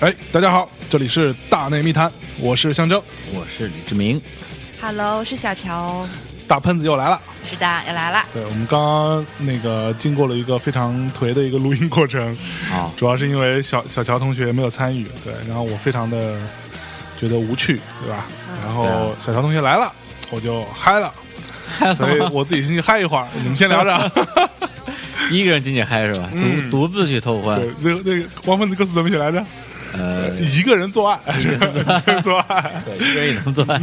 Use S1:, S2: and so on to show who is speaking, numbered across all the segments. S1: 哎，大家好，这里是大内密谈，我是象征，
S2: 我是李志明，
S3: Hello，是小乔，
S1: 大喷子又来了。
S3: 是的，又来了。
S1: 对我们刚刚那个经过了一个非常颓的一个录音过程，
S2: 啊
S1: 主要是因为小小乔同学没有参与，对，然后我非常的觉得无趣，对吧？然
S2: 对
S1: 后
S2: 啊
S1: 小乔同学来了，我就嗨了，所以我自己先去嗨一会儿，你们先聊着。
S2: 一个人进去嗨是吧？
S1: 嗯
S2: 独独自去偷欢
S1: 对，，那个那个王芬的歌词怎么写来着？
S2: 呃，
S1: 一个人做爱，一个人做 爱，
S2: 对，一个人也能做爱。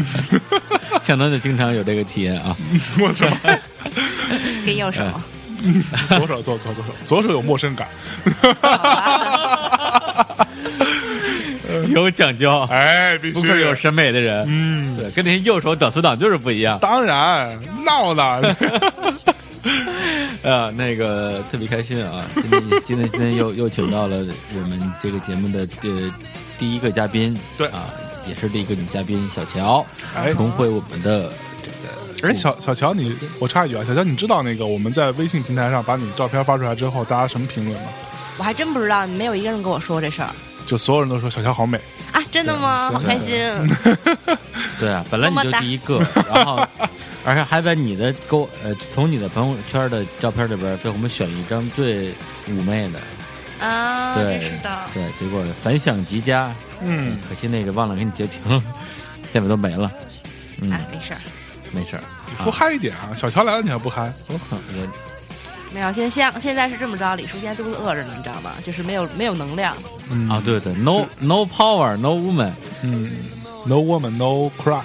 S2: 象征就经常有这个体验啊，
S1: 我操！
S3: 跟右手，
S1: 左手左左左手，左手有陌生感。
S2: 有讲究，
S1: 嗯哎，必
S2: 不
S1: 须
S2: 愧有审美的人。
S1: 嗯，
S2: 对，跟那些右手屌丝党就是不一样。
S1: 当然闹的，
S2: 呃，那个特别开心啊！今天今天今天又又请到了我们这个节目的呃第一个嘉宾，
S1: 对
S2: 啊，也是第一个女嘉宾小乔，
S1: 哎
S2: 重回我们的这个
S1: 哎，小小乔你，
S2: 嗯
S1: 我插一句啊，小乔，你知道那个我们在微信平台上把你照片发出来之后，大家什么评论吗？
S3: 我还真不知道，没有一个人跟我说这事儿
S1: 就所有人都说小乔好美，
S3: 啊！真的吗？好开心，
S2: 对啊，本来你
S3: 么么
S2: 就
S3: 哒
S2: 第一个，然后而且还把你的勾呃从你的朋友圈的照片里边给我们选了一张最妩媚的，
S3: 啊，
S2: 对
S3: 真是的。
S2: 对，结果反响极佳，哎
S1: 嗯，
S2: 可惜那个忘了给你截屏 了，现在都没了，嗯，
S3: 哎，没事儿，
S2: 没事儿，
S1: 你说嗨一点啊，小乔来了你还不嗨？
S2: 我靠，也
S3: 没有。现在现在是这么着，李叔现在肚子饿着呢，你知道吗？就是没有没有能量。
S1: 嗯
S2: 啊，，对对，no no power no woman，
S1: 嗯，No woman no cry，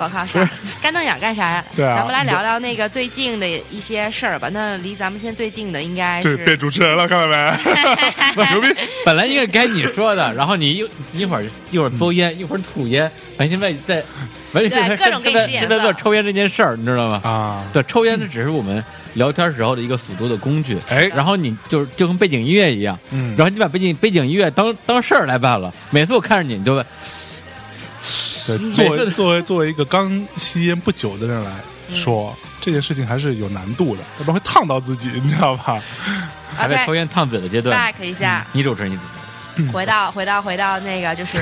S3: 我靠，啥干瞪眼儿干啥呀？
S1: 对啊
S3: 咱们来聊聊那个最近的一些事儿吧。那离咱们现在最近的应该
S1: 这变
S3: 是啊
S1: 主持人了，看到 没？牛 逼！
S2: 本来应该是该你说 的，然后你一一会儿一会儿抽烟，一会儿吐烟，反正现在在完全
S3: 对各种给
S2: 在在
S3: 你使眼
S2: 在在
S3: 色
S2: 做抽烟这件事儿，你知道吗？
S1: 啊，
S2: 对，抽烟这只是我们聊天时候的一个辅助的工具。
S1: 哎，
S2: 然后你就是就跟背景音乐一样，
S1: 嗯
S2: 然，后你把背景背景音乐当当事儿来办了。每次我看着你，你就问
S1: 对，作
S2: 每
S1: 为
S2: 嗯次
S1: 作为作为一个刚吸烟不久的人来说，这件事情还是有难度的，要不然会烫到自己，你知道吧？
S2: 还在抽
S3: OK
S2: 烟烫嘴的阶段。
S3: back 一下，
S2: 你主持人，你主
S3: 回到回到回到那个就是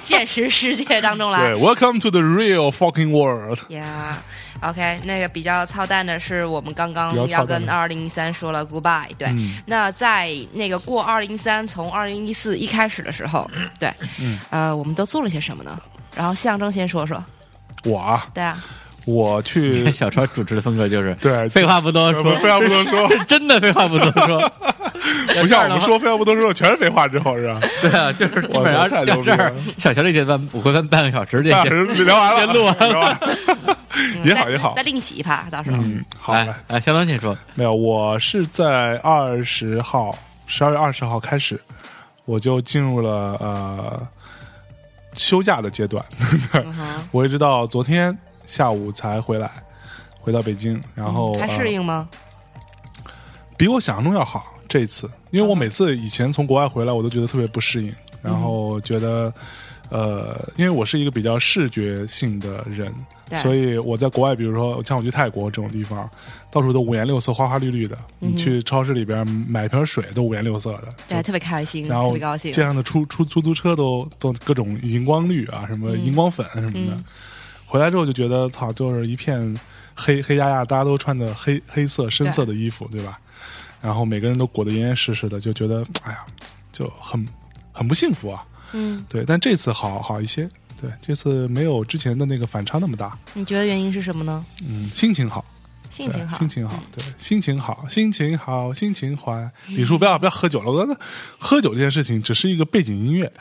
S3: 现实世界当中来。
S1: 对，Welcome to the real fucking world。
S3: 呀、o k 那个比较操蛋的是，我们刚刚
S1: 比较操
S3: 要
S1: 蛋
S3: 跟
S1: 的
S3: 二零一三说了 goodbye，对。
S1: 嗯
S3: 那在那个过二零一三，从二零一四一开始的时候，对，
S1: 嗯
S3: 呃，我们都做了些什么呢？然后象征先说说，
S1: 我啊，
S3: 对啊，
S1: 我
S2: 持
S1: 去，
S2: 小超主持的风格就是
S1: 对，
S2: 废话不多
S1: 我们
S2: 说，
S1: 废话不多 说，
S2: 是真的废话不多说。
S1: 不像我们说废话不多说，全是废话之后是吧？
S2: 对啊，就是基本
S1: 我
S2: 上
S1: 太
S2: 就
S1: 牛逼
S2: 这儿
S1: 了，
S2: 小乔这阶段我会问半个小时这
S1: 半小
S2: 些。
S1: 时聊完了，
S2: 先录完了
S1: 了，
S3: 嗯
S1: 也好
S3: 再
S1: 也好
S3: 再另起一趴，到时候、
S1: 嗯，好，
S2: 来
S1: 来
S2: 来，相哎当先说，
S1: 没有，我是在二十号，十二月二十号开始，我就进入了呃休假的阶段，
S3: 嗯哼
S1: 我一直到昨天下午才回来，回到北京，然后、
S3: 嗯还
S1: 呃
S3: 适应吗？
S1: 比我想象中要好。这一次，因为我每次以前从国外回来，我都觉得特别不适应，然
S3: 嗯
S1: 后觉得，呃，因为我是一个比较视觉性的人，
S3: 对，
S1: 呃所以我在国外，比如说像我去泰国这种地方，到处都五颜六色、花花绿绿的。
S3: 嗯哼
S1: 你去超市里边买瓶水都五颜六色的，
S3: 对，特别开心，
S1: 然
S3: 特
S1: 后
S3: 别高兴
S1: 街，上的出出出租车都都各种荧光绿啊，什么
S3: 嗯
S1: 荧光粉什么的。
S3: 嗯
S1: 回来之后就觉得，操，就是一片黑黑压压，大家都穿的黑黑色深色的衣服，对吧？然后每个人都裹得严严实实的，就觉得，哎呀，就很很不幸福啊。
S3: 嗯，
S1: 对，但这次好好一些，对，这次没有之前的那个反差那么大，
S3: 你觉得原因是什么呢？
S1: 嗯，心情好。
S3: 心情好，
S1: 呃对
S3: 嗯
S1: 心情好，对，心情好，心情好，心情坏。李叔，不要不要喝酒了，我刚才喝酒这件事情只是一个背景音 乐，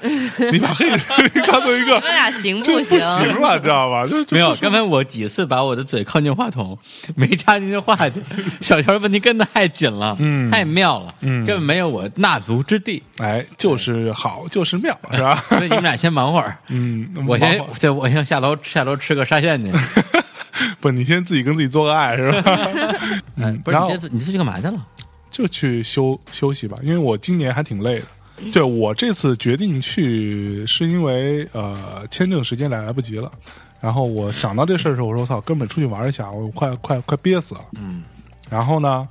S1: 你把黑 人当做一个
S3: 你们俩哎行
S1: 这
S3: 不
S1: 不
S3: 行？
S1: 行啊了，知道 吧？就就
S2: 没有，刚才我几次把我的嘴靠近话筒，没插进去话去。小乔的问题跟的太紧了，
S1: 嗯
S2: 太妙了，
S1: 嗯
S2: 根本没有我纳足之地。
S1: 哎，就是好，就是妙，是吧？
S2: 所以你们俩先忙会儿，
S1: 嗯，
S2: 我先
S1: 忙活
S2: 对，我先下楼下楼吃个沙县去。
S1: 不，你先自己跟自己做个爱，是吧？
S2: 哎，
S1: 嗯
S2: 不是
S1: 然后
S2: 你这次你这次去干嘛去了？
S1: 就去休休息吧，因为我今年还挺累的。对我这次决定去，是因为呃签证时间来来不及了。然后我想到这事儿的时候，我说我操，根本出去玩一下，我快快快憋死了。
S2: 嗯，
S1: 然后呢，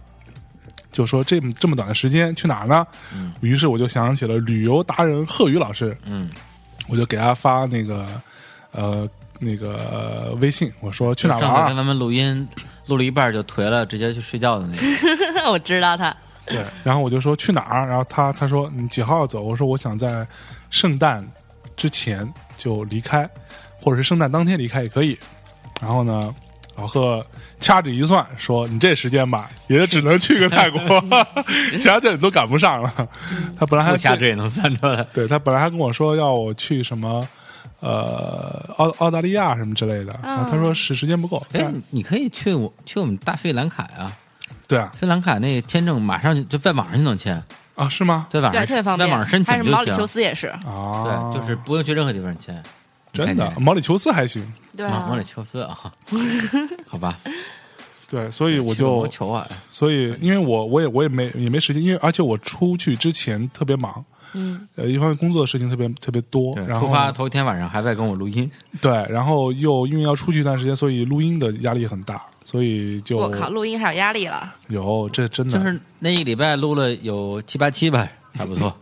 S1: 就说这么这么短的时间去哪儿呢？
S2: 嗯
S1: 于是我就想起了旅游达人贺宇老师，
S2: 嗯
S1: 我就给他发那个呃那个呃微信，我说去哪儿玩
S2: 上
S1: 啊
S2: 次跟咱们录音录了一半就颓了，直接去睡
S1: 啊
S2: 觉的那个。
S3: 我知道他，
S1: 对，然后我就说去哪儿，然后他他说你几号走？我说我想在圣诞之前就离开，或者是圣诞当天离开也可以。然后呢，老贺掐指一算说你这时间吧，也只能去个 泰国，其他地儿你都赶不上了。他本来还
S2: 不瞎这也能算出 来。
S1: 对他本来还跟我说要我去什么。呃，澳澳大利亚什么之类的，然后他说时时间不够，
S2: 嗯哎
S1: 但，
S2: 你可以去我去我们大费兰卡呀，
S1: 对啊，
S2: 费兰卡那签证马上就就在网上就能签，
S1: 啊是吗？
S2: 在网上
S3: 对，特别方
S2: 在
S3: 便。
S2: 哎网上申
S3: 还有
S2: 请
S3: 什么毛里
S2: 就
S3: 求
S2: 行。
S3: 斯也是，
S1: 啊，
S2: 对，就是不用去任何地方签。
S1: 真的啊
S2: 你看，
S1: 毛里求斯还行，
S3: 对
S2: 见
S3: 啊
S2: 毛里，求斯 啊，好吧，
S1: 对，所以我
S2: 去过
S1: 就
S2: 毛球啊，
S1: 所以，因为我我也我也没也没时间，因为而且我出去之前特别忙，
S3: 嗯，
S1: 呃，一方面工作的事情特别特别多，
S2: 对
S1: 然
S2: 出发
S1: 后
S2: 头一天晚上还在跟我录音，
S1: 对，然后又因为要出去一段时间，所以录音的压力很大，所以就
S3: 我靠，录音还有压力了，
S1: 有这真的
S2: 就是那一礼拜录了有七八期吧，还不 错。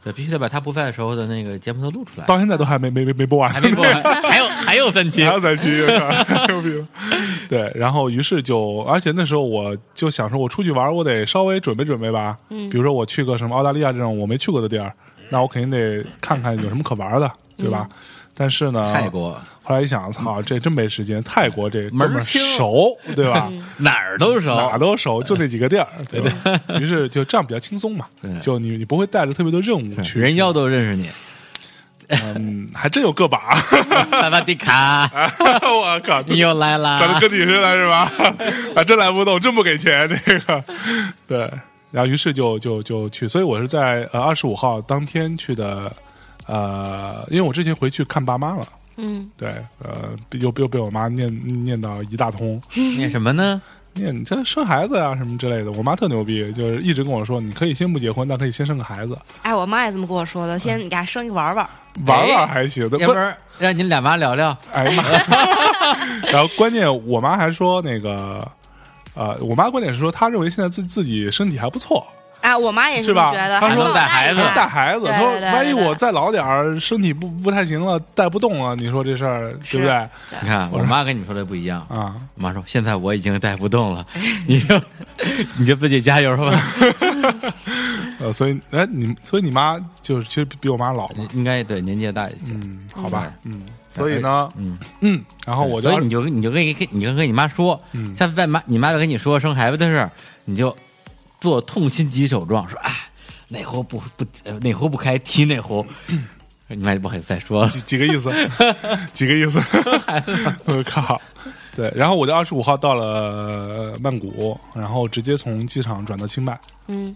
S2: 对，必须得把他不在的时候的那个节目都录出来，
S1: 到现在都还没没没没播完，
S2: 还没播 完，还有还有三期
S1: 还。要再去，我靠 牛逼了！对，然后于是就，而且那时候我就想说，我出去玩，我得稍微准备准备吧。嗯，比如说我去个什么澳大利亚这种我没去过的地儿，那我肯定得看看有什么可玩的，对吧？
S3: 嗯
S1: 但是呢，
S2: 泰国
S1: 后来一想，操，这真没时间。泰国这
S2: 嗯门儿
S1: 哥们儿
S2: 清嗯
S1: 熟，对吧？
S2: 哪儿都 熟，
S1: 哪都熟，就那几个地儿，对吧？ 于是就这样比较轻松嘛
S2: 对，
S1: 就你你不会带着特别多任务去。
S2: 人妖都认识你，
S1: 嗯，还真有个把，
S2: 萨瓦迪 卡，
S1: 我靠，
S2: 你又来啦！
S1: 长得跟你似的，是吧？ 啊，真来不动，真不给钱，这个对。然后于是就就就去，所以我是在呃二十五号当天去的，呃，因为我之前回去看爸妈了，
S3: 嗯，
S1: 对，呃，又又被我妈念念叨一大通，
S2: 那什么呢？
S1: 念你这生孩子呀、什么之类的。我妈特牛逼，就是一直跟我说，你可以先不结婚，但可以先生个孩子，
S3: 哎，我妈也这么跟我说的，
S1: 嗯
S3: 先你给他生一个玩玩，
S1: 玩玩还行，对
S2: 哎要
S1: 不
S2: 不然让你俩妈聊聊，
S1: 哎 呀妈！然后关键我妈还说那个，呃，我妈观点是说，她认为现在自自己身体还不错，
S3: 哎，我妈啊也
S1: 是
S3: 这
S1: 吧
S3: 么觉得，
S1: 她
S3: 还
S1: 说
S3: 帮我
S2: 带
S3: 带
S2: 孩
S3: 一
S2: 子
S3: 带
S1: 带孩子，
S3: 对
S1: 她说
S3: 对对
S1: 万一
S3: 对
S1: 我再老点儿，身体不不太行了，带不动了，啊你说这事儿对不对？
S2: 你看我妈跟你们说的不一样。
S1: 啊，
S2: 我妈说：“现在我已经带不动了， 你就你就自己加油吧。
S1: 呃，所以哎，你所以你妈就是其实比比我妈老嘛，
S2: 应该对年纪也大一些，
S1: 嗯，好吧，嗯，所以呢，
S2: 嗯，
S1: 嗯，然后我就
S2: 所以你就你就跟你跟你就跟你妈说，
S1: 嗯
S2: 下次再妈你妈就跟你说生孩子的事儿，你就做痛心疾首状，说啊哪壶不不呃哪壶不开提哪 壶，你妈就不好意思 再说了。
S1: 几几个意思？几个意思？我靠！对，然后我就二十五号到了曼谷，然后直接从机场转到清迈，
S3: 嗯，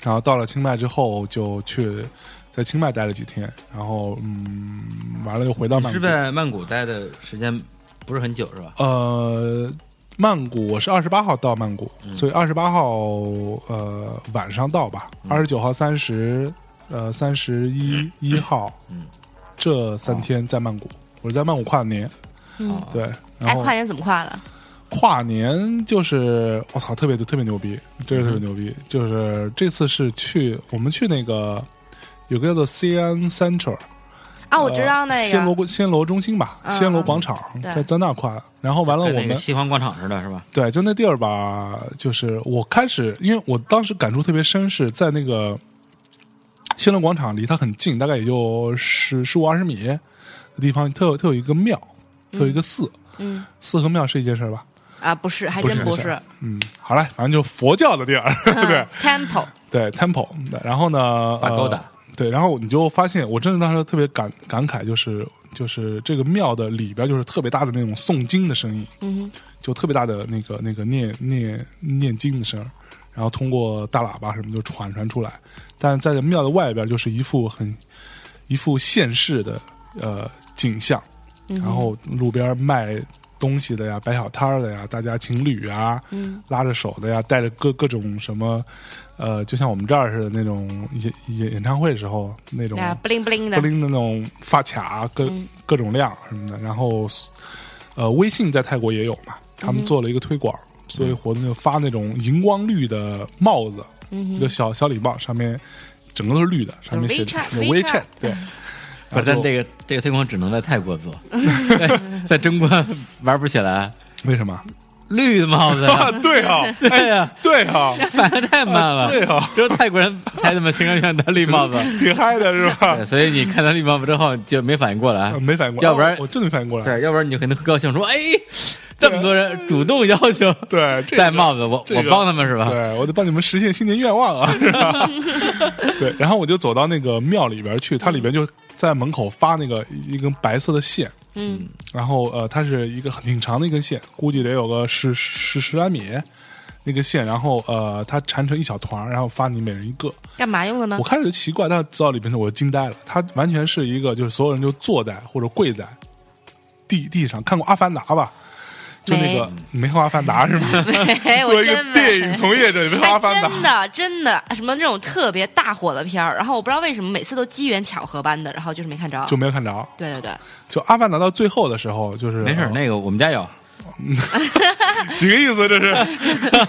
S1: 然后到了清迈之后就去在清迈待了几天，然后嗯，完了又回到曼
S2: 是
S1: 谷。
S2: 在曼谷待的时间不是很久是吧？
S1: 呃，曼谷我是二十八号到曼谷，所以二十八号呃晚上到吧，二十九号、三十呃三十一一号，
S2: 嗯
S1: 这三天在曼谷，我是在曼谷跨的年，
S3: 嗯
S2: 啊，
S1: 对，然
S3: 哎，
S1: 后
S3: 跨年怎么跨的？
S1: 跨年就是我操，特别特别牛逼，真是特别牛逼。
S3: 嗯
S1: 就是这次是去我们去那个有个叫做 CN Center
S3: 啊，我知道
S1: 呃
S3: 那
S1: 暹罗
S3: 个，
S1: 国暹罗中心吧，
S3: 嗯
S1: 暹罗广场，
S3: 对
S1: 在在那儿跨。然后完了，
S2: 跟
S1: 我
S2: 那个
S1: 们啊
S2: 西环广场似的，是吧？
S1: 对就那地儿吧，就是我开始，因为我当时感触特别深，是在那个暹罗广场离它很近，大概也就十十五二十米的地方，它有它有一个庙，它有一个寺，
S3: 嗯，
S1: 寺和庙是一件事儿吧？
S3: 啊，不是，还
S1: 不
S3: 真
S1: 是
S3: 不
S1: 是
S3: 是嗯
S1: 嗯，好嘞，反正就佛教的地儿， 对
S3: ，Temple，
S1: 对，temple。然后呢，
S2: 巴勾达
S1: 呃对，然后你就发现，我真的当时特别感感慨，就是就是这个庙的里边就是特别大的那种诵经的声音，
S3: 嗯
S1: 就特别大的那个那个念念念经的声儿，然后通过大喇叭什么就传传出来，但在庙的外边就是一副很一副现世的呃景象，然后路边卖东西的呀，摆小摊儿的呀，大家情侣啊，
S3: 嗯
S1: 拉着手的呀，带着各各种什么，呃，就像我们这儿似的那种演演演唱会的时候那种
S3: 啊，不灵不灵的
S1: 布，灵的那种发卡，啊各、
S3: 嗯
S1: 各种量什么的。然后，呃，微信在泰国也有
S3: 嗯
S1: 嘛，他们做了一个推广，做一个活动，就发那种荧光绿的帽子，
S3: 嗯
S1: 一个小小礼帽，上面整个都是绿的，上面写着
S3: WeChat，
S1: 有
S3: WeChat
S1: WeChat，对。
S2: 不是，
S1: 然后
S2: 但这个这个推广只能在泰国 做，在在中国玩不起来。
S1: 为什么？
S2: 绿帽 子，
S3: 嗯
S1: 啊，对啊，
S2: 对呀，
S1: 对啊，
S2: 反应太慢了。
S1: 对啊，
S2: 只有泰国人才那么情甘愿戴绿帽子，
S1: 挺嗨的是吧
S2: 对？所以你看到绿帽子之后就没反应过来
S1: 啊。没反应过来，
S2: 要不然
S1: 哦我真没反应过来。
S2: 对，要不然你就可能会高兴说：“哎，这么多人主动要求
S1: 啊对，这
S2: 戴
S1: 个
S2: 帽子，我
S1: 这
S2: 我
S1: 个
S2: 帮他们是吧？”
S1: 对，我得帮你们实现新年愿望啊！是吧对，然后我就走到那个庙里边去，它里边就在门口发那个一根白色的线，
S3: 嗯，
S1: 然后呃，它是一个很挺长的一根线，估计得有个十十十来米那个线，然后呃，它缠成一小团儿，然后发你每人一个。
S3: 干嘛用的呢
S1: 我？开始就奇怪，但走到里边时候我惊呆了，它完全是一个就是所有人就坐在或者跪在地地上，看过《阿凡达》吧？就那个你没看过《阿凡达》是吗？
S3: 哎，
S1: 作
S3: 我
S1: 为一个
S3: 真
S1: 电
S3: 没。
S1: 影 从业者，你没看过《
S3: 哎
S1: 阿凡达》
S3: 真的，真的，什么这种特别大火的片儿，然后我不知道为什么每次都机缘巧合般的，然后就是没看
S2: 啊
S3: 着。
S1: 就没有看着。
S3: 对对对，
S1: 就《阿凡达》到最后的时候，就是
S2: 没事儿，
S1: 呃
S2: 那个我们家有，
S1: 几个意思这是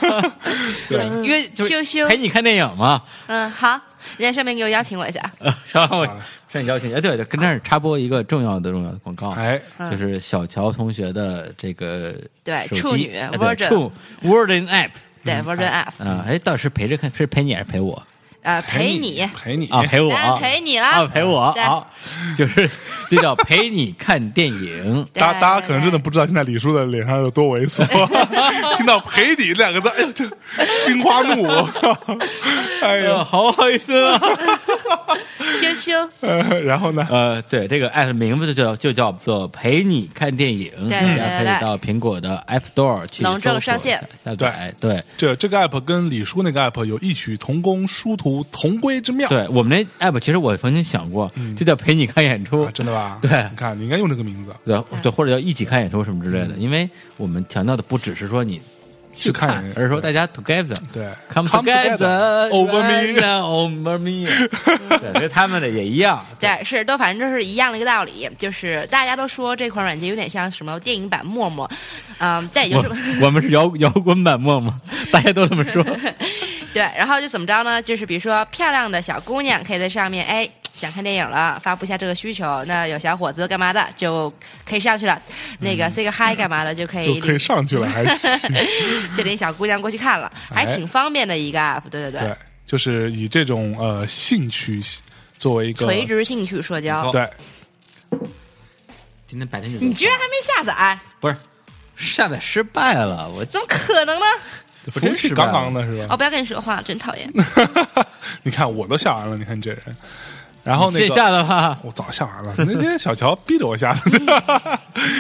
S1: 对
S2: 因为就
S3: 羞羞
S2: 陪你看电影嘛。呃
S3: 嗯，好，人家上面给我邀请我一下。
S1: 呃
S2: 然后我
S1: 好嘞
S2: 上你邀请，哎，对对，跟这儿插播一个重要的重要的广告，
S1: 哎，
S3: 嗯
S2: 就是小乔同学的这个
S3: 对
S2: 手机
S3: 处女
S2: 哎
S3: Virgin
S2: 对处 Virgin App
S3: 对，Virgin
S1: 嗯
S3: F
S2: 啊，哎，到底是陪着看，是陪你还是陪我
S3: 呃，
S1: 陪
S3: 陪你，
S1: 陪你
S2: 啊？陪我
S3: 当然
S2: 啊，
S3: 陪你
S2: 啊，
S3: 啦。
S2: 陪我
S3: 对。
S2: 好，就是就叫陪你看电影
S3: 对
S1: 大家大家可能真的
S3: 对
S1: 不知道，现在李叔的脸上有多猥琐。 听到“陪你”两个字，哎呦，这心花怒 我，哎
S2: 哎呦，
S1: 呦，
S2: 好好意思啊！
S3: 羞羞，
S1: 呃，然后呢？
S2: 呃，对，这个 app 名字就叫就叫做陪你看电影，
S3: 对
S2: 大家可
S3: 对对
S2: 以到苹果的 App Store 去
S3: 冷正
S2: 搜索
S3: 上线
S2: 下下载。对
S1: 这这个 app 跟李叔那个 app 有异曲同工、殊途同归之妙。
S2: 对，我嗯们那 app 其实我曾经想过，就叫陪你看演出
S1: 啊，，真的吧？
S2: 对
S1: 你看，你应该用这个名字
S2: 对
S3: 嗯
S2: 对，或者叫一起看演出什么之类的，因为我们强调的不只是说你
S1: 去看
S2: 看，，而是说大家 together。
S1: 对
S2: Come
S1: Come together, over me
S2: right now, over me。对，所以他们的也一样。
S3: 对，是都反正就是一样的一个道理，就是大家都说这款软件有点像什么电影版陌陌，嗯，但也就
S2: 我
S3: 是
S2: 我们是摇摇滚版陌陌， 大家都这么说。
S3: 对，然后就怎么着呢？就是比如说漂亮的小姑娘可以在上面，哎，想看电影了，发布一下这个需求。那有小伙子干嘛的就可以上去了，那个 say 个 hi 干嘛的就可以
S1: 嗯就可以
S3: 领
S1: 上去了，还行。
S3: 就领小姑娘过去看了，
S1: 哎
S3: 还挺方便的一个 app。对对对，
S1: 对，就是以这种呃兴趣作为一个
S3: 垂直兴趣社交，
S1: 对
S2: 今天白天就
S3: 你居然还没下载，
S2: 不是下载失败了，我
S3: 怎么可能呢？
S1: 服务器刚刚的是
S3: 哦，
S1: 吧？
S3: 不要跟你说话，真讨厌。
S1: 嗯你看我都下完了，你看这人，然后那
S2: 卸
S1: 个
S2: 下了 吧？
S1: 我早下完了，那天小乔逼着我下 的，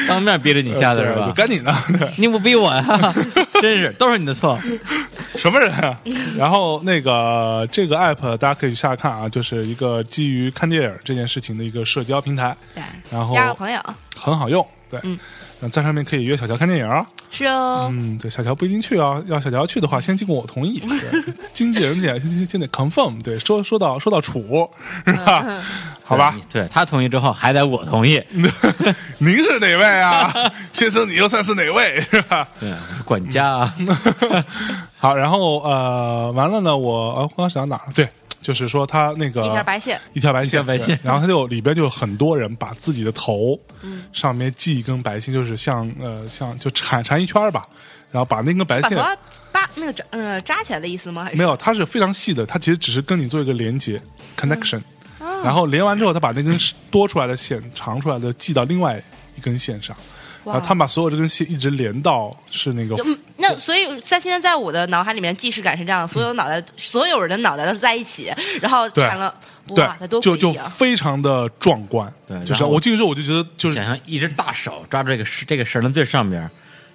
S2: 当面逼着你下的是
S1: 对
S2: 吧？
S1: 赶紧的，
S2: 你不逼我 呀、真是都是你的错。
S1: 什么人 啊？然后那个这个 app 大家可以下看啊，就是一个基于看电影这件事情的一个社交平台，
S3: 对，
S1: 然后
S3: 加个朋友
S1: 很好用，对，
S3: 嗯
S1: 嗯，在上面可以约小乔看电影啊，
S3: 是哦，
S1: 嗯，对，小乔不一定去啊，要小乔去的话，先经过我同意，对 经纪人得先先得 confirm，对，说说到说到楚是
S3: 嗯
S1: 吧？ 好吧，嗯
S2: 对，对他同意之后还得我同意，
S1: 您是哪位啊， 先生？你又算是哪位 是吧？
S2: 对，管家啊，
S1: 嗯好，然后呃，完了呢，我呃，我刚想哪儿？对，就是说他那个
S3: 一条白线，
S1: 一条白线，
S2: 一条白线
S1: 对然后他就里边就有很多人把自己的头
S3: 嗯
S1: 上面系一根白线，就是像呃像就缠缠一圈儿吧，然后把那根白
S3: 把
S1: 线
S3: 头发扒那个扎呃扎起来的意思吗？还是
S1: 没有，它是非常细的，它其实只是跟你做一个连接 connection，、然
S3: 嗯哦
S1: 后连完之后，它把那根多出来的线长出来的系到另外一根线上，然后
S3: 哇
S1: 他们把所有这根线一直连到是那个
S3: 就嗯那所以在现在在我的脑海里面，既视感是这样的，所有脑袋、所有人的脑袋都是在一起，然后
S1: 嗯对
S3: 产了
S1: 对
S3: 哇，它多，
S1: 就
S3: 诡
S1: 就
S3: 异啊！
S1: 非常的壮观
S2: 对。
S1: 就是
S2: 然后
S1: 我进去之后，我就觉得就是
S2: 想象一只大手抓住这个绳这个绳的最上边，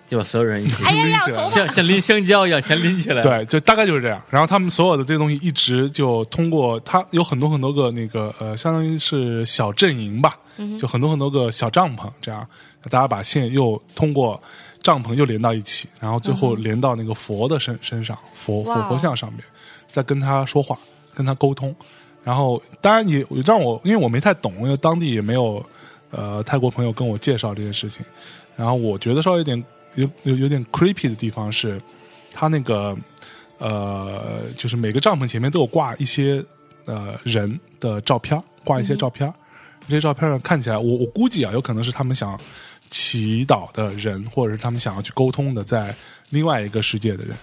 S2: 就把所有人一起
S3: 哎呀呀，
S1: 拎起来
S3: 我头发
S2: 像像拎香蕉一样全拎起来。，
S1: 对，就大概就是这样。然后他们所有的这东西一直就通过它有很多很多个那个呃，相当于是小阵营吧，
S2: 嗯
S1: 就很多很多个小帐篷，这样大家把线又通过帐篷又连到一起，然后最
S2: 嗯
S1: 后连到那个佛的身身上，佛佛
S3: 哇哦
S1: 佛像上面，再跟他说话，跟他沟通。然后当然也让我，因为我没太懂，因为当地也没有呃泰国朋友跟我介绍这件事情。然后我觉得稍微有点有有有点 creepy 的地方是，它那个呃，就是每个帐篷前面都有挂一些呃人的照片儿，挂一些照片儿。这些照片上看起来，我我估计啊，有可能是他们想祈祷的人，或者是他们想要去沟通的，在另外一个世界的人，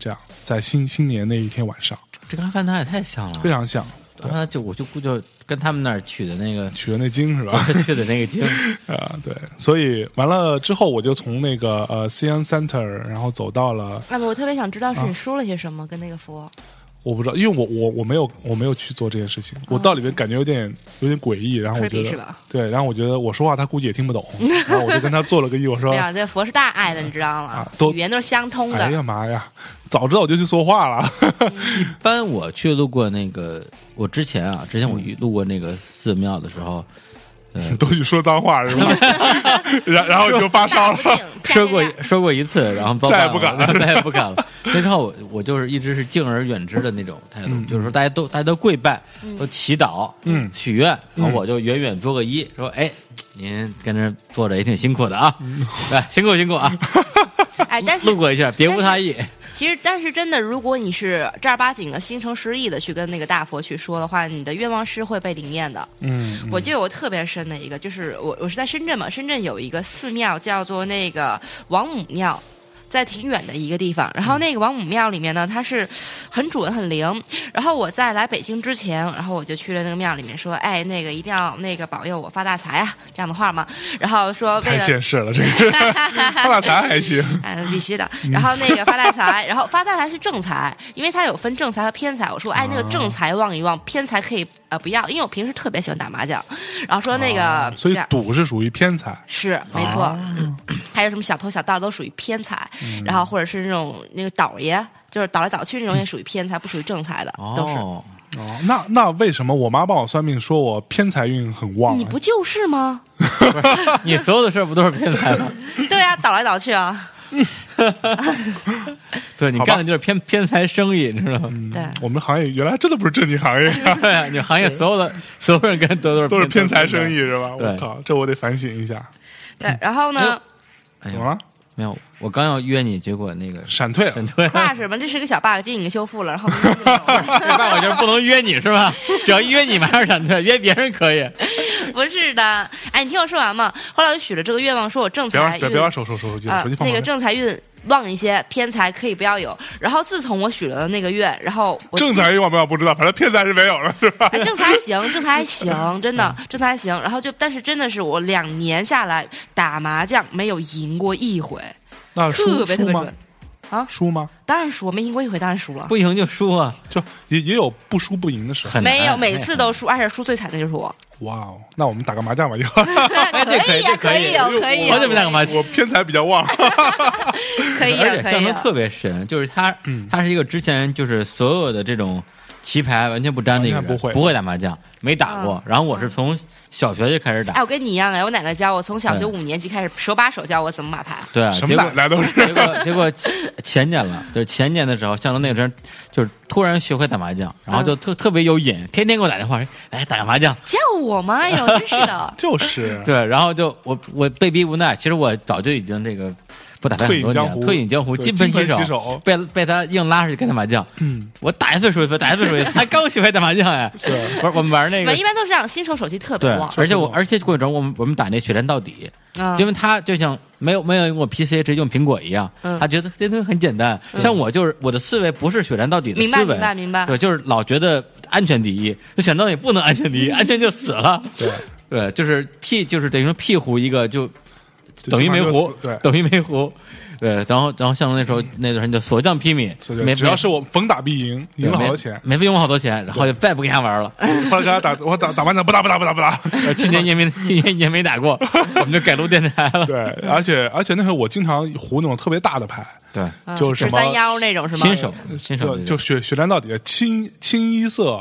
S1: 这样在新新年那一天晚上，
S3: 哦
S2: 这跟阿凡达也太像了。
S1: 非常像
S2: 阿凡达就我就估计就跟他们那儿取的那个
S1: 取的那经是 吧？
S2: 去的那个经，
S1: 啊，对，所以完了之后，我就从那个呃 CN Center，然后走到了
S3: 啊，不我特别想知道是你说了些什么跟那个佛。
S1: 我不知道，因为我我我没有我没有去做这件事情，我到里面感觉有点有点诡异，然后我觉
S3: 哦 Creepy 是
S1: 得
S3: 吧
S1: 对，然后我觉得我说话他估计也听不懂，然后我就跟他做了个揖，我说
S3: 没 有，这佛是大爱的，你知道吗
S1: 啊？都
S3: 语言都是相通
S1: 哎
S3: 哎的。
S1: 呀妈呀，早知道我就去说话了。
S2: 一般我去路过那个，我之前啊，之前
S1: 嗯
S2: 我一路过那个寺庙的时候，
S1: 都去说脏话是吧？ 然然后就发烧
S3: 大不
S1: 了。
S3: 敬
S2: 说过
S3: 下面
S2: 说过一次，然后包
S1: 再也
S2: 办
S1: 不敢
S2: 了， 再也不敢了。那之后我我就是一直是敬而远之的那种态度，就是说大家都大家都跪拜，都祈祷，
S1: 嗯
S2: 许愿，然
S1: 嗯
S2: 后我就远远作个揖，说哎，您跟这坐着也挺辛苦的啊，
S1: 嗯
S2: 哎，辛苦辛苦啊，
S3: 哎，嗯但是
S2: 路过一下，别无他意。
S3: 其实，但是真的，如果你是正儿八经的、心诚实意的去跟那个大佛去说的话，你的愿望是会被灵验的。
S1: 嗯，
S3: 我就有特别深的一个，就是我我是在深圳嘛，深圳有一个寺庙叫做那个王母庙。在挺远的一个地方，然后那个王母庙里面呢，它是很准很灵。然后我在来北京之前，然后我就去了那个庙里面，说：“哎，那个一定要那个保佑我发大财啊，这样的话嘛。”然后说为
S1: 太
S3: 了
S1: 现实了，这 个发大财还行。
S3: 哎，必须的。
S1: 嗯
S3: 然后那个发大财，然后发大财是正财，因为它有分正财和偏财。我说，哎，那个正财望一望，偏财可以呃不要，因为我平时特别喜欢打麻将。然后说那个
S1: 哦所以
S3: 这样
S1: 赌哦是属于偏财，
S3: 是没错，还有什么小偷小盗都属于偏财，然后或者是那种那个倒爷，就是倒来倒去那种也属于偏财，不属于正财的，都是。
S2: 哦，
S1: 哦，那那为什么我妈帮我算命说我偏财运很旺
S3: 你
S1: 啊？
S3: 不就是吗？
S2: 你所有的事儿不都是偏财吗？
S1: 嗯
S3: 对啊，倒来倒去啊，
S2: 对你
S1: 好吧嗯
S2: 干的就是偏偏财生意，你知道吗？
S3: 对。
S1: 我们行业原来真的不是正经行业 啊，
S2: 对啊，你行业所有的所有人干都都是
S1: 都是偏财生意
S2: 意。
S1: 是吧？
S2: 对
S1: 我靠，这我得反省一下。
S3: 对，然后
S1: 嗯
S3: 呢
S2: 哎
S1: 怎
S2: 呦
S1: 么了？啊
S2: 没有，我刚要约你，结果那个
S1: 闪退了
S2: 闪。退
S3: b
S2: 了。
S3: u 嘛，这是个小 bug，今天已经修复 了，然后我们就没有了
S2: 这办我就是不能约你是 吧？只要一约你马上闪退，约别人可以。
S3: 不是的，哎，你听我说完嘛。后来我就许了这个愿望，说我正
S1: 别
S3: 财
S1: 玩，别
S3: 运
S1: 别玩手手手手机了，
S3: 啊、
S1: 手机放
S3: 那
S1: 旁
S3: 个
S1: 边。
S3: 正财运旺一些，偏财可以不要有。然后自从我许了那个愿，然后我
S1: 正财运旺不旺不知道，反正偏财是没有了，是吧？
S3: 哎，正财还行，正财还行，真的正财还行。然后就，但是真的是我两年下来打麻将没有赢过一回，
S1: 那输
S3: 特别特
S1: 输
S3: 别
S1: 吗
S3: 准？。
S1: 输吗？
S3: 当然输，没赢过一回，当然输了。
S2: 不赢就输啊，
S1: 就也也有不输不赢的时候。
S2: 很难
S3: 没有，每次都输，而且输最惨的就是我。
S1: 哇哦，那我们打个麻将吧，以后
S3: 可以呀、
S2: 这可以
S3: 以有，可以有，
S2: 好久没打过麻将
S1: 我偏财比较旺。
S3: 可以有，
S2: 而且
S3: 可
S2: 象
S3: 以
S2: 征
S3: 有。
S2: 特别深，就是他，
S1: 嗯
S2: 他是一个之前就是所有的这种棋牌完全不沾的一个
S1: 完
S2: 人，
S1: 全不会
S2: 不会打麻将，没打过。然后我是从小学就开始
S3: 嗯哎，
S2: 打，
S3: 我跟你一样哎，我奶奶教我，从小学
S2: 对
S1: 嗯
S3: 五年级开始手把手教我怎么码牌。
S2: 对啊，
S1: 什
S2: 结
S1: 么
S2: 果
S1: 奶奶都是。。
S2: 结果结果前年了，就是前年的时候，向东那个时候就是突然学会打麻将，然
S3: 嗯
S2: 后就特、特别有瘾，天天给我打电话，哎，打个麻将。
S3: 叫我吗？哎呦，真是的
S1: 就是，
S2: 对，然后就我我被逼无奈，其实我早就已经这个不打牌很
S1: 退隐
S2: 多
S1: 江
S2: 年，
S1: 湖
S2: 了，退隐江湖，
S1: 对
S2: 金盆
S1: 金盆洗
S2: 洗
S1: 手
S2: 被被他硬拉出去跟他麻将，
S1: 嗯，
S2: 我打一次输一次，打一次输一次，他刚学会打麻将哎，
S1: 对，
S2: 不是我们玩那
S3: 我
S2: 个
S3: 一。般都是让新手手气特别
S2: 对
S3: 旺，，
S2: 而且我
S1: 是
S2: 而且过程中我们我们打那血战到底，
S3: 啊
S2: 因为他就像没有没有用过 PC，直接用苹果一样，
S3: 嗯
S2: 他觉得这东西很简单。像我就是我的思维不是血战到底的
S3: 明白
S2: 思维，
S3: 明白明白。
S2: 对，就是老觉得安全第一，就想到底不能安全第一，安全就死了。
S1: 对，
S2: 对，就是屁，就是等于说屁胡一个就
S1: 就
S2: 等于没
S1: 金
S2: 胡
S1: 盆洗手，对，
S2: 等于没胡。对，然后然后向总那时候那段时间就所向披靡，
S1: 所以
S2: 没
S1: 就只要是我疯打必赢，赢了好多钱。
S2: 没没费用我好多钱，然后就再也不跟他玩了。
S1: 后来跟他打，我打打完打不打不打不打不打。
S2: 呃去年也 没去年也没打过，我们就改录电台了。
S1: 对，而且而且那时候我经常胡那种特别大的牌，
S2: 对，
S3: 嗯
S1: 就是什
S3: 十
S1: 么
S3: 三幺那种是吗？
S2: 新手新手
S1: 就就血血战到底，清清一色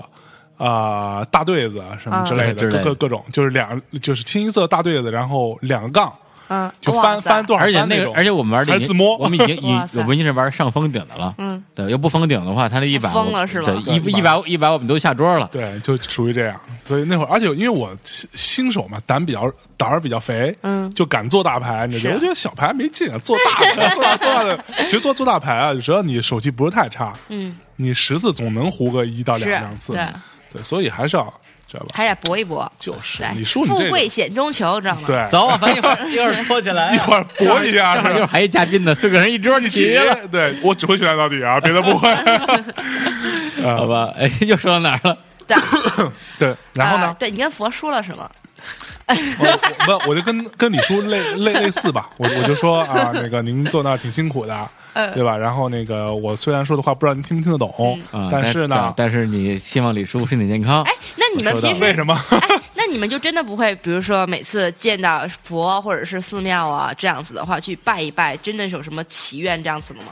S1: 啊、呃大对子什么之类
S2: 啊之
S1: 的，
S2: 类的
S1: 各各各种，就是两就是清一色大对子，然后两个杠
S3: 嗯，
S1: 就
S3: 哇
S1: 翻
S3: 塞
S1: 翻多少
S2: 而且
S1: 翻
S2: 那
S1: 那
S2: 个
S1: 种，
S2: 而且我们玩的已
S1: 还
S2: 经
S1: 自摸
S2: 我 们已经已
S3: 哇塞
S2: 我们已经是玩上封顶的了。
S3: 嗯，
S2: 对，要不封顶的话，他那一
S1: 啊
S2: 把
S3: 疯了是吗
S2: 对，一
S1: 对
S2: 一把一把我们都下桌了。
S1: 对，就属于这样。所以那会儿，而且因为我新新手嘛，胆比较胆儿比较肥，
S3: 嗯
S1: 就敢做大牌。你知道
S3: 是
S1: 我觉得小牌没劲啊，做大牌，做大做大的，其实做做大牌啊，只要你手气不是太差，
S3: 嗯，
S1: 你十次总能胡个一到两
S3: 是
S1: 两次，
S3: 对
S1: 对，所以还是要知道吧？
S3: 还得搏一搏。
S1: 就是
S3: 对，
S1: 你说你
S3: 富
S1: 这个
S3: 贵险中求，你知道吗？
S1: 对，
S2: 走啊，咱一会儿一会儿 说起 来
S1: 一会儿搏一下
S2: 正好
S1: 是
S2: 一会儿
S1: 吧？
S2: 还一嘉宾呢，四个人一桌
S1: 一
S2: 齐
S1: 起
S2: 了，
S1: 对我只会选到底啊，别的不 会。
S2: 好吧？哎，又说到哪儿了？
S3: 对，
S1: 对，然后
S3: 啊
S1: 呢？哦
S3: 对你跟佛说了什么？
S1: 我呃我不，我就跟跟李叔类类类似吧，我我就说啊，那个您坐那儿挺辛苦的，对吧？然后那个我虽然说的话不知道您听不听得懂，
S2: 啊
S1: 但是呢，
S2: 但是你希望李叔身体健康
S3: 哎，那你们
S2: 我收到
S3: 平时
S2: 了
S1: 为什么？
S3: 哎，那你们就真的不会，比如说每次见到佛或者是寺庙啊这样子的话，去拜一拜，真的是有什么祈愿这样子的吗？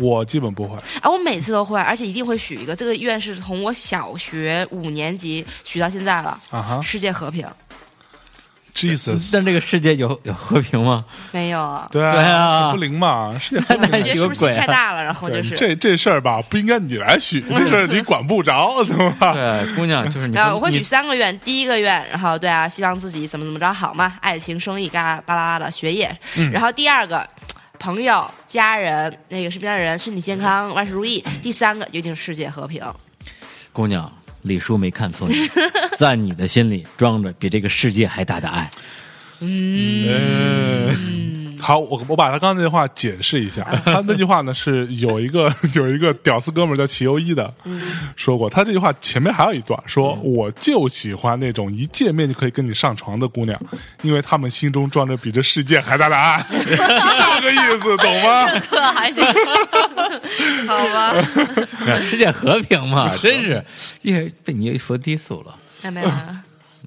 S1: 我基本不会，
S3: 啊，我每次都会，而且一定会许一个。这个愿是从我小学五年级许到现在了，
S1: 啊哈
S3: 世界和平
S1: ，Jesus，
S2: 但这个世界有有和平吗？
S3: 没有啊？
S1: 对
S2: 对啊
S1: 不灵嘛，世界和
S2: 那
S3: 你
S2: 你
S3: 觉
S2: 是个
S3: 得是不是心
S2: 鬼啊
S3: 太大了？然后
S1: 对
S3: 就是，
S1: 这这事儿吧，不应该你来许，这事儿你管不着，对吧？
S2: 对，姑娘就是你不，
S3: 啊然后我会许
S2: 你
S3: 三个愿，第一个愿，然后对啊，希望自己怎么怎么着好嘛，爱情、生意、嘎啦巴拉的学业。然后第二个，朋友、家人，那个身边的人身体健康，万事如意。第三个就一定是世界和平。
S2: 姑娘，李叔没看错 你，在你的心里装着比这个世界还大的爱。
S1: 嗯，好，我我把他刚才那句话解释一下。他那句话呢是有一个 有一个屌丝哥们儿叫齐优一的说过，他这句话前面还有一段说，我就喜欢那种一见面就可以跟你上床的姑娘，因为他们心中装着比这世界还大的爱， 是这个意思，懂吗？
S3: 呵， 还行， 好吧，
S2: 世界和平嘛，真是，也被你一说低俗了。
S3: 那没有没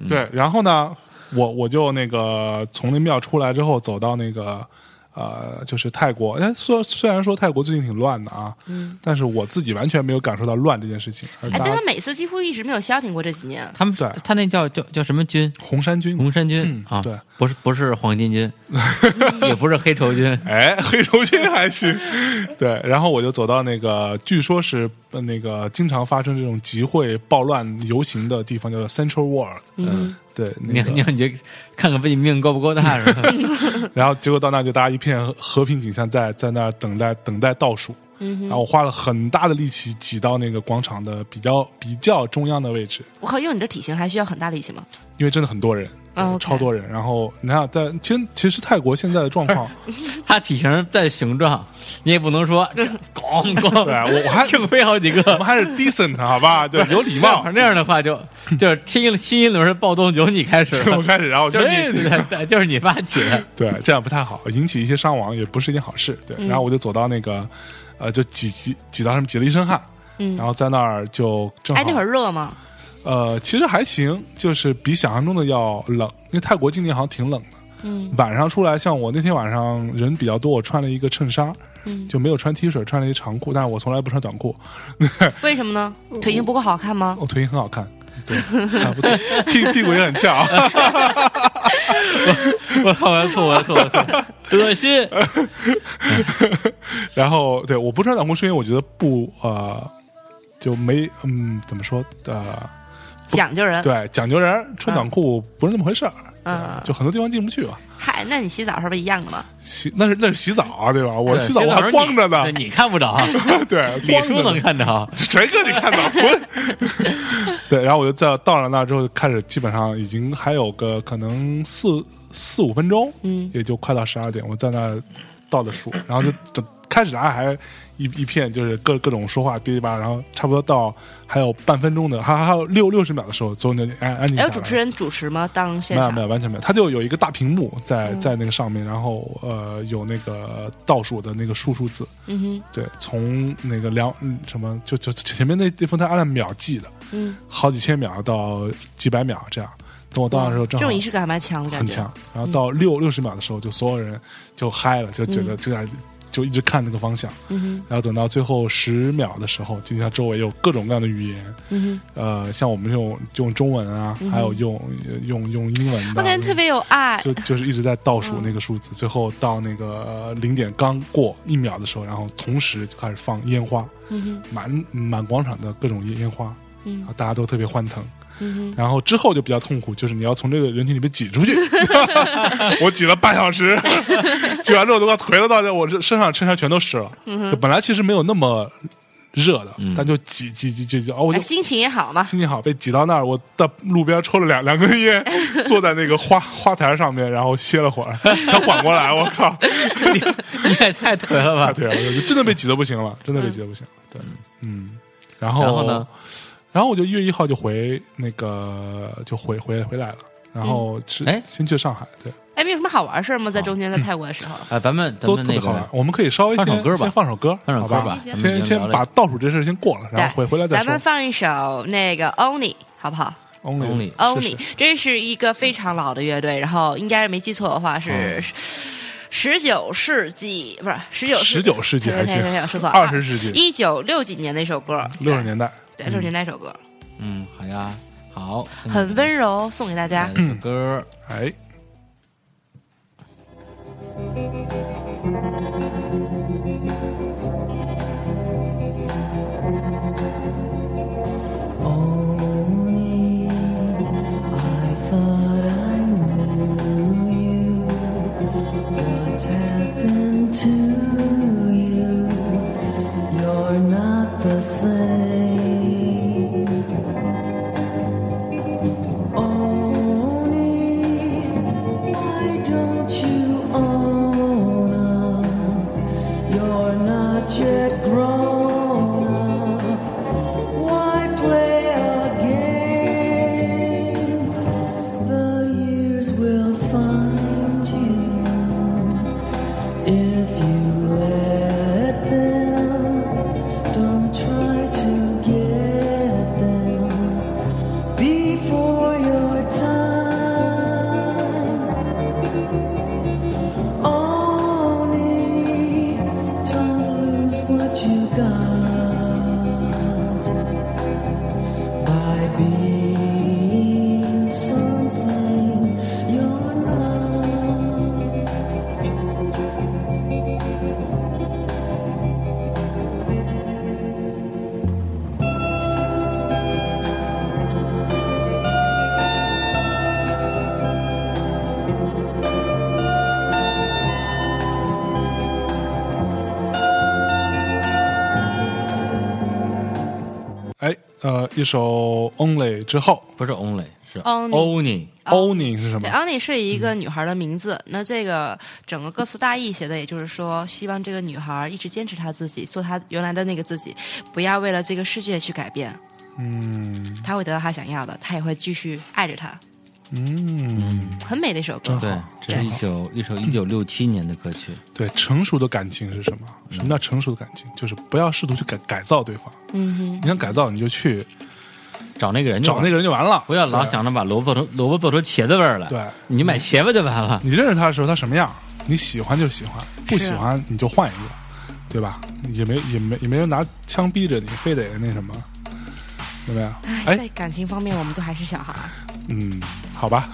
S3: 有，
S1: 对，然后呢，我我就那个从那庙出来之后，走到那个呃，就是泰国。哎，虽虽然说泰国最近挺乱的啊，嗯，但是我自己完全没有感受到乱这件事情。而
S3: 哎，
S1: 大
S3: 但
S1: 家
S3: 他每次几乎一直没有消停过这几年。
S2: 他们
S1: 对
S2: 他那叫叫叫什么军？
S1: 红衫军，
S2: 红衫军啊，
S1: 对，
S2: 不是不是黄巾 军，也不是黑绸军，
S1: 哎，黑头巾还行。对，然后我就走到那个，据说是呃那个经常发生这种集会、暴乱、游行的地方，叫做 Central World。
S3: 嗯，
S1: 对，
S2: 你
S1: 那个
S2: 你你就看看自己命够不够大是吧？
S1: 然后结果到那就大家一片和平景象在，在那儿等待等待倒数。
S3: 嗯
S1: 然后我花了很大的力气挤到那个广场的比较比较中央的位置，
S3: 我靠，用你这体型还需要很大力气吗？
S1: 因为真的很多人，
S3: 哦，OK
S1: 超多人。然后你看，在其实其实泰国现在的状 况，
S2: 他体型再雄壮，你也不能说这咣咣，
S1: 对哎我我还
S2: 挺飞好几
S1: 我们
S2: 个。
S1: 还是 decent 好吧？对，有 礼 貌。
S2: 那样的话就就是新一新一轮是暴动由你开始了，
S1: 我开始，然后我
S2: 就
S1: 就是哎
S2: 你对对就是你发起的。
S1: 对，这样不太好，引起一些伤亡也不是一件好事。对，
S3: 嗯
S1: 然后我就走到那个，呃，就挤挤挤到上面挤了一身汗，
S3: 嗯
S1: 然后在那儿就正好
S3: 哎，那会儿热 吗？
S1: 呃，其实还行，就是比想象中的要冷。因为泰国今年好像挺冷的，
S3: 嗯，
S1: 晚上出来，像我那天晚上人比较多，我穿了一个衬衫，
S3: 嗯
S1: 就没有穿 T 恤，穿了一长裤，但是我从来不穿短裤，
S3: 为什么呢？腿型不够好看吗？
S1: 我腿型很好看，对，还 不错，屁屁股也很翘，
S2: 我靠！我错，我错，我错，恶心！
S1: 然后对，我不穿短裤是因为我觉得不呃，就没嗯怎么说呃，
S3: 讲究人。
S1: 对，讲究人儿穿短裤不是那么回事儿，
S3: 嗯，
S1: 就很多地方进不去啊。
S3: 嗨，那你洗澡是不是一样的吗？
S1: 洗那是那是洗澡啊，对吧？我洗澡
S2: 对
S1: 我还光着呢
S2: 对，你看 不着，
S1: 对，
S2: 李
S1: 光着
S2: 叔
S1: 呢
S2: 能看着。
S1: 谁跟你 看到？滚！对，然后我就在到了那之后，就开始基本上已经还有个可能四四五分钟，
S3: 嗯
S1: 也就快到十二点，我在那倒着数，然后就整开始啊还一一片就是各各种说话哔哩吧啦，然后差不多到还有半分钟的，还还还有六六十秒的时候，总得安安静下
S3: 还哎有
S1: 来。
S3: 主持人主持吗？当现
S1: 没有
S3: 场嗯
S1: 没有，完全没有，它就有一个大屏幕在在那个上面，然后呃有那个倒数的那个数数字，
S3: 嗯哼，
S1: 对，从那个两嗯什么就就前面那地方它按照秒计的，
S3: 嗯，
S1: 好几千秒到几百秒这样。等我到那时候
S3: 这
S1: 正好
S3: 种仪式感还蛮强的感
S1: 很
S3: 觉。嗯
S1: 强，然后到六六十秒的时候，就所有人就嗨了，就觉得就在就一直看那个方向，
S3: 嗯
S1: 然后等到最后十秒的时候，就像周围有各种各样的语言，
S3: 哼，嗯
S1: 呃，像我们用用中文啊，还有用用用英文的，
S3: 哼，嗯我感觉特别嗯有爱。
S1: 就就是一直在倒数那个数字，最后到那个呃零点刚过一秒的时候，然后同时就开始放烟花，
S3: 嗯哼，
S1: 满满广场的各种烟烟花，啊
S3: 嗯
S1: 然后大家都特别欢腾。
S3: 嗯哼，
S1: 然后之后就比较痛苦，就是你要从这个人群里面挤出 去。我挤了半小时，挤完之后都快颓了，到这我这身上衬衫全都湿了。
S3: 嗯
S1: 就本来其实没有那么热的，
S2: 嗯
S1: 但就挤挤挤挤挤，哦，我
S3: 哎，
S1: 就
S3: 心情也好嘛。
S1: 心情好，被挤到那儿，我在路边抽了两两根 烟，坐在那个花花台上面，然后歇了会儿，才缓过来。我靠，
S2: 你也太颓了
S1: 太
S2: 吧？
S1: 颓了，真的被挤得不行了，真的被挤得不行了。对，嗯， 然后
S2: 然后呢？
S1: 然后我就一月一号就回那个就回回回来了，然后是、
S2: 哎
S1: 先去上海，对，
S3: 哎，没有什么好玩事儿吗？在中间在泰国的时候，
S1: 嗯
S2: 啊，咱们咱
S1: 都
S2: 们
S1: 特
S2: 那
S1: 别好玩
S2: 个。
S1: 我们可以稍微
S2: 放
S1: 先
S2: 首歌吧
S1: 先放首歌，
S2: 放首
S1: 好
S2: 歌
S1: 吧
S2: 吧，
S3: 咱
S2: 已
S3: 们
S1: 先
S2: 经聊
S1: 先
S2: 了
S1: 把倒数这事儿先过了，然后
S3: 对
S1: 回回来再
S3: 咱
S1: 说。
S3: 们放一首那个 Only 好不好
S1: Only
S2: Only
S3: ？Only
S1: 是是嗯
S3: 这是一个非常老的乐队，然后应该是没记错的话是十九世纪，不是十九
S1: 十九世纪还
S3: 对对对
S1: 行，
S3: 对说错了，
S1: 二十世纪嗯
S3: 一九六几年的一首歌，
S1: 六十年代，
S3: 对六十年代一首歌，
S2: 嗯，好呀，好，
S1: 嗯
S3: 很温柔，送给大家
S2: 来。了个歌儿。
S1: 哎，
S4: Only I thought I knew you. What's happened to you? You're not the same. Only why don't you own up? You're not yet grown up. Why play a game? The years will find you if you let them. Don't try to get them before your time. Only don't lose what you got by being something you're not.
S1: 哎，呃，一首 Only 之后
S2: 不是 only，是
S3: Only
S2: only，
S1: ，Only 是什么
S3: 哦对？，Only 是一
S1: 嗯
S3: 个女孩的名字。那这个整个歌词大意写的，也就是说，希望这个女孩一直坚持她自己，做她原来的那个自己，不要为了这个世界去改变。
S1: 嗯
S3: 她会得到她想要的，她也会继续爱着她。
S1: 嗯，
S3: 很美的一首
S1: 真。
S3: 歌
S2: 对，这是一九一首一九六七年的歌曲。
S1: 对，成熟的感情是什么？
S2: 嗯
S1: 什么叫成熟的感情？就是不要试图去改改造对方，
S3: 嗯哼，
S1: 你想改造你就去
S2: 找那个人就
S1: 找
S2: 完
S1: 那
S2: 了，
S1: 个人就完了，
S2: 啊不要老
S1: 对。
S2: 想着把萝卜做萝卜做出茄子味儿来。
S1: 对
S2: 你就买茄子就完了。
S1: 你认识他的时候他什么样，你喜欢就喜欢，不
S3: 啊
S1: 喜欢你就换一个，对吧？也没也没也没人拿枪逼着你，非得那什么，对不对？
S3: 哎，
S1: 哎，
S3: 在感情方面，我们都还是小孩儿。
S1: 嗯，好吧，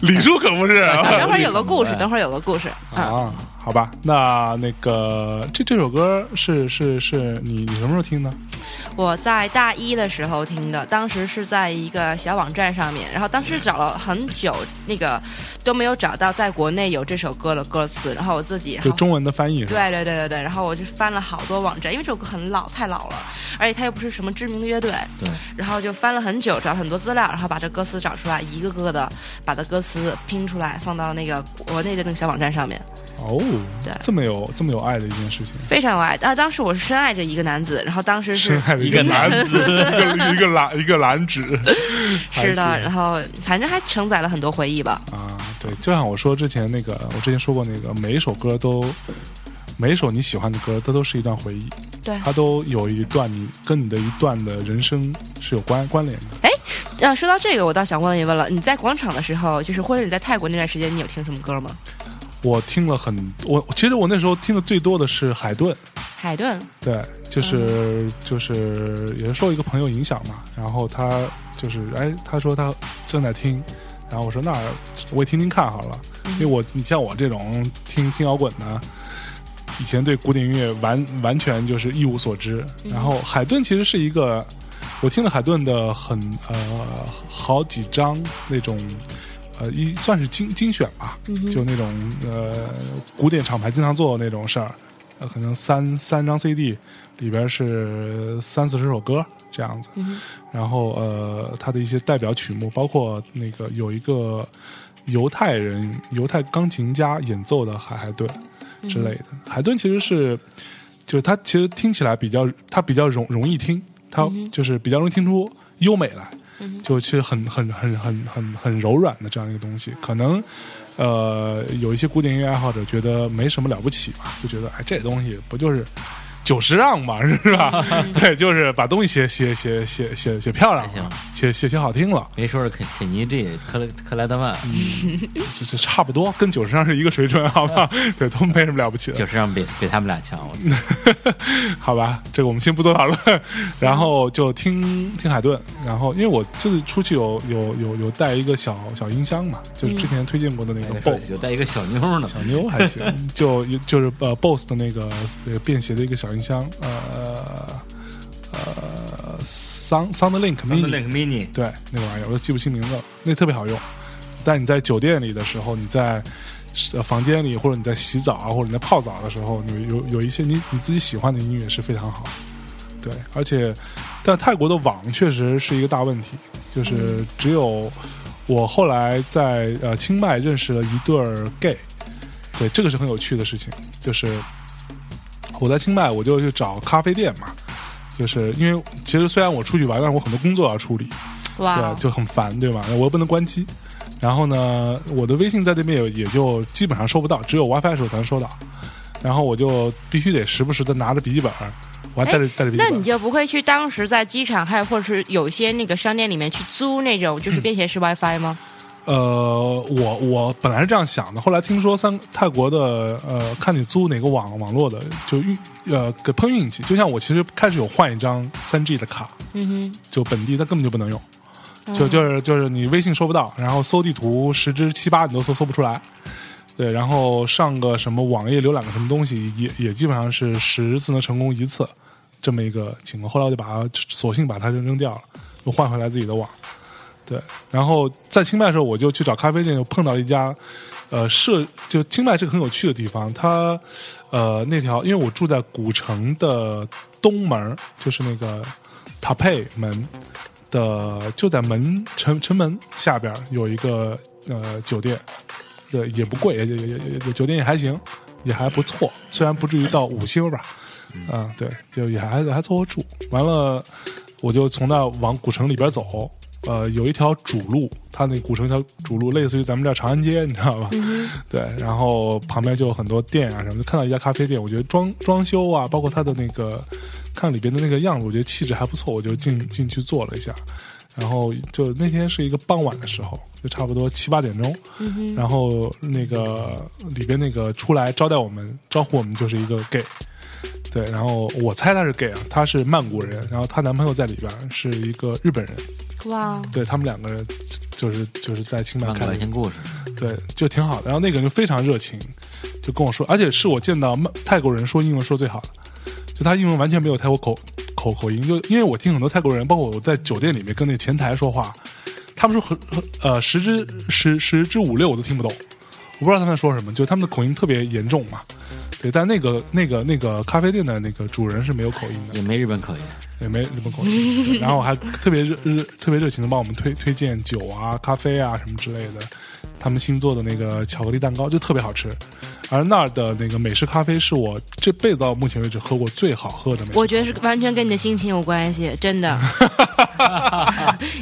S1: 李叔可不是啊。
S3: 等会儿有个故事，
S2: 对
S3: 等会儿有个故事。嗯，
S1: 啊，好吧，那那个这这首歌是是是你你什么时候听的？
S3: 我在大一的时候听的，当时是在一个小网站上面，然后当时找了很久，那个都没有找到在国内有这首歌的歌词，然后我自己然
S1: 就
S3: 后
S1: 中文的翻译是吧？
S3: 对对对对对，然后我就翻了好多网站，因为这首歌很老，太老了，而且它又不是什么知名的乐队，
S2: 对，
S3: 然后就翻了很久，找了很多资料，然后把这歌词找出来，一个个的把它歌词拼出来，放到那个国内的那个小网站上面，
S1: 哦
S3: 对，
S1: 这么有这么有爱的一件事情，
S3: 非常有爱。但是当时我是深爱着一个男子，然后当时
S1: 深
S3: 是
S1: 爱的
S2: 一个
S1: 男
S2: 男
S1: 子，一个一个蓝一个蓝纸，还
S3: 是的，
S1: 行
S3: 然后反正还承载了很多回忆吧。
S1: 啊，对，就像我说之前那个，我之前说过那个，每一首歌都，每一首你喜欢的歌，它都是一段回忆，
S3: 对，
S1: 它都有一段你跟你的一段的人生是有关关联的。
S3: 呃，说到这个，我倒想问一问了，你在广场的时候，就是或者你在泰国那段时间，你有听什么歌吗？
S1: 我听了很，我其实我那时候听的最多的是海顿，
S3: 海顿，
S1: 对，就是、就是也是受一个朋友影响嘛，然后他就是哎，他说他正在听，然后我说那我也听听看好了，因为我你像我这种听听摇滚的，以前对古典音乐完完全就是一无所知，然后海顿其实是一个。我听了海顿的很呃好几张那种呃一算是精精选吧，就那种呃古典厂牌经常做的那种事儿，呃可能三三张 CD 里边是三四十首歌这样子，
S3: 嗯
S1: 然后呃他的一些代表曲目，包括那个有一个犹太人犹太钢琴家演奏的海海顿之类的，海顿其实是。就是它其实听起来比较，它比较容容易听，它就是比较容易听出优美来，就其实很很很很很很柔软的这样一个东西。可能呃有一些古典音乐爱好者觉得没什么了不起吧，就觉得哎这东西不就是。九十让嘛， 是吧？对，就是把东西写写写写写写漂亮
S2: 还行
S1: 了，写写写好听了，
S2: 没说是肯肯尼 G 克莱克莱德曼，
S1: 这这差不多，跟九十让是一个水准，好吧？ 对，都没什么了不起的。
S2: 就是让比比他们俩强。我觉得
S1: 好吧，这个我们先不多讨论。 然后就听听海顿，然后因为我这次出去有有有有带一个小小音箱嘛，就是之前推荐过的那个
S2: 那时候
S1: BOSS、
S2: 有带一个小妞呢，
S1: 小妞还行，就就是呃 BOSS 的那个呃便携的一个小音箱，呃呃 Sound SoundLink
S2: 他们那
S1: Mini，
S2: 个 mini
S1: 对那个玩意儿我都记不清名字了，那特别好用。但你在酒店里的时候，你在呃房间里，或者你在洗澡啊，或者你在泡澡的时候，你有有有一些你你自己喜欢的音乐是非常好的。对，而且但泰国的网确实是一个大问题，就是只有我后来在呃清迈认识了一对儿 gay，对，这个是很有趣的事情，就是我在清迈我就去找咖啡店嘛。就是因为其实虽然我出去玩，但是我很多工作要处理，
S3: 哇啊
S1: 对，，啊就很烦，对吧？我又不能关机。然后呢，我的微信在那边也也就基本上收不到，只有 WiFi 的时候才能收到。然后我就必须得时不时的拿着笔记本儿，我还带着带着笔记
S3: 哎那
S1: 本儿。
S3: 你就不会去当时在机场，还有或者是有一些那个商店里面去租那种 就是便携式 WiFi 吗？
S1: 呃，我我本来是这样想的，后来听说三泰国的呃，看你租哪个网网络的，就运呃给碰运气。就像我其实开始有换一张三 G 的卡，
S3: 嗯
S1: 就本地它根本就不能用，就就是就是你微信收不到，然后搜地图十之七八你都搜搜不出来，对，然后上个什么网页浏览个什么东西也也基本上是十次能成功一次这么一个情况，后来我就把它索性把它扔扔掉了，又换回来自己的网，对，然后在清迈的时候我就去找咖啡店，又碰到一家。呃，设就清迈是个很有趣的地方，它，呃，那条因为我住在古城的东门儿，就是那个塔佩门的，就在门城城门下边儿有一个呃酒店，对，也不贵，也也也也酒店也还行，也还不错，虽然不至于到五星吧，啊、对，就也还还凑合住。完了，我就从那往古城里边走，呃，有一条主路，它那古城一条主路类似于咱们这儿长安街，你知道吧？对，然后旁边就有很多店啊什么的，看到一家咖啡店，我觉得装装修啊，包括它的那个看里边的那个样子，我觉得气质还不错，我就进进去坐了一下。然后就那天是一个傍晚的时候，就差不多七八点钟，然后那个里边那个出来招待我们、招呼我们就是一个 gay，对，然后我猜他是 gay 啊，他是曼谷人，然后她男朋友在里边是一个日本人，
S3: 哼，哇，
S1: 对他们两个人就是就是在清迈
S2: 漫
S1: 开
S2: 个
S1: 的
S2: 爱情故事，
S1: 对，就挺好的。然后那个人就非常热情，就跟我说，而且是我见到曼泰国人说英文说最好的，就他英文完全没有泰国口口口音，就因为我听很多泰国人，包括我在酒店里面跟那前台说话，他们说很很呃十之十十之五六我都听不懂，我不知道他们在说什么，就他们的口音特别严重嘛。对，但那个那个那个咖啡店的那个主人是没有口音的，
S2: 也没日本口音，
S1: 也没日本口音。对然后还特别热热特别热情的帮我们推推荐酒啊、咖啡啊什么之类的，他们新做的那个巧克力蛋糕就特别好吃。而那儿的那个美式咖啡是我这辈子到目前为止喝过最好喝的美式。
S3: 我觉得是完全跟你的心情有关系，真的，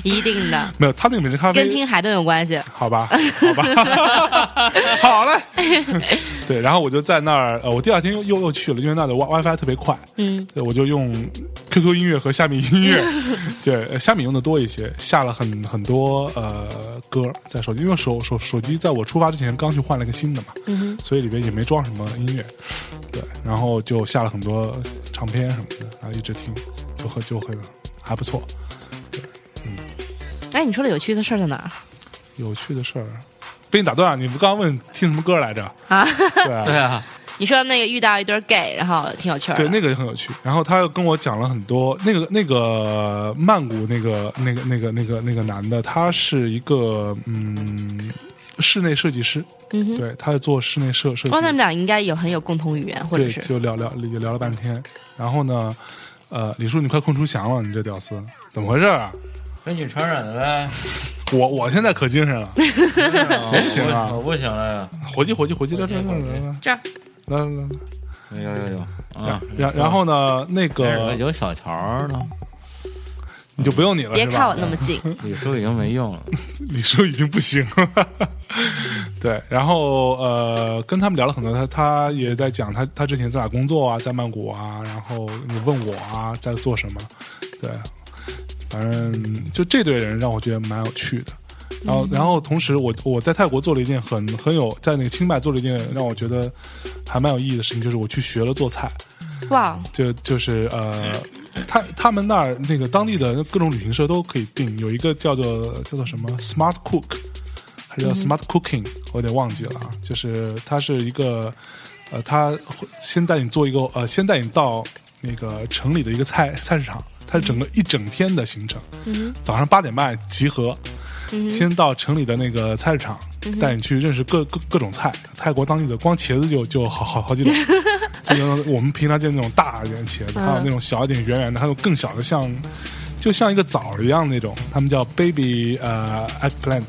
S3: 一定的，
S1: 没有，他那个美式咖啡
S3: 跟听海顿有关系。
S1: 好吧， 好吧， 好嘞。 对，然后我就在那儿，呃，我第二天又又又去了，因为那儿的 Wi WiFi 特别快，
S3: 嗯，
S1: 对，呃我就用 QQ 音乐和虾米音乐，对，呃虾米用的多一些，下了很很多呃歌在手机，因为手手手机在我出发之前刚去换了一个新的嘛，嗯、所以里边也没装什么音乐，对，然后就下了很多唱片什么的，然后一直听，就很就很还不错。
S3: 哎，你说的有趣的事儿在哪儿
S1: 有趣的事儿，被你打断了，你不刚问听什么歌来着？
S3: 啊？
S1: 对啊
S2: 对啊，
S3: 你说那个遇到一对儿 gay，然后挺有趣儿的。
S1: 对，那个就很有趣。然后他又跟我讲了很多，那个那个曼谷那个那个那个那个那个男的，他是一个嗯室内设计师，
S3: 嗯哼，
S1: 对，他在做室内设设计
S3: 哇，，那你们俩应该有很有共同语言，或者
S1: 对，
S3: 是
S1: 就聊聊也聊了半天。然后呢，呃，李叔你快困出翔了，你这屌丝怎么回事啊？
S5: 被你传染的 呗，
S1: 我我现在可精 神了，
S5: 行
S1: 不行啊
S5: 我不行了，
S1: 活计活计活计，这这这
S5: 活计
S1: 这
S3: 这儿
S1: 来来来来，
S2: 有有有啊
S1: 然，然然后呢，那个
S2: 有小乔呢，
S1: 你就不用你了，
S3: 别
S1: 是吧
S3: 靠我那么近，
S2: 李叔已经没用 了，
S1: 李叔已经不行了， 对，然后呃，跟他们聊了很多，他他也在讲他他之前在哪工作啊，在曼谷啊，然后你问我啊，在做什么，对，反正就这对人让我觉得蛮有趣的。然后，然后同时我我在泰国做了一件很很有在那个清迈做了一件让我觉得还蛮有意义的事情，就是我去学了做菜。
S3: 哇，
S1: 就就是呃，他他们那儿那个当地的各种旅行社都可以订，有一个叫做叫做什么 Smart Cook，还是叫 Smart Cooking，、我有点忘记了啊。就是它是一个呃，他会先带你做一个呃，先带你到那个城里的一个菜菜市场，它是整个一整天的行程，早上八点半集合。先到城里的那个菜市场，带你去认识各各各种菜。泰国当地的光茄子就就好好好几种，就像我们平常见那种大一点的茄子，还有那种小一点圆圆的，还有更小的像，就像一个枣儿一样那种，他们叫 baby 呃 eggplant，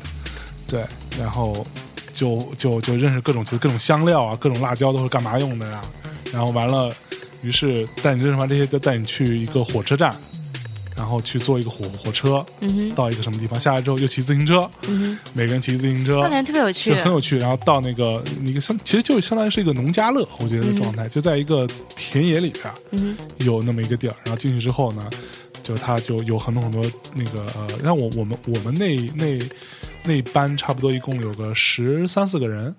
S1: 对，然后就就就认识各种各种香料啊，各种辣椒都是干嘛用的呀、然后完了，于是带你认识完这些，再带你去一个火车站，然后去坐一个火火车，
S3: 嗯
S1: 到一个什么地方，下来之后又骑自行车，每个人骑自行车，
S3: 那感觉特别有
S1: 就
S3: 趣。
S1: 很有趣。然后到那个那个相，其实就相当于是一个农家乐，我觉得
S3: 嗯
S1: 的状态，就在一个田野里边，嗯、有那么一个地儿。然后进去之后呢，就它就有很多很多那个呃，让我我们我们那那那班差不多一共有个十三四个人，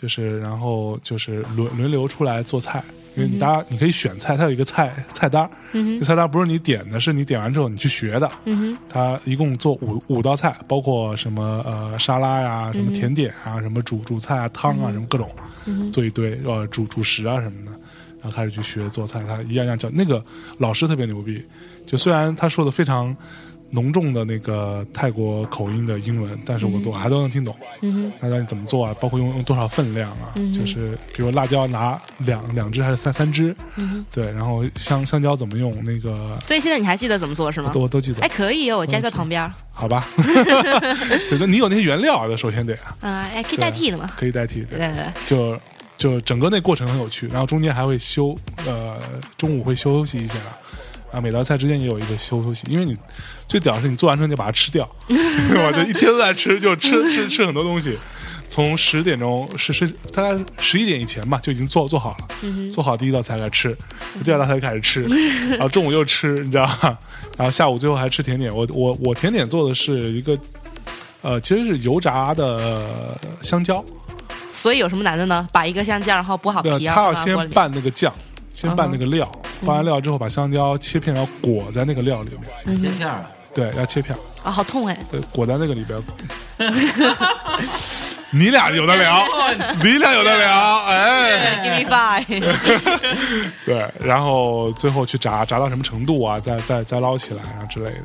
S1: 就是然后就是轮轮流出来做菜。因为你大家你可以选菜，它有一个菜菜单儿，嗯、菜单儿不是你点的，是你点完之后你去学的。嗯、它一共做五五道菜，包括什么呃沙拉呀、什么甜点啊、什么主主菜啊、汤啊、什么各种，做一堆呃主主食啊什么的。然后开始去学做菜，他一样一样教。那个老师特别牛逼，就虽然他说的非常浓重的那个泰国口音的英文，但是我都我还都能听懂。嗯，他教你怎么做啊，包括用用多少分量啊，就是比如辣椒拿两两只还是三三只，对，然后香香蕉怎么用，那个
S3: 所以现在你还记得怎么做是吗
S1: 都？我都记得
S3: 哎，，可以哦，我家在旁边儿，
S1: 好吧？对，那你有那些原料啊，首先得啊
S3: 啊，哎，可以代替的嘛。
S1: 可以代替，对
S3: 对，对对，
S1: 就就整个那过程很有趣，然后中间还会休，呃，中午会休息一下，啊，每道菜之间也有一个休休息，因为你最屌的是你做完之后你就把它吃掉，对吧？就一天都在吃， 就吃吃吃很多东西，从十点钟十十大概十一点以前吧就已经做做好了，
S3: 嗯
S1: 做好第一道菜开始吃，第二道菜开始 吃，然后中午又吃，你知道吧？然后下午最后还吃甜点，我我我甜点做的是一个。呃，其实是油炸的香蕉，
S3: 哦所以有什么难的呢？把一个香蕉，然后剥好
S1: 对，
S3: 皮，然
S1: 他
S3: 后
S1: 要
S3: 放到锅
S1: 先
S3: 里。嗯
S1: 拌那个酱，先拌那个料，拌完料之后把香蕉切片，然后裹在那个料里面。
S3: 嗯
S5: 切片儿啊，
S1: 对，要切片，
S3: 啊，好痛哎！
S1: 对，裹在那个里 边。你俩有的聊，你俩有的聊，哎，
S3: Give me five，
S1: 对，然后最后去炸，炸到什么程度啊？再再再捞起来啊之类的。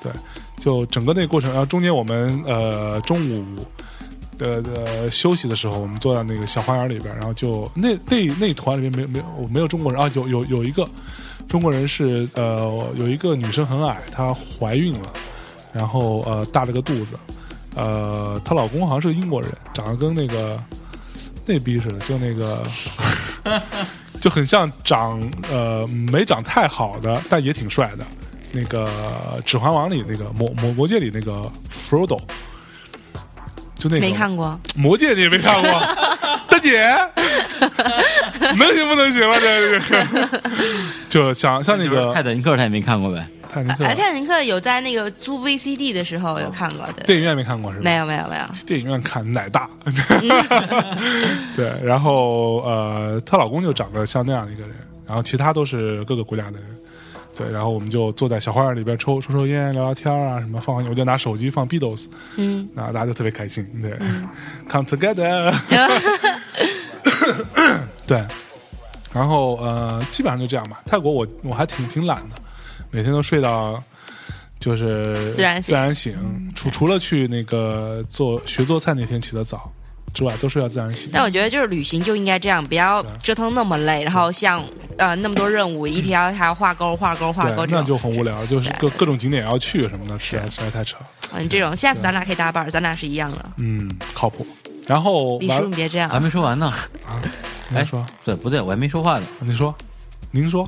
S1: 对，就整个那个过程，然后中间我们呃中午呃呃休息的时候，我们坐在那个小花园里边，然后就那那那团里面没有没有我没有中国人啊，有有有一个中国人是呃有一个女生很矮，她怀孕了，然后呃大了个肚子，呃她老公好像是个英国人，长得跟那个那逼似的，就那个 就很像长呃没长太好的，但也挺帅的。那个《指环王》里那个魔魔魔戒里那个 Frodo，就那个
S3: 没看过，
S1: 魔戒你也没看 过，大姐，能行不能行了？这这个， 就想像那
S2: 就是
S1: 个
S2: 泰坦尼克，他也没看过呗。
S1: 泰坦尼
S3: 哎，
S1: 克
S3: 泰坦尼克有在那个租 VCD 的时候有看过的，
S1: 电影院没看过是吧？
S3: 没有没有没有，
S1: 电影院看奶 大， 对，然后呃，她老公就长得像那样一个人，然后其他都是各个国家的人，对，然后我们就坐在小花园里边抽抽抽烟、聊聊天啊，什么放我就拿手机放 Beatles，
S3: 嗯，
S1: 那大家就特别开心，对、c o m e together，对，然后呃，基本上就这样吧。泰国我我还挺挺懒的，每天都睡到就是
S3: 自然醒嗯
S1: 自然醒，除除了去那个做学做菜那天起得早之外，都睡到自然醒。
S3: 但我觉得就是旅行就应该这样，不要
S1: 啊
S3: 折腾那么累，然后像呃那么多任务，一定要还要画勾画勾画勾
S1: 对，
S3: 这
S1: 那
S3: 种。
S1: 就很无聊，就是各各种景点要去什么的，实在实在太扯。
S3: 嗯，这种下次咱俩可以搭伴儿，咱俩是一样的。
S1: 嗯，靠谱。然后
S3: 李
S1: 完
S3: 叔，
S1: 了
S3: 你，别这样
S2: 还，没说完呢，
S1: 您说，
S2: 对，不对，我还没说话呢，
S1: 你说，您说，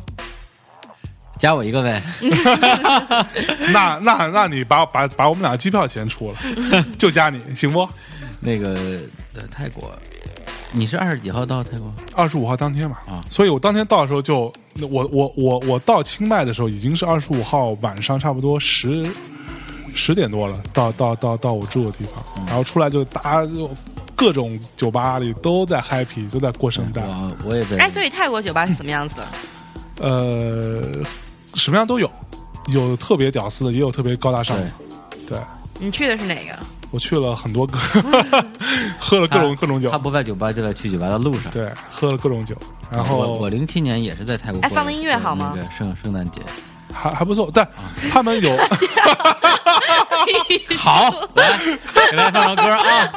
S2: 加我一个呗。
S1: 那那那你把把把我们俩的机票钱出了，就加你行不？
S2: 那个呃泰国，你是二十几号到泰国？
S1: 二十五号当天嘛，
S2: 啊
S1: 所以我当天到的时候就，我我我我到清迈的时候已经是二十五号晚上差不多十十点多了，到到到到我住的地方，然后出来就大家就各种酒吧里都在 happy，都在过圣诞，
S2: 我我也在。
S3: 哎，所以泰国酒吧是什么样子的？
S1: 呃，什么样都有，有特别屌丝的，也有特别高大上的，对
S3: 你去的是哪个？
S1: 我去了很 多个，喝了各种
S2: 他
S1: 各种酒
S2: 他，不在酒吧就在去酒吧的路上。
S1: 对，喝了各种酒，然
S2: 我
S1: 后
S2: 我零七年也是在泰国过
S3: 哎
S2: 的。
S3: 放的音乐好吗
S2: 那个圣圣诞节
S1: 还还不错，但
S3: 啊
S1: 他们 有。
S2: 好， 来给大家放首歌 啊！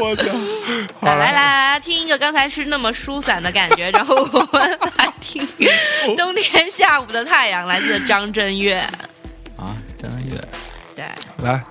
S1: 我操！好
S3: 来来
S1: 了，
S3: 来，听一个刚才是那么疏散的感 觉，然后我们来听《冬天下午的太阳》，来自张 震岳。
S2: 啊，张震岳，
S3: 对，
S1: 来，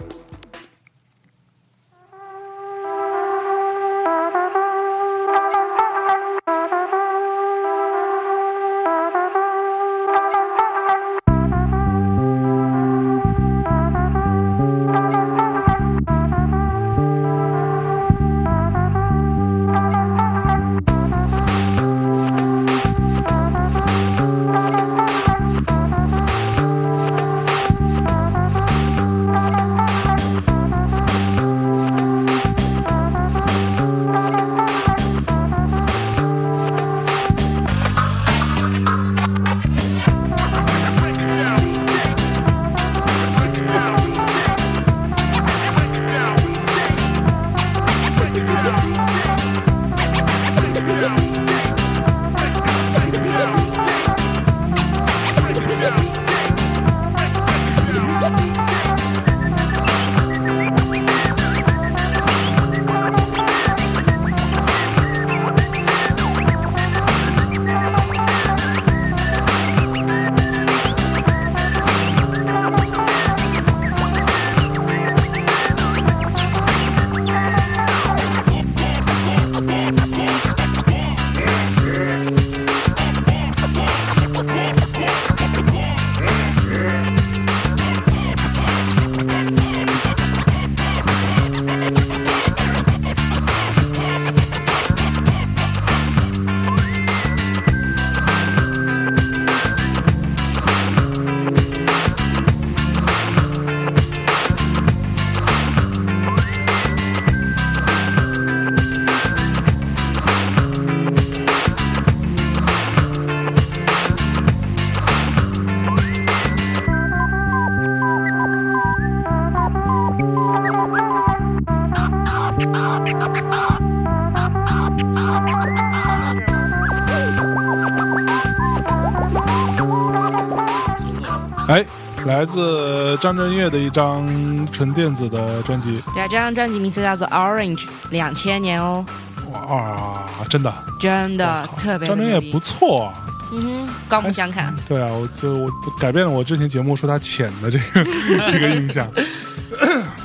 S1: 哎，来自张震岳的一张纯电子的专辑。
S3: 对啊，这张专辑名字叫做《Orange》，两千年哦，
S1: 哇，真的，
S3: 真的特别
S1: 张震岳
S3: 牛逼
S1: 不错啊。
S3: 嗯哼，刮目相看。
S1: 对啊，我就我改变了我之前节目说他浅的这 个这个印象。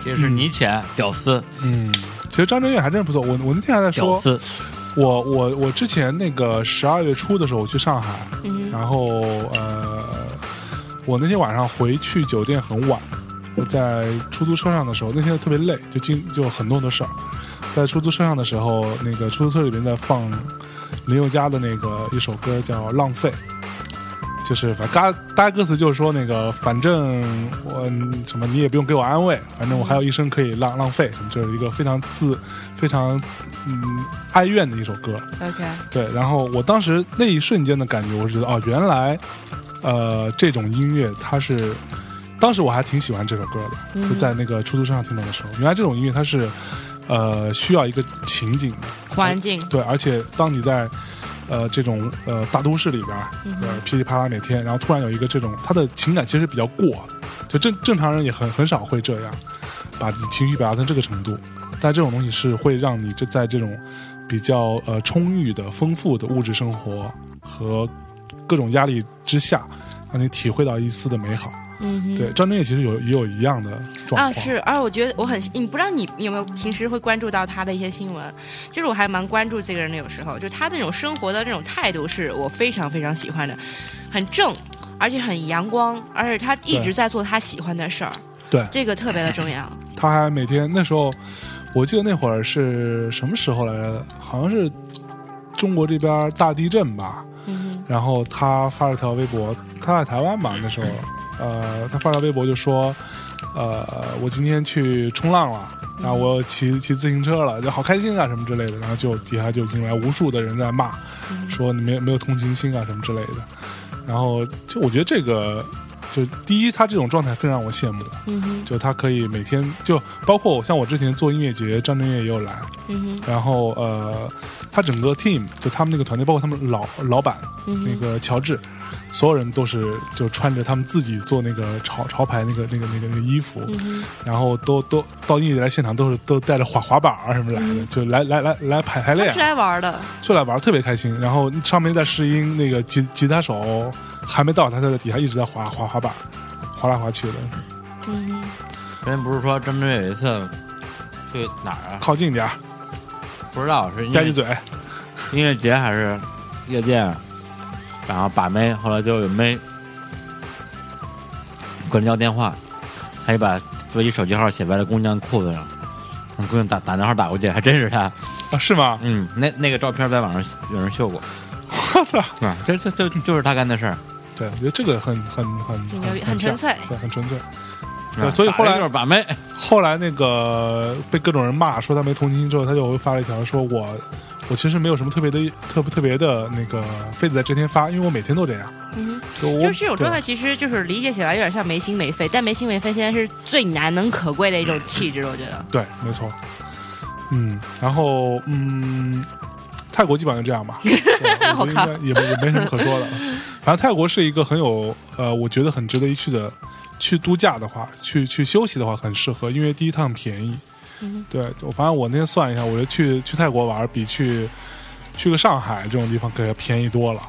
S2: 这是你钱，屌丝，
S1: 嗯，其实张震岳还真不错。我我那天还在
S2: 屌
S1: 说，
S2: 丝，
S1: 我我我之前那个十二月初的时候，我去上海，
S3: 嗯
S1: 然后呃，我那天晚上回去酒店很晚，我在出租车上的时候，那天特别累，就经就很多很多事儿。在出租车上的时候，那个出租车里面在放林宥嘉的那个一首歌叫《浪费》，就是反正大家歌词就是说那个，反正我嗯什么你也不用给我安慰，反正我还有一生可以浪浪费，就是一个非常自非常嗯哀怨的一首歌。
S3: 哼，OK，
S1: 对，然后我当时那一瞬间的感觉，我是觉得哦，原来，呃，这种音乐它是，当时我还挺喜欢这首歌的，就
S3: 嗯
S1: 在那个出租车上听到的时候，原来这种音乐它是，呃，需要一个情景的，
S3: 环境，
S1: 对，而且当你在，呃，这种呃大都市里边儿，
S3: 嗯
S1: 呃噼里啪啦每天，然后突然有一个这种，他的情感其实比较过，就正正常人也很很少会这样，把情绪表达成这个程度，但这种东西是会让你就在这种比较呃充裕的、丰富的物质生活和各种压力之下，让你体会到一丝的美好。
S3: 嗯哼，
S1: 对，张震岳其实有也有一样的状况，
S3: 啊，是，而我觉得我很，你不知道你有没有平时会关注到他的一些新闻，就是我还蛮关注这个人的，有时候就他那种生活的那种态度是我非常非常喜欢的，很正，而且很阳光，而且他一直
S1: 对
S3: 在做他喜欢的事儿，
S1: 对
S3: 这个特别的重要。
S1: 他还每天那时候，我记得那会儿是什么时候来着？好像是中国这边大地震吧。
S3: 嗯哼，
S1: 然后他发了条微博，他在台湾吧那时候，呃，他发了条微博就说，呃，我今天去冲浪了，然后我骑骑自行车了，就好开心啊什么之类的。然后就底下就迎来无数的人在骂，说你没有没有同情心啊什么之类的。然后就我觉得这个，就第一他这种状态非常让我羡慕。
S3: 嗯哼，
S1: 就他可以每天就包括我像我之前做音乐节，张震岳也有来，
S3: 嗯哼，
S1: 然后呃，他整个 team 就他们那个团队，包括他们老老板
S3: 嗯
S1: 那
S3: 哼，
S1: 个乔治，所有人都是就穿着他们自己做那个潮潮牌那个那个那个那个衣服，
S3: 嗯哼，
S1: 然后都都到音乐节来现场都是都带着滑滑板啊什么来的，就来来来来排排
S3: 他
S1: 练
S3: 是，嗯来玩的，
S1: 就来玩特别开心。然后上面在试音，那个吉吉他手还没到，他在底下一直在滑滑滑板，滑来滑去的，
S3: 嗯哼，
S2: 之前不是说张震岳有一次去哪儿啊？
S1: 靠近一点儿，
S2: 不知道是音
S1: 吧唧
S2: 乐
S1: 嘴。啊
S2: 音乐节还是夜店，然后把妹，后来就有妹管人要电话，他就把自己手机号写在了姑娘裤子上，让姑娘打打电话打过去，还真是他。
S1: 啊，是吗？
S2: 嗯，那那个照片在网上有人秀过，
S1: 我操！
S2: 啊，这这就就是他干的事儿。
S1: 对，我觉得这个很很很
S3: 挺牛逼
S1: 很
S3: 很
S1: 像
S3: 纯粹
S1: 对，很纯粹。对
S2: 啊
S1: 所以后来嗯
S2: 打了一就是把妹，
S1: 后来那个被各种人骂说他没同情心之后，他就发了一条说我我其实没有什么特别的特特别的那个，非得在这天发，因为我每天都这样。
S3: 嗯哼。
S1: 就我
S3: 就是这种状态，
S1: 对
S3: 其实就是理解起来有点像没心没肺，但没心没肺现在是最难能可贵的一种气质，我觉 得。
S1: 对，没错。嗯，然后嗯，泰国基本上就这样吧。对我觉得应该也也没什么可说的。反正泰国是一个很有呃，我觉得很值得一去的。去度假的话，去去休息的话，很适合，因为第一趟便宜。
S3: 嗯
S1: 对，我反正我那天算一下，我觉得去去泰国玩比去去个上海这种地方可要便宜多了。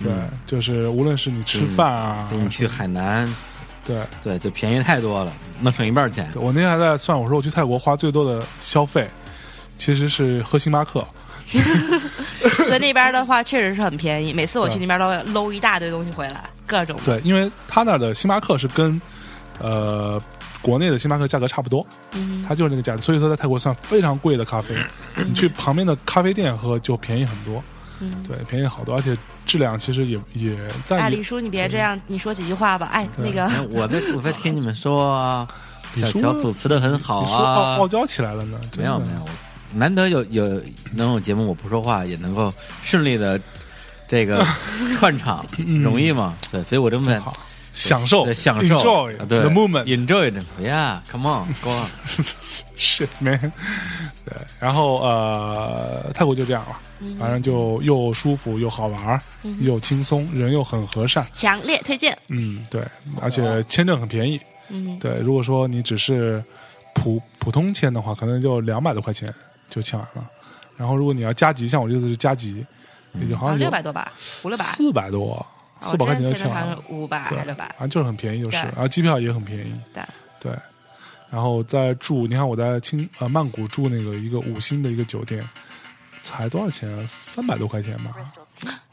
S1: 对，
S2: 嗯
S1: 就是无论是你吃饭啊，
S2: 你去海南，
S1: 对
S2: 对，就便宜太多了，能省一半钱。
S1: 对我那天还在算，我说我去泰国花最多的消费，其实是喝星巴克。
S3: 在那边的话，确实是很便宜。每次我去那边都搂一大堆东西回来，各种。
S1: 对，因为他那儿的星巴克是跟呃国内的星巴克价格差不多，
S3: 嗯
S1: 它就是那个价，所以说在泰国算非常贵的咖啡。你去旁边的咖啡店喝就便宜很多，
S3: 嗯。
S1: 对，便宜好多，而且质量其实也也，
S3: 哎，
S1: 但
S3: 李
S1: 也
S3: 叔，你别这样，你说几句话吧。哎，
S1: 嗯对
S3: 那个，
S2: 哎我在我在听你们说啊，
S1: 你
S2: 小
S1: 说
S2: 乔主持的很好
S1: 你说哦
S2: 啊
S1: 傲，傲娇起来了呢？真
S2: 没有
S1: 的
S2: 没有，难得有有能有节目我不说话也 能够顺利的这个串场，容易吗？对，所以我正在
S1: 嗯好享受
S2: 对享受
S1: enjoy
S2: 啊对
S1: the moment
S2: enjoy the yeah，come on，go on，
S1: shit man，对，然后呃，泰国就这样了，
S3: 嗯
S1: 反正就又舒服又好玩儿，又轻松，人又很和善，
S3: 强烈推荐。
S1: 嗯，对，而且签证很便宜，
S3: 嗯，
S1: 对，如果说你只是普普通签的话，可能就两百多块钱就签完了，然后如果你要加急，像我这次是加急，也就好像
S3: 嗯啊六百多吧，五六百，
S1: 啊四百多，四百
S3: 我
S1: 块
S3: 之
S1: 钱就
S3: 前
S1: 签
S3: 签的
S1: 完
S3: 好像
S1: 了
S3: 是，五百
S1: 对
S3: 还是六百，
S1: 啊，就是很便宜，就是，
S3: 对
S1: 然后机票也很便宜，
S3: 对，
S1: 对，然后在住，你看我在青呃曼谷住那个一个五星的一个酒店，才多少钱啊？三百多块钱吧，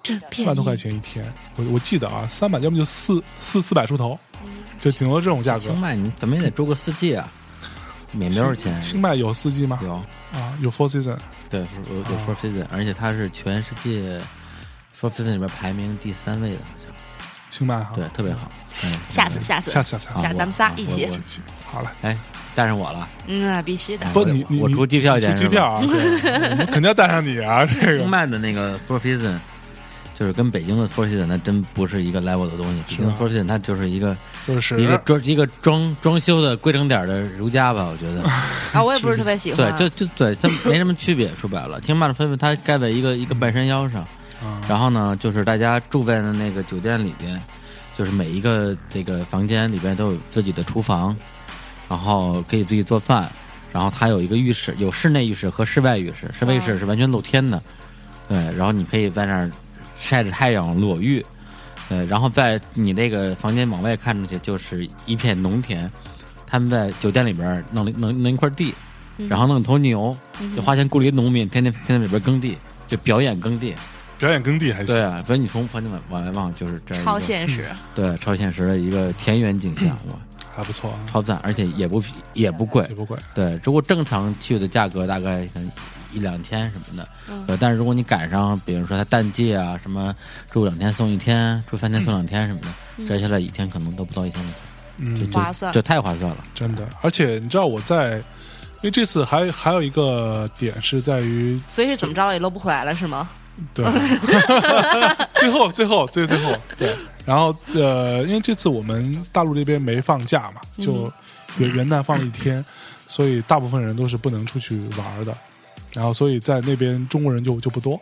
S3: 真
S1: 三
S3: 便
S1: 百多块
S3: 宜。
S1: 钱一天，我我记得啊，三百，要么就四四四百出头，就顶多这种价格
S2: 哎清。迈你怎么也得住个四季啊，也没多少钱，
S1: 清迈有四季吗？
S2: 有
S1: 啊，有 Four Season，
S2: 对有有
S1: 啊
S2: Four Season，而且它是全世界 Four Season 里面排名第三位的，好像
S1: 清迈哈。
S2: 对，，特别好。嗯，
S3: 下次，下次，
S1: 下次下次
S2: 好
S3: 下次咱们仨一起
S2: 我我
S1: 好嘞。
S2: 哎，带上我了，
S3: 嗯，那必须的。
S1: 不，
S2: 我
S1: 你你
S2: 我
S1: 你
S2: 出机票去，
S1: 出机票啊，对我 们肯定要带上你啊，这个
S2: 清迈的那个 Four Season，就是跟北京的 Four Season 那真不是一个 level 的东西。北京的 Four Season 它就是一个
S1: 就是啊
S2: 一个装一个装装修的规整点儿的如家吧，我觉得。
S3: 啊，我也不是特别喜
S2: 对
S3: 欢，。
S2: 就就对，它没什么区别。说白了，清迈的 Four Season 它盖在一个一个半山腰上，
S1: 啊
S2: 然后呢，就是大家住在的那个酒店里边，就是每一个这个房间里边都有自己的厨房，然后可以自己做饭，然后它有一个浴室，有室内浴室和室外浴室，室外浴室是完全露天的，对，然后你可以在那儿晒着太阳裸浴，对，然后在你那个房间往外看出去就是一片农田，他们在酒店里边儿弄了弄弄一块地，然后弄头牛，就花钱雇了一个农民，天天天天在里边耕地，就表演耕地。
S1: 表演耕地还行
S2: 对。啊，所以你从房间往往外望就是这样一个
S3: 超
S1: 嗯
S3: 现实，嗯
S2: 对超现实的一个田园景象，哇，
S1: 还不错啊，
S2: 超赞，而且也不便也不贵
S1: 也，不贵。
S2: 对，如果正常去的价格大概可能一两千什么的，
S3: 嗯
S2: 呃，但是如果你赶上，比如说它淡季啊，什么住两天送一天，住三天送两天什么
S3: 嗯
S2: 的，折下来一天可能都不到一千块钱，
S1: 嗯，
S2: 就
S3: 划算
S2: 这太划算了，
S1: 真的。而且你知道我在，因为这次还还有一个点是在于，
S3: 所以是怎么着了也搂不回来了是吗？
S1: 对，最后最后最最后对，然后呃，因为这次我们大陆这边没放假嘛，就元元旦放了一天，所以大部分人都是不能出去玩儿的，然后所以在那边中国人就就不多。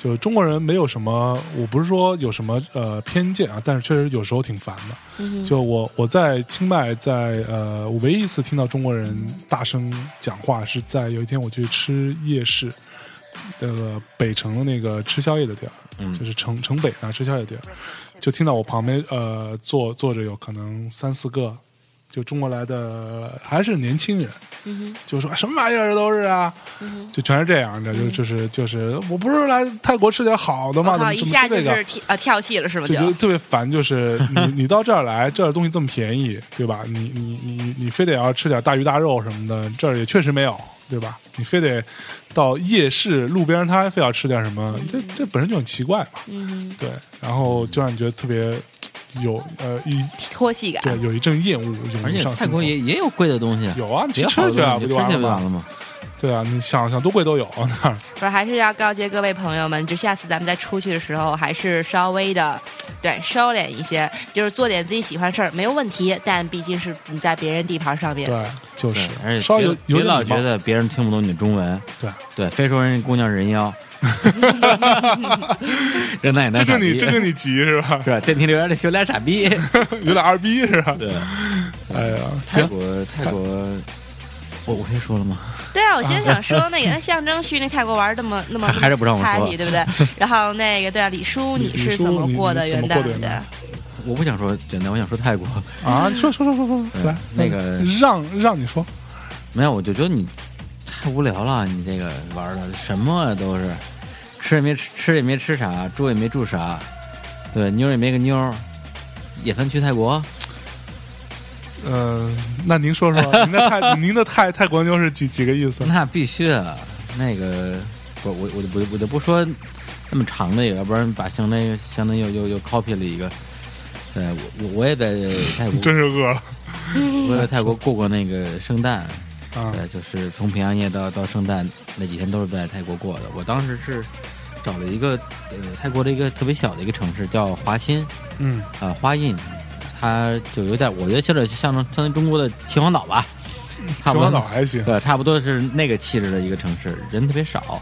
S1: 就中国人没有什么，我不是说有什么呃偏见啊，但是确实有时候挺烦的。
S3: 嗯
S1: 就我我在清迈在，呃，我唯一一次听到中国人大声讲话是在有一天我去吃夜市，那个北城的那个吃宵夜的地儿，
S2: 嗯
S1: 就是城城北那儿吃宵夜的地儿，就听到我旁边呃坐坐着有可能三四个，就中国来的还是年轻人，
S3: 嗯
S1: 就说哎什么玩意儿都是啊，就全是这样的，就就是就是我不是来泰国吃点好的吗？
S3: 我
S1: 怎
S3: 靠，
S1: 么
S3: 哦一
S1: 怎么
S3: 下
S1: 吃
S3: 就
S1: 这个？
S3: 是跳啊跳戏了是吗？
S1: 就
S3: 就
S1: 觉 得特别烦，就是你你到这儿来，这儿东西这么便宜，对吧？你你你你非得要吃点大鱼大肉什么的，这儿也确实没有，对吧？你非得到夜市路边摊非要吃点什么，这这本身就很奇怪嘛，
S3: 嗯，
S1: 对。然后就让你觉得特别有呃一
S3: 脱戏感，
S1: 对有一阵厌恶涌
S2: 而
S1: 入
S2: 且
S1: 上
S2: 泰
S1: 心
S2: 国
S1: 头。
S2: 也也有贵的东西，
S1: 有啊，你
S2: 也
S1: 去
S2: 有好
S1: 吃
S2: 的
S1: 去啊，
S2: 东西
S1: 不
S2: 就
S1: 就
S2: 吃
S1: 完
S2: 去
S1: 了
S2: 完
S1: 吗？
S2: 了吗？
S1: 对啊，你想想多贵都有 那儿。
S3: 不是，还是要告诫各位朋友们，就下次咱们再出去的时候，还是稍微的，对，收敛一些，就是做点自己喜欢的事儿，没有问题。但毕竟是你在别人地盘上面，
S1: 对，就是
S2: 而且
S1: 稍微
S2: 别
S1: 有有
S2: 别老
S1: 点礼
S2: 觉
S1: 貌。
S2: 得别人听不懂你的中文，
S1: 对，
S2: 对，非说人家姑娘人妖，人奶奶
S1: 这
S2: 傻
S1: 跟
S2: 逼，
S1: 你这跟你急是吧？
S2: 是吧？电梯里边的有俩傻逼，
S1: 有点二逼是吧？
S2: 对，
S1: 哎呀，
S2: 泰
S1: 行，
S2: 国泰国，我我可以说了吗？
S3: 对啊，我先 想说那个，那象征去那泰国玩儿那么那么
S2: 还还是不让我说
S3: happy，对不对？ 然后那个对啊，李叔
S1: 李
S3: 你是
S1: 李叔
S3: 怎么
S1: 你
S3: 过
S1: 你
S3: 的
S1: 怎
S3: 元
S1: 么
S3: 旦
S1: 过的元
S3: 的？
S2: 我不想说简单，我想说泰国。
S1: 啊，说说说说说，
S2: 嗯
S1: 来
S2: 那个
S1: 让让你说，
S2: 没有，我就觉得你太无聊了，你这个玩的什么啊都是，吃也没吃，吃也没吃啥，住也没住啥，对，妞也没个妞儿，也算去泰国。
S1: 呃，那您说说您的泰您的泰泰国妞是几几个意思？
S2: 那必须啊，那个我我我就我就我就不说那么长的一个，要不然把相当于相当于又又又 copy 了一个。对，我我我也在泰国，
S1: 真是饿了
S2: 我也在泰国过过那个圣诞，
S1: 啊！
S2: 嗯对，就是从平安夜到到圣诞那几天都是在泰国过的。我当时是找了一个呃泰国的一个特别小的一个城市叫华欣
S1: 嗯
S2: 啊、花印，它就有点，我觉得有点像相当于中国的秦皇岛吧，差
S1: 秦
S2: 不
S1: 皇岛
S2: 多，
S1: 还行，
S2: 对，差不多是那个气质的一个城市，人特别少，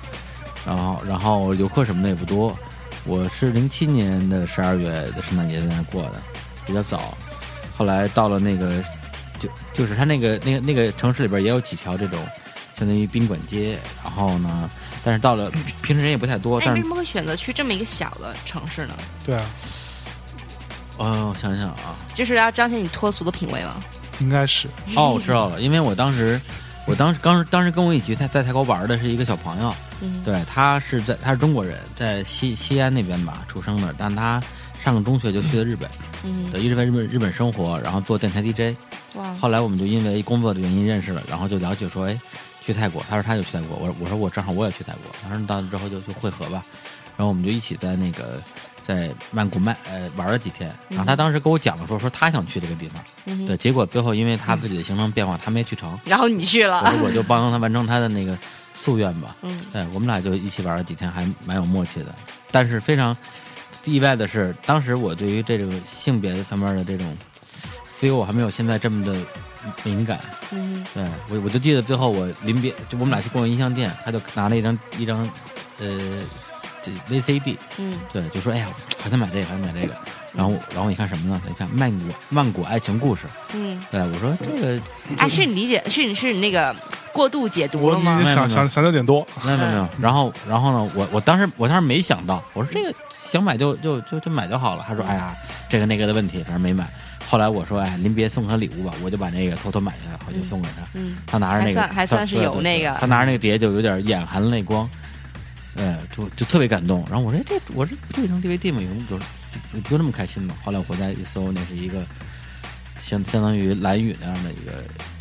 S2: 然后然后游客什么的也不多。我是零七年的十二月的圣诞节在那过的，比较早。后来到了那个，就就是它那个那个那个城市里边也有几条这种，相当于宾馆街。然后呢，但是到了平时人也不太多，
S3: 哎，
S2: 但
S3: 你
S2: 是
S3: 为什么会选择去这么一个小的城市呢？
S1: 对啊，
S2: 哦，我想想啊，
S3: 就是要彰显你脱俗的品味吗？
S1: 应该是
S2: 哦，我知道了，因为我当时，我当时当时当时跟我一起在在泰国玩的是一个小朋友，
S3: 嗯，
S2: 对他是在他是中国人，在西西安那边吧出生的，但他上中学就去的日本，
S3: 嗯，
S2: 对，一直在日本日本生活，然后做电台 DJ。
S3: 哇，
S2: 后来我们就因为工作的原因认识了，然后就了解说，哎，去泰国，他说他就去泰国，我我说我正好我也去泰国，他说到之后就就会合吧，然后我们就一起在那个在曼谷曼呃玩了几天，然后他当时跟我讲了说说他想去这个地方，
S3: 嗯哼
S2: 对，结果最后因为他自己的行程变化，他没去成，
S3: 然后你去
S2: 我
S3: 了，
S2: 说我就帮他完成他的那个夙愿吧，
S3: 嗯，
S2: 对，我们俩就一起玩了几天，还蛮有默契的。但是非常意外的是，当时我对于这种性别方面的这种 feel 还没有现在这么的敏感。
S3: 嗯
S2: 对我，我就记得最后我临别，就我们俩去逛音像店，他就拿了一张一张呃这 VCD，
S3: 嗯，
S2: 对，就说哎呀，还想买这个，还想买这个。然后我，然后你看什么呢？你看曼谷曼谷爱情故事。
S3: 嗯，
S2: 对，我说这个
S3: 哎，是你理解，是你是你那个过度解读
S1: 我
S3: 了
S1: 你
S3: 吗
S2: 没？有
S1: 想
S2: 没
S1: 想
S2: 有
S1: 想的有点多，
S2: 没有没有
S3: 嗯
S2: 没有。然后然后呢，我我当时我当时没想到，我说这
S3: 嗯
S2: 个想买就就就就买就好了。他说哎呀，这个那个的问题，反正没买。后来我说哎，临别送他礼物吧，我就把那个偷偷买下来，回去送给他。
S3: 嗯，
S2: 他拿着那个，
S3: 还算还算是
S2: 他
S3: 有
S2: 对对
S3: 那个
S2: 对他拿着那个碟就有点眼含泪光，呃，就就特别感动。然后我说哎这我这不就一张 DVD 吗？有什么有有不就那么开心吗？后来我回家一搜，那是一个相相当于蓝雨那样的一个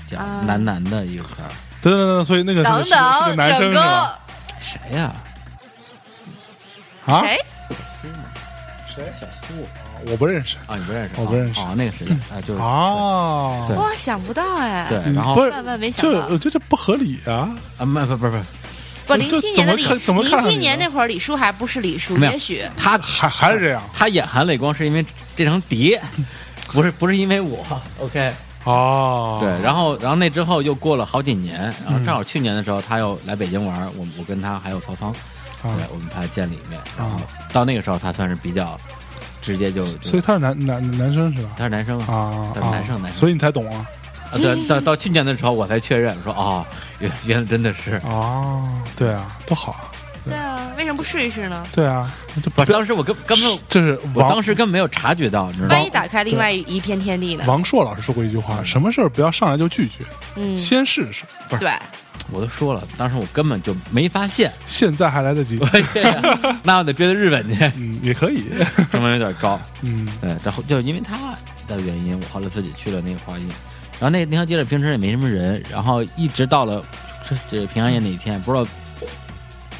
S2: 叫
S3: 啊
S2: 男男的一个歌儿，
S1: 等等等，所以那个是
S3: 等
S1: 是个是个
S3: 等，
S1: 男生
S3: 整
S1: 是吧？
S3: 个
S2: 谁呀、
S1: 啊，
S3: 谁？
S1: 谁？
S2: 小苏。
S1: 我不认识
S2: 啊，你不认识？
S1: 我不认识
S2: 哦，哦那个谁啊，就是
S1: 啊，
S2: 对
S3: 哇，想不到哎，
S2: 对，
S1: 嗯
S2: 然后
S1: 不是
S3: 万万没想
S1: 这
S3: 到
S1: 我。觉得这不合理啊，
S2: 啊，没不不不，
S3: 不，
S1: 这
S3: 零七
S1: 这
S3: 年的
S1: 怎么
S3: 李，
S1: 看怎么
S3: 零
S1: 看上
S3: 七
S1: 你
S3: 年
S1: 呢
S3: 那会儿李叔还不是李叔，
S2: 没有
S3: 也许
S2: 他
S1: 还还是这样
S2: 他眼含泪光是因为这张 碟，不是不是因为我，OK，
S1: 哦，
S2: 对，，然后然后那之后又过了好几年，然
S1: 嗯
S2: 后正好去年的时候他又来北京玩，我我跟他还有曹芳，对
S1: 啊，，
S2: 我们才见了一面，然后
S1: 啊
S2: 到那个时候他算是比较直接就，
S1: 所以
S2: 就
S1: 他是男男男生是吧？
S2: 他是男生啊，
S1: 啊
S2: 对
S1: 啊
S2: 男生男生
S1: 所以你才懂啊
S2: 啊对，到到去年的时候我才确认说哦，原原来真的是，
S1: 啊，对啊，多好啊，
S3: 对啊，为什么不试一试呢？
S1: 对啊，这
S2: 不是当时我根根本
S1: 这是
S2: 我
S1: 王
S2: 当时根本没有察觉到，你知道吗
S3: 万一？打开另外一片天地呢？
S1: 王朔老师说过一句话：
S2: 嗯
S1: 什么事儿不要上来就拒绝，
S3: 嗯，
S1: 先试试，
S3: 对，
S2: 我都说了，当时我根本就没发现。
S1: 现在还来得及。
S2: 哎呀那我得追到日本去，
S1: 嗯，也 可以。
S2: 成本有点高。
S1: 嗯，
S2: 对，然后就是因为他的原因，我后来自己去了那个花艺，然后那那条街里平时也没什么人，然后一直到了这这平安夜那一天，不知道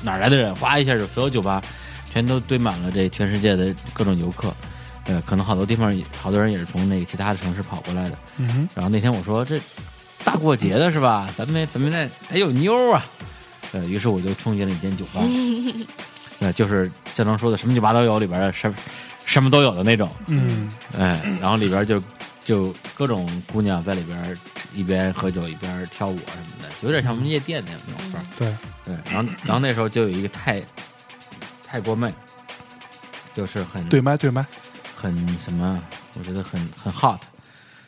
S2: 哪儿来的人，哗一下就所有酒吧全都堆满了这全世界的各种游客。呃，可能好多地方也好多人也是从那个其他的城市跑过来的。
S1: 嗯哼，
S2: 然后那天我说这大过节的是吧？咱们咱们得得有妞儿啊。呃，于是我就冲进了一间酒吧，呃，就是建成说的什么酒吧都有，里边的什么什么都有的那种。
S1: 嗯，
S2: 哎，然后里边就就各种姑娘在里边一边喝酒一边跳舞啊什么的，有点像我们夜店那种范儿。
S1: 对，
S2: 对，然后然后那时候就有一个泰泰国妹，就是很
S1: 对麦对麦，
S2: 很什么，我觉得很很 hot，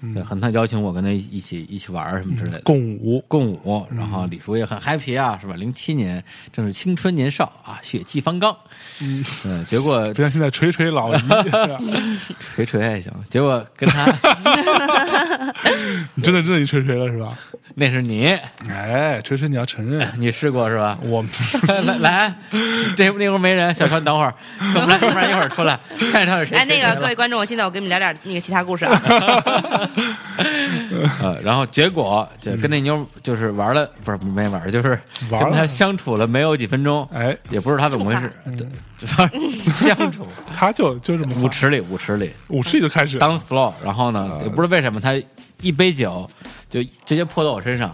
S2: 对，
S1: 嗯，
S2: 很她邀请我跟她一起一起玩儿什么之类的。
S1: 共舞，
S2: 共舞，
S1: 嗯
S2: 然后李叔也很 happy 啊，是吧？零七年正是青春年少啊，血气方刚。
S1: 嗯，
S2: 嗯，结果
S1: 不像现在锤锤老 姨，是吧
S2: 锤锤还行，结果跟他
S1: 你真的真的你锤锤了是吧？
S2: 那是你，
S1: 哎，锤锤你要承认，
S2: 你试过是吧？
S1: 我
S2: 来来，这那屋没人，小川等会儿，小川小川一会儿出来，看看他是谁。
S3: 哎，那
S2: 谁
S3: 个
S2: 谁
S3: 各位
S2: 了
S3: 观众，我现在我跟你们聊点那个其他故 事啊。
S2: 呃，然后结果就跟那妞就是玩了，不是没玩，就是
S1: 玩了
S2: 跟他相处了没有几分钟，
S1: 哎，
S2: 也不知道他怎么回事，对，就 反正相处
S1: 他就就这么
S2: 舞池里舞池里
S1: 舞池里就开始，
S2: 当
S1: 呃
S2: floor，然后呢也不知道为什么他一杯酒就直接泼到我身上，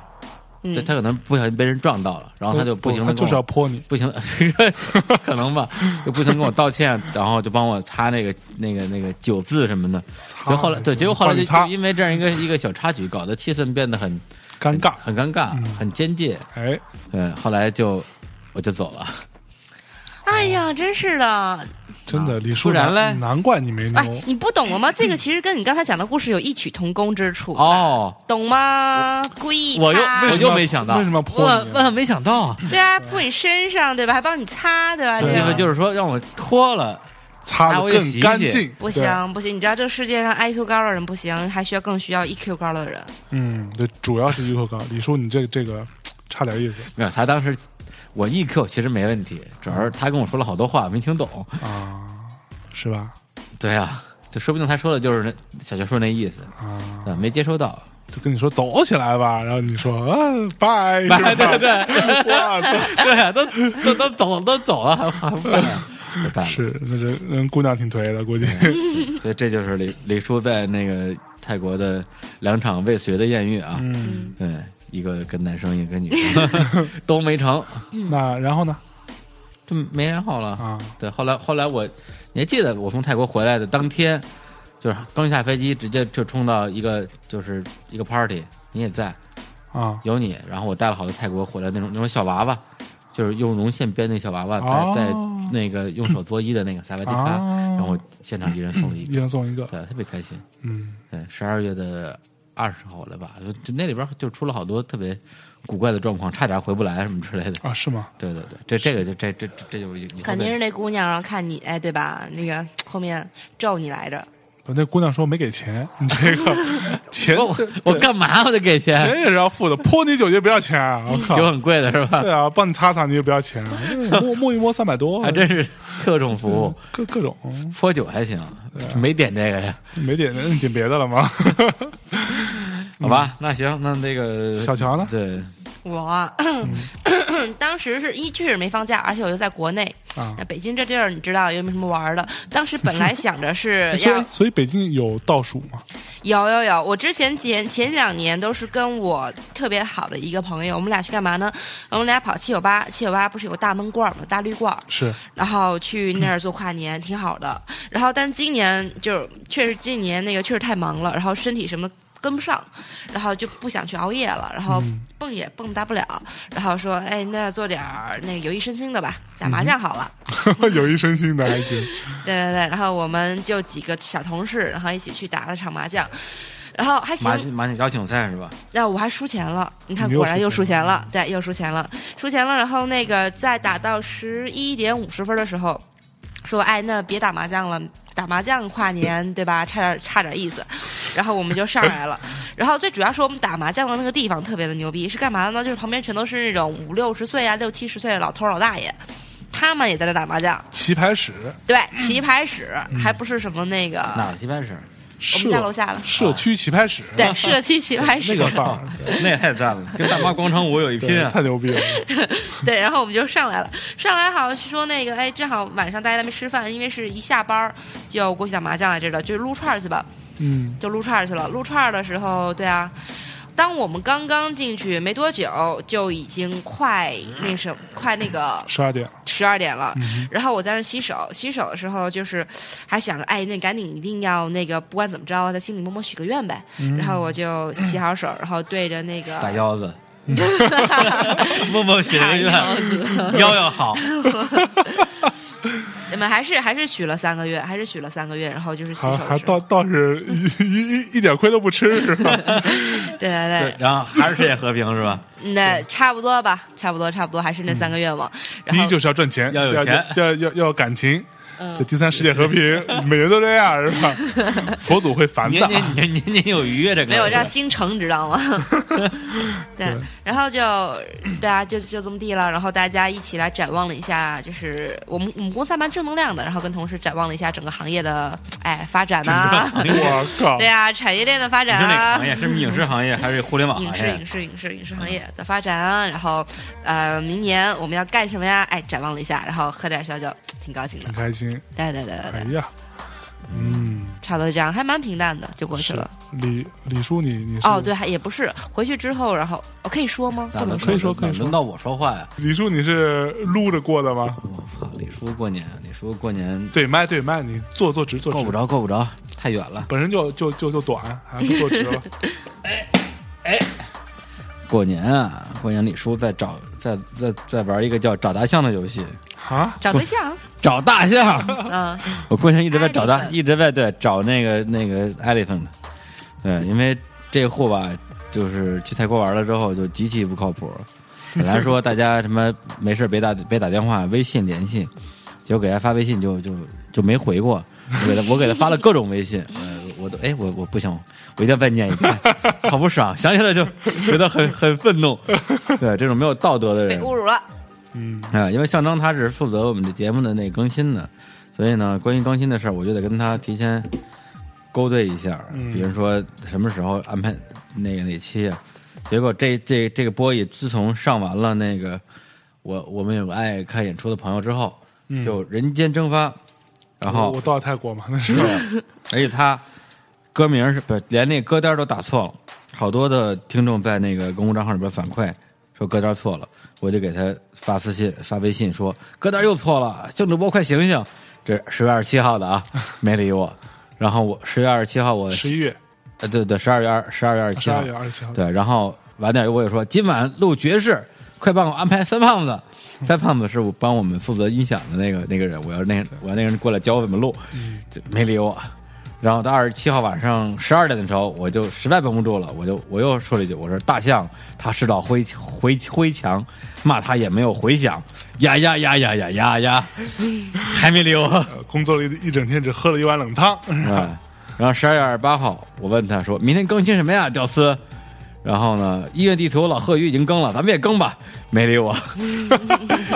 S3: 嗯
S2: 对他可能不小心被人撞到了，然后他就不停
S1: 他
S2: 的
S1: 就是要泼你，
S2: 不行，可能吧，就不停跟我道歉，然后就帮我擦那个那个那个酒渍什么的。
S1: 擦
S2: 就后来对，结果后来
S1: 帮
S2: 就
S1: 你擦
S2: 就因为这样一个一个小插曲，搞得气氛变得很
S1: 尴尬。
S2: 很尴尬，
S1: 嗯
S2: 很边界。
S1: 哎，
S2: 对，后来就我就走了。
S3: 哎呀，真是的，
S1: 真的，
S2: 啊
S1: 李叔
S2: 不然
S1: 难
S2: 嘞
S1: 难怪你没
S3: 哎
S1: 牛，，
S3: 你不懂了吗？这个其实跟你刚才讲的故事有异曲同工之处，
S2: 哦，
S3: 懂吗？故意
S2: 我又
S3: 擦
S2: 为
S1: 为
S2: 什
S1: 什么
S2: 么我就没想到
S1: 为什么要
S2: 我
S1: 泼你啊呢？
S2: 万万没想到啊！
S3: 对啊，泼你身上对吧？还帮你擦对吧？
S1: 对啊
S2: 那
S3: 这样
S2: 个就是说让我脱了，
S1: 擦
S2: 拿
S1: 的
S2: 我也
S1: 更
S2: 洗一
S1: 干
S2: 洗
S1: 净，
S3: 不
S1: 对，
S3: 行不行，你知道这个世界上 IQ 高的人不行，还需要更需要 EQ 高的人。
S1: 嗯，对，主要是一口高。李叔，你这这个差点意思
S2: 没有，他当时我 EQ 其实没问题，主
S1: 嗯
S2: 要是他跟我说了好多话没听懂。
S1: 啊，是吧？
S2: 对啊，就说不定他说的就是那小学说那意思，
S1: 啊，
S2: 啊，没接 收到。
S1: 就跟你说走起来吧，然后你说啊，拜，是吧
S2: 拜 对对，
S1: 哇塞，
S2: 对啊，都都都走都走了，还 还不办啊，不办了。
S1: 是那人人姑娘挺颓的，估计
S2: 所以这就是李李叔在那个泰国的两场未遂的艳遇啊，
S1: 嗯，
S2: 对，一个跟男生，一个跟女生， 都没成，
S1: 那然后呢？
S2: 就没然后了。
S1: 啊，
S2: 对，后来后来我，你还记得我从泰国回来的当天，就是刚下飞机，直接就冲到一个就是一个 party，你也在，
S1: 啊，
S2: 有你，然后我带了好多泰国回来那种那种小娃娃，就是用绒线编那小娃娃，在、
S1: 哦
S2: 在那个用手作揖的那个萨瓦迪卡，
S1: 哦
S2: 然后我现场一人送了一
S1: 一
S2: 个，
S1: 人送一个，
S2: 对，特别开心。
S1: 嗯，
S2: 对，十二月的二十号了吧，就就那里边就出了好多特别古怪的状况，差点回不来什么之类的。
S1: 啊，是吗？
S2: 对对对，这这个就这这这这就以后
S3: 肯定
S2: 再
S3: 是那姑娘，然后看你，哎，对吧？那个后面咒你来着，
S1: 那姑娘说没给钱，你这个钱
S2: 我我我干嘛我得给
S1: 钱
S2: 钱，
S1: 也是要付的，泼你酒就不要钱啊！我靠，
S2: 酒很贵的是吧
S1: 对？啊，帮你擦擦你也不要钱啊，摸摸一摸三百多，
S2: 还真是各种服务，
S1: 各各种
S2: 搓酒还行，
S1: 啊
S2: 没点这个呀。
S1: 没点那点别的了 吗？
S2: 好吧，那行，那那个
S1: 嗯小乔呢
S2: 对，
S3: 我啊
S1: 嗯
S3: 当时是一确实没放假，而且我又在国内。
S1: 啊
S3: 那，北京这地儿你知道又没什么玩儿的，当时本来想 着是
S1: 所以
S3: 要
S1: 所以北京有倒数嘛？
S3: 有有有，我之前前前两年都是跟我特别好的一个朋友，我们俩去干嘛呢？我们俩跑七九八，七九八不是有个大闷罐儿吗？大绿罐儿，
S1: 是
S3: 然后去那儿做跨年，挺好的。然后，但今年就是确实今年那个确实太忙了，然后身体什么的跟不上，然后就不想去熬夜了，然后蹦也蹦跶不了，然后说，哎，那做点儿那个有益身心的吧，打麻将好了。
S1: 有益身心的还行，
S3: 对对对，然后我们就几个小同事，然后一起去打了场麻将。然后还行
S2: 马，马景邀请赛是吧？
S3: 那啊我还输钱了，你看
S1: 你又
S3: 果然又
S1: 输
S3: 输
S1: 钱
S3: 钱
S1: 了啊
S3: 了，对，又输钱了，输钱了。然后那个在打到十一点五十分的时候，说哎，那别打麻将了，打麻将跨年对吧？差点差点意思。然后我们就上 来了，然后最主要是我们打麻将的那个地方特别的牛逼，是干嘛的呢？就是旁边全都是那种五六十岁啊、六七十岁的老头儿老大爷，他们也在这打麻将，
S1: 棋牌室
S3: 对，棋牌室
S1: 嗯
S3: 还不是什么那个
S2: 哪个棋牌室？
S3: 我们家楼
S1: 社
S3: 下的，
S1: 社区棋牌室，
S3: 对，社区棋牌室
S1: 那。个范儿，
S2: 那也太赞了，跟大妈广场舞有一拼
S1: 对，
S2: 啊！
S1: 太牛逼 了，
S3: 对，然后我们就上来了，上来好像是说那个，哎，正好晚上大家在那边吃饭，因为是一下班儿就过去打麻将来着的，就撸串儿去吧，
S1: 嗯，
S3: 就撸串儿去了。撸串儿的时候，对啊，当我们刚刚进去没多久，就已经快那什快那个
S1: 十二点，
S3: 十二点了。
S1: 嗯
S3: 然后我在那儿洗手，洗手的时候就是还想着，哎，那赶紧一定要那个，不管怎么着，啊在心里默默许个愿呗。然后我就洗好手，然后对着那个
S2: 打腰子， 默默许了一
S3: 腰
S2: 个
S3: 子。
S2: 愿，腰要好，
S3: 你们还是还是许了三个月，还是许了三个月，然后就是洗
S1: 还
S3: 手
S1: 还
S3: 的时候
S1: 倒倒是一一一一点亏都不吃是 吧？
S3: 对对对，
S2: 然后还是世界和平是吧？
S3: 那差不多吧，差不多差不多，还是那三个愿望。然
S1: 第
S3: 后
S1: 一就是要赚钱，
S2: 要有
S1: 要
S2: 钱
S1: 要要要感情。
S3: 嗯
S1: 对，第三世界和平， 每人都这样是 吧？佛祖会烦
S2: 年
S1: 的。
S2: 年年年年有余啊，这个
S3: 没有让心诚，你知道吗？ 对，然后就对啊，就就这么地了。然后大家一起来展望了一下，就是我们我们公司还蛮正能量的，然后跟同事展望了一下整个行业的哎发展呐、
S1: 我靠
S3: 对！啊，产业链的发
S2: 你
S3: 展
S2: 是哪个
S3: 啊
S2: 行，业？是影视行业还是互联网
S3: 影
S2: 行
S3: 视
S2: 业
S3: 影？视影视
S2: 嗯
S3: 影视行业的发展啊，然后呃，明年我们要干什么呀？哎，展望了一下，然后喝点小酒，挺高兴的
S1: 挺。开心。
S3: 对对对对
S1: 哎
S3: 对，
S1: 呀，嗯，
S3: 差不多就这样，还蛮平淡的就过去了。
S1: 李李叔你，你是
S3: 哦，对，，还也不是，回去之后，然后我、可以说吗？不
S2: 咋
S3: 能
S2: 了
S3: 说。
S1: 可以说可以
S2: 哪
S1: 说
S2: 轮到我说话呀！
S1: 李叔你是撸着过的吗？
S2: 我操，李叔过年，李叔过年
S1: 对麦对麦，你坐坐直坐直，
S2: 够不着，够不着，太远了。
S1: 本身就就就就短，还不坐 直了。
S2: 过年啊，过年李叔在找在在在玩一个叫找大象的游戏，
S1: 啊，
S3: 找对象，
S2: 找大象。
S3: 嗯，
S2: 我过年一直在找他，
S3: Elephant
S2: 一直在对找那个那个 elephant，对，因为这货吧，就是去泰国玩了之后就极其不靠谱。本来说大家什么没事别打别打电话，微信联系，结果给他发微信就就就没回过。我给他我给他发了各种微信，呃，我都哎我我不行，我一定要再念一遍，好不爽，想起来就觉得很很愤怒。对，这种没有道德的
S3: 被
S2: 人，
S3: 侮辱了，
S1: 嗯，
S2: 啊，因为象征他是负责我们的节目的那更新的，所以呢，关于更新的事儿，我就得跟他提前勾兑一下，
S1: 嗯
S2: 比如说什么时候安排那个哪期啊。结果这这这个播一自从上完了那个我我们有个爱看演出的朋友之后，
S1: 嗯
S2: 就人间蒸发，
S1: 我
S2: 然后
S1: 我到泰国嘛，那是
S2: 嗯而且他歌名是不是连那歌单都打错了？好多的听众在那个公共账号里边反馈说歌单错了，我就给他发私信发微信说歌单又错了，性主播快醒醒！这十月二十七号的啊，没理我。然后我十月二十七号我
S1: 十一月
S2: 呃对对十二月二十二月二十七
S1: 十
S2: 号
S1: 二月二十七号，
S2: 对，然后晚点我也说今晚录爵士，快帮我安排三胖子。三胖子是我帮我们负责音响的那个那个人，我要那我要那个人过来教我怎么录，就没理我。然后到二十七号晚上十二点的时候，我就实在绷不住了，我就我又说了一句，我说大象它是道灰灰灰墙，骂它也没有回响，呀呀呀呀呀呀呀，还没理我。
S1: 呃工作了一一整天，只喝了一碗冷汤。
S2: 啊，然后十二月二十八号，我问他说：“明天更新什么呀，屌丝？”然后呢，音乐地图老贺鱼已经更了，咱们也更吧，没理我。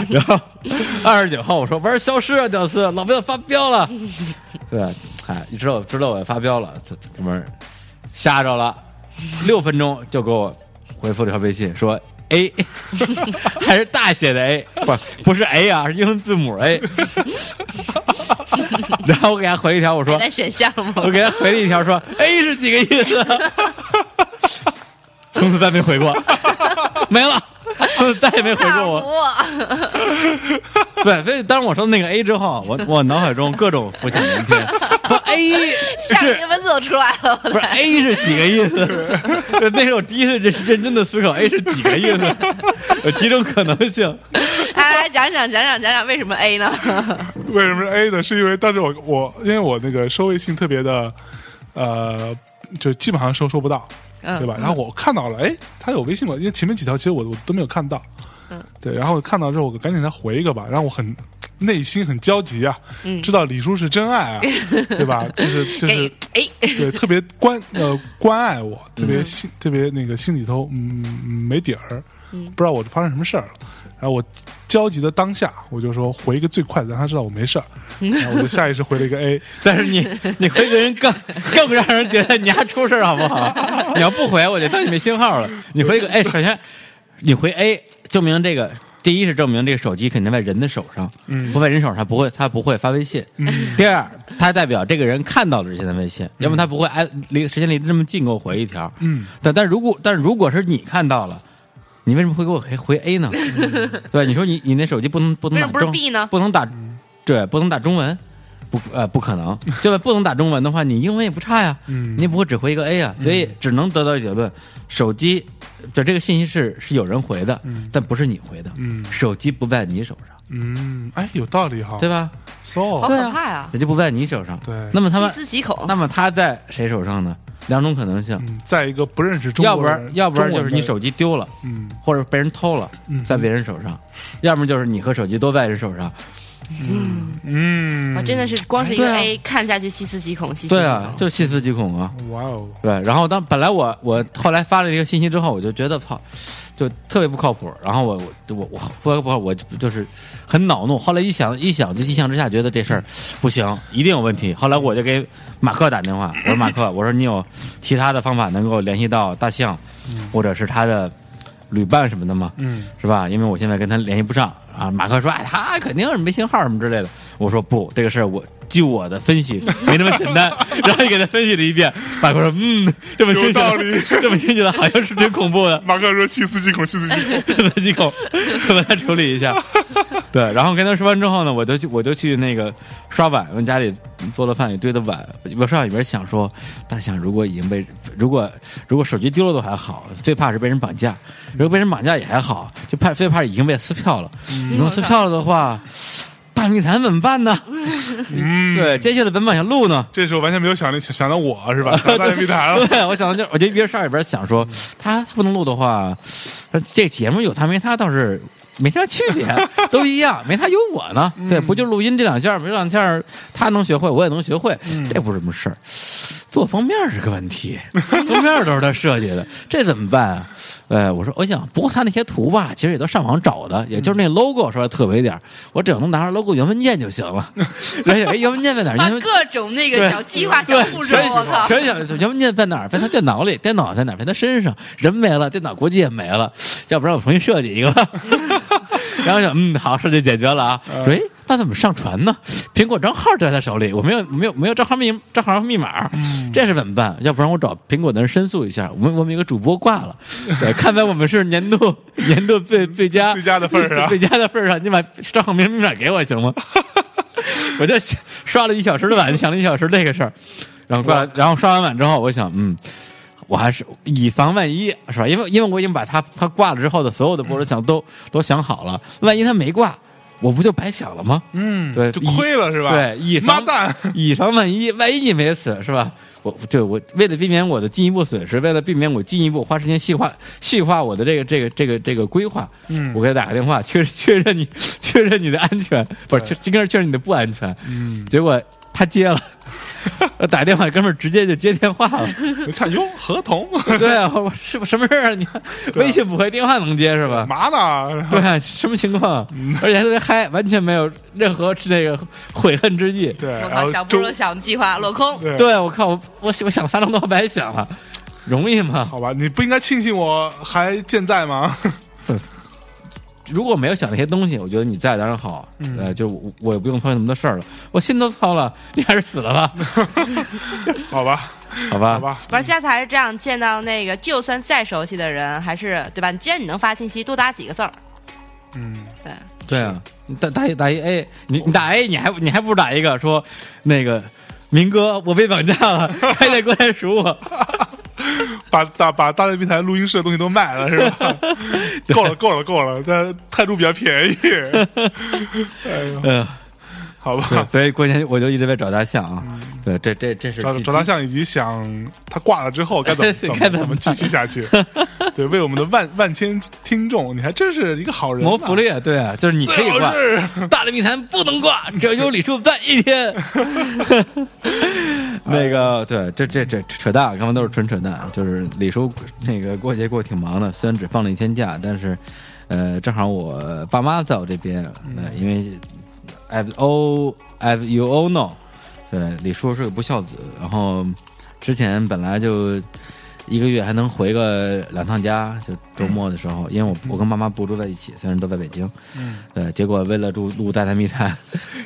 S2: 然后二十九号我说玩消失啊，屌丝，老子要发飙了。对，哎，你知道知道我要发飙了，这这哥们儿吓着了，六分钟就给我回复了条微信说 A，还是大写的 A，不不是 A 啊，是英文字母 A。然后我给他回一条我说
S3: 还在选项目，
S2: 我给他回了一条说 A 是几个意思？ 从此再没回过，没了，从此再也没回过我。
S3: 我，
S2: 对，所以当我说那个 A 之后，我我脑海中各种浮想联翩，说 A
S3: 下
S2: 是
S3: 一个文字都出来了， 我
S2: 不是 A 是几个意思？ 对那是我第一次认认真的思考 A 是几个意思， 有几种可能性。
S3: 哎，来讲讲讲讲讲讲为什么 A 呢？
S1: 为什么是 A 呢？是因为当时我我因为我那个收微信特别的，呃，就基本上收收不到，
S3: 嗯
S1: 对吧？然后我看到了，哎，他有微信吗？因为前面几条其实我我都没有看到，
S3: 嗯，
S1: 对。然后我看到之后，我赶紧再回一个吧。然后我很内心很焦急啊，
S3: 嗯
S1: 知道李叔是真爱啊，对吧？就是就是
S3: 给。哎，
S1: 对，特别关呃关爱我，特
S3: 嗯
S1: 别心、特别那个心里头嗯嗯没底儿，
S3: 嗯
S1: 不知道我发生什么事儿了。然后我焦急的当下，我就说回一个最快的，让他知道我没 事儿。然后我就下意识回了一个 A，
S2: 但是你你回的人更更让人觉得你还出事儿好不好？你要不回，我就当你没信号了。你回一个，哎，首先你回 A，证明这个第一是证明这个手机肯定在人的手上，
S1: 嗯
S2: 不在人手上，他不会他不会发微信。第二，它代表这个人看到了这些的微信，要么他不会挨离时间离得这么近给我回一条。
S1: 嗯，
S2: 但但如果但如果是你看到了。你为什么会给我回回 A 呢？对，你说你你那手机不能不能
S3: 为
S2: 打
S3: 什么不是
S2: 中
S3: B 呢
S2: 不能打，
S1: 嗯
S2: 对，不能打中文，不呃不可能，对吧？不能打中文的话，你英文也不差呀，
S1: 嗯
S2: 你也不会只回一个 A 呀，所以只能得到结论，手机就这个信息是是有人回的，
S1: 嗯
S2: 但不是你回的，
S1: 嗯
S2: 手机不在你手上，
S1: 嗯，哎，有道理哈，
S2: 对吧？
S3: 好
S1: ？So，
S3: 可怕呀！
S2: 手机不在你手上，
S1: 对
S2: 那哦么他
S3: 细
S2: 们
S3: 思极恐
S2: 那，么他在谁手上呢？两种可能性，
S1: 嗯，在一个不认识中
S2: 要
S1: 国
S2: 不
S1: 人
S2: 然，要不然
S1: 中
S2: 就
S1: 文
S2: 是
S1: 的
S2: 你手机丢了。
S1: 嗯
S2: 或者被人偷了
S1: 嗯，
S2: 在别人手上；要么就是你和手机都在人手上。
S1: 嗯，
S3: 哦我真的是光是一个
S2: 对啊
S3: A 看下去细思极恐，细思
S2: 对
S3: 极
S2: 啊
S3: 恐，，
S2: 就细思极恐啊。
S1: 哇哦，
S2: 对，然后当本来我我后来发了一个信息之后，我就觉得操，就特别不靠谱。然后我我我我不不我就是很恼怒。后来一想一想，就一想之下觉得这事儿不行，一定有问题。后来我就给马克打电话，我说马克，我说你有其他的方法能够联系到大象，或者是他的旅伴什么的吗？
S1: 嗯
S2: 是吧？因为我现在跟他联系不上啊。马克说，哎，他肯定是没信号什么之类的。我说不，这个事儿我据我的分析没那么简 单。然后又给他分析了一遍，马克说嗯，这么听
S1: 有
S2: 起来
S1: 道理
S2: 这么听起来好像是挺恐怖的。
S1: 马克说细思极恐，细思极恐。
S2: 喝几口，把它处理一下。对，然后跟他说完之后呢，我就去我就去那个刷碗，问家里做了饭也堆的碗。我上里边想说，但想如果已经被如果如果手机丢了都还好，最怕是被人绑架。如果被人绑架也还好，就怕最怕已经被撕票了。你说撕票了的话，大密谈怎么办呢？
S1: 嗯，
S2: 对，，接下来本本想录呢。
S1: 这时候完全没有想到想到我是 吧？想到大内密谈了。
S2: 对，我想的就是，我就约上里边想说，他他不能录的话，这个节目有他没他倒是没啥区别， 都一样，没他有我呢。对，不就录音这两件儿，没这两件儿他能学会，我也能学会，这不是什么事儿。做封面是个问题，封面都是他设计的，这怎么办啊？呃，我说我想，不过他那些图吧，其实也都上网找的，也就是那 logo 稍微特别一点儿，我只要能拿着 logo 原文件就行了。 而且哎原文件在哪儿？
S3: 啊
S2: 原文，
S3: 各种那个小计划、小
S2: 对，
S3: 步骤，
S2: 全
S3: 我靠！
S2: 全想全文件在哪儿？在他电脑里，电脑在哪儿？在他身上，人没了，电脑估计也没了，要不然我重新设计一个吧。 然后想，嗯，好，设计解决了啊。
S1: 嗯
S2: 说，哎，那怎么上传呢？苹果账号就在他手里，我没有，没有，没有账号密账号密码，
S1: 嗯
S2: 这是怎么办？要不然我找苹果的人申诉一下。我们我们有个主播挂了，对，看在我们是年度年度最最佳
S1: 最佳的份儿上
S2: 最佳的份儿上，你把账号密码给我行吗？我就想刷了一小时的碗，想了一小时这个事儿，然后过来，然后刷完碗之后，我想，嗯，我还是以防万一，是吧？因为因为我已经把他他挂了之后的所有的步骤想都都想好了，万一他没挂，我不就白想了吗？
S1: 嗯，
S2: 对
S1: 就亏了是吧？
S2: 对，以
S1: 妈
S2: 防
S1: 蛋，
S2: 以防万一，万一你没死是吧？我对我为了避免我的进一步损失，为了避免我进一步花时间细化细化我的这个这个这个这个规划，
S1: 嗯
S2: 我给他打个电话确确认你确认你的安全，不是确应该是确认你的不安全。
S1: 嗯，
S2: 结果他接 了，我打电话，哥们儿直接就接电话了。
S1: 一看哟，合 同
S2: 对啊，我说是不什么事儿啊？你看
S1: 对啊
S2: 微信不回，电话能接是吧？
S1: 嘛呢？
S2: 对啊，什么情况啊？
S1: 嗯
S2: 而且还特别嗨，完全没有任何这个悔恨之意。
S1: 对，
S3: 我
S1: 然
S3: 靠，
S1: 后
S3: 小步
S1: 周
S3: 骤、小计划落空。
S1: 对
S2: 对，啊我靠，我我我想仨钟头白想了，容易吗？
S1: 好吧，你不应该庆幸我还健在吗？
S2: 如果没有想那些东西，我觉得你在当然好，
S1: 嗯
S2: 呃，就是我我也不用操心那么多事儿了，我心都操了，你还是死了吧，
S1: 嗯好吧，
S2: 好吧，
S1: 好吧，
S3: 完，下次还是这样，见到那个就算再熟悉的人，还是对吧？你既然你能发信息，多打几个字儿。
S1: 嗯，
S3: 对，
S2: 对啊，你打打一打一 A，你哎你打 A，你还你还不如打一个说那个明哥，我被绑架了，快点过来 赎我，
S1: 把把把大内密谈录音室的东西都卖了是 吧？ 够了，够了，够了，但态度比较便宜。哎呦，
S2: 嗯、
S1: 好
S2: 对，
S1: 吧，
S2: 所以关键我就一直在找大象啊，对，这这这是
S1: 嗯找
S2: 几
S1: 找大象以及想他挂了之后该怎 么怎
S2: 该
S1: 么
S2: 怎么
S1: 怎么继续下去？对，为我们的万万千听众，你还真是一个好人呐。
S2: 谋福利，对啊，就是你可以
S1: 最
S2: 挂
S1: 好，是
S2: 大力密谈不能挂，只要有李叔在一天。那个对，这这这扯淡，啊刚才都是纯扯淡。就是李叔那个过节过挺忙的，虽然只放了一天假，但是呃，正好我爸妈在我这边，呃，因为 as o as you all know，对，李叔是个不孝子，然后之前本来就。一个月还能回个两趟家，就周末的时候，因为我我跟妈妈不住在一起，虽然都在北京，对，结果为了录录《大探密探》，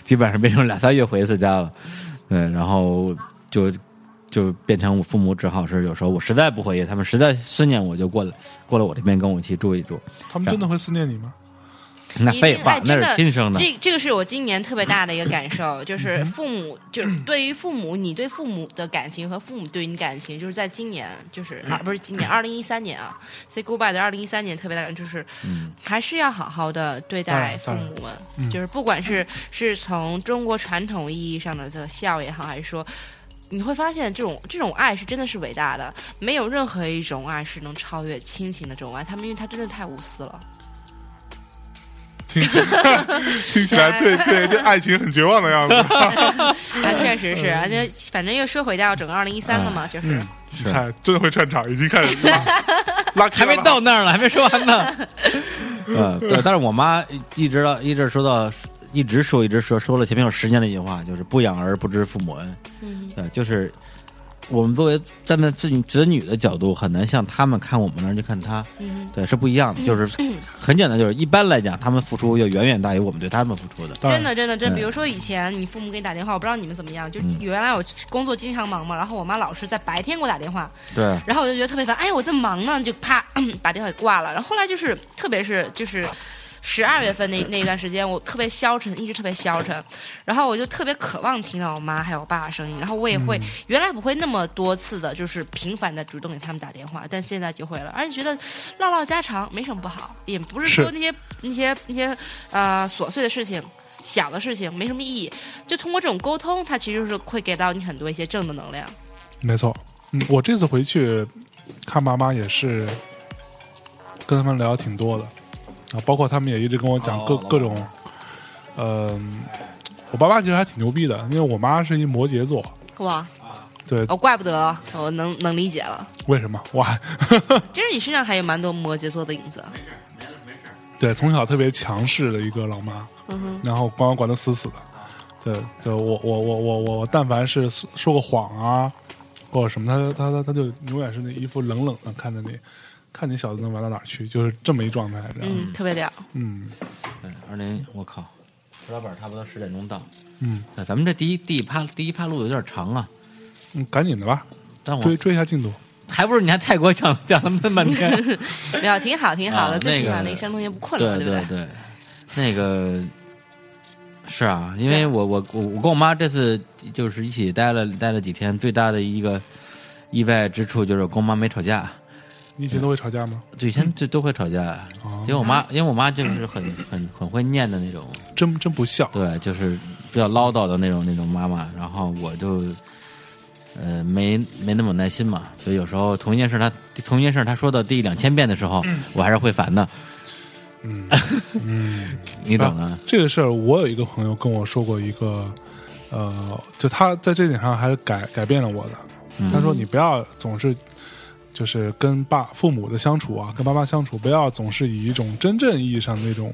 S2: 基本上变成俩仨月回一次家了。嗯，然后就就变成我父母只好是有时候我实在不回去，他们实在思念我，就过来过来我这边跟我一起住一住。
S1: 他们真的会思念你吗？
S2: 那废话
S3: 一，定哎
S2: 那
S3: 真的
S2: 是亲生的。嗯
S3: 这这个是我今年特别大的一个 感受，就是父母，就是对于父母，你对父母的感情和父母对你感情，就是在今年，就是
S2: 嗯
S3: 啊，不是今年，二零一三年啊，say goodbye 的二零一三年特别大感，就是
S2: 嗯
S3: 还是要好好的对待父
S1: 当然
S3: 母
S1: 嗯
S3: 们，就是不管是是从中国传统意义上的这个孝也好，还是说。你会发现，这种这种爱是真的是伟大的，没有任何一种爱是能超越亲情的这种爱。他们因为他真的太无私了，
S1: 听起来 听起来对对对爱情很绝望的样子。
S3: 啊，确实是，啊，那反正又说回到整个二零一三了嘛，就是
S1: 嗯你看，真的会串场，已经开始 拉开
S2: 还
S1: 了
S2: 没到那儿呢，还没说完呢。 嗯，对，但是我妈一直到一直说到一直说一直说说了前面有十年的一句话，就是不养儿不知父母恩。
S3: 嗯
S2: 对，就是我们作为站在自己子女的角度，很难像他们看我们那儿就看他，对，是不一样的。就是很简单，就是一般来讲，他们付出要远远大于我们对他们付出的。
S1: 当然
S3: 真的，真的，真的。
S2: 嗯
S3: 比如说以前你父母给你打电话，我不知道你们怎么样，就
S1: 嗯
S3: 原来我工作经常忙嘛，然后我妈老是在白天给我打电话，
S2: 对，
S3: 然后我就觉得特别烦，哎呀，我在忙呢，就啪 把电话给挂了。然后后来就是，特别是就是。十二月份那那一段时间，我特别消沉，一直特别消沉，然后我就特别渴望听到我妈还有我爸的声音，然后我也会、原来不会那么多次的，就是频繁的主动给他们打电话，但现在就会了，而且觉得嗯唠唠家常没什么不好，也不是
S1: 是
S3: 说那些那些那些呃琐碎的事情。小的事情没什么意义，就通过这种沟通，它其实是会给到你很多一些正的能量。
S1: 没错。嗯，我这次回去看妈妈也是跟他们聊挺多的啊，包括他们也一直跟我讲各、
S5: 哦
S1: 各种，嗯、我爸妈其实还挺牛逼的，因为我妈是一摩羯座，
S3: 哇，
S1: 对，
S3: 哦，怪不得了，我能能理解了。
S1: 为什么？哇，
S3: 其实你身上还有蛮多摩羯座的影子。
S2: 啊
S1: 对，从小特别强势的一个老妈，然后管我管得死死的。对，对我我我我我我，但凡是说说个谎啊，或者什么，她她她她就永远是那一副冷冷的看着你，看你小子能玩到哪儿去，就是这么一状态。然后，
S3: 嗯，特别了。
S1: 嗯
S2: 二零，我靠，石老板差不多十点钟到。
S1: 嗯
S2: 那咱们这第一第一趴第一趴录的有点长啊，
S1: 嗯，赶紧的吧，
S2: 但我
S1: 追追一下进度。
S2: 还不如你还泰国讲讲了那么半天。
S3: 没有，挺好，挺好的。
S2: 啊
S3: 最起码
S2: 那个
S3: 那个山东也不困了，
S2: 对
S3: 不
S2: 对？对，那个是啊，因为我我我我跟我妈这次就是一起待了待了几天，最大的一个意外之处就是我跟我妈没吵架，
S1: 你以前都会吵架吗？
S2: 对，以前就都会吵架，
S1: 哦
S2: 结果我妈因为我妈就是很很很会念的那种，
S1: 真真不孝。
S2: 对，就是比较唠叨的那种那种妈妈，然后我就。呃，没没那么有耐心嘛，所以有时候同一件事她同一件事她说到第两千遍的时候，我还是会烦的，
S1: 嗯嗯，
S2: 你懂的。
S1: 啊这个事儿，我有一个朋友跟我说过一个，呃，就他在这点上还是改改变了我的。他说：“你不要总是就是跟爸父母的相处啊，跟爸妈相处，不要总是以一种真正意义上的那种，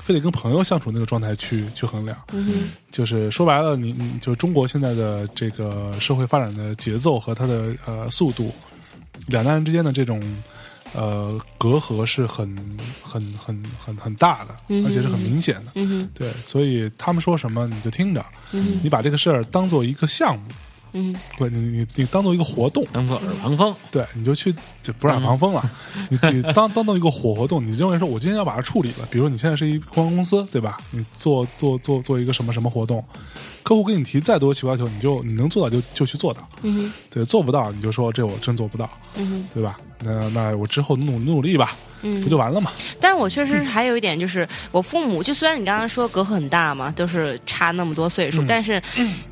S1: 非得跟朋友相处那个状态去去衡量。就是说白了，你你就是中国现在的这个社会发展的节奏和它的呃速度，两代人之间的这种呃隔阂是很很很很很大的，而且是很明显的。
S3: 嗯哼，
S1: 对，所以他们说什么你就听着，你把这个事儿当做一个项目，
S3: 嗯，
S1: 或者你你你当做一个活动，
S2: 当做耳旁风，
S1: 对，你就去就不是耳旁风 了，你你当当做一个火活动，你认为说我今天要把它处理了，比如说你现在是一公关公司，对吧？你做做做做一个什么什么活动，客户给你提再多奇葩球，你就你能做到就就去做到，
S3: 嗯
S1: 对，做不到你就说这我真做不到，
S3: 哼，嗯哼，
S1: 对吧？那那我之后努努力吧，不
S3: 嗯。
S1: 就完了嘛？
S3: 但我确
S1: 嗯
S3: 实还有一点就是，我父母就虽然你刚刚说隔阂很大嘛，就是差那么多岁数，
S1: 嗯
S3: 但是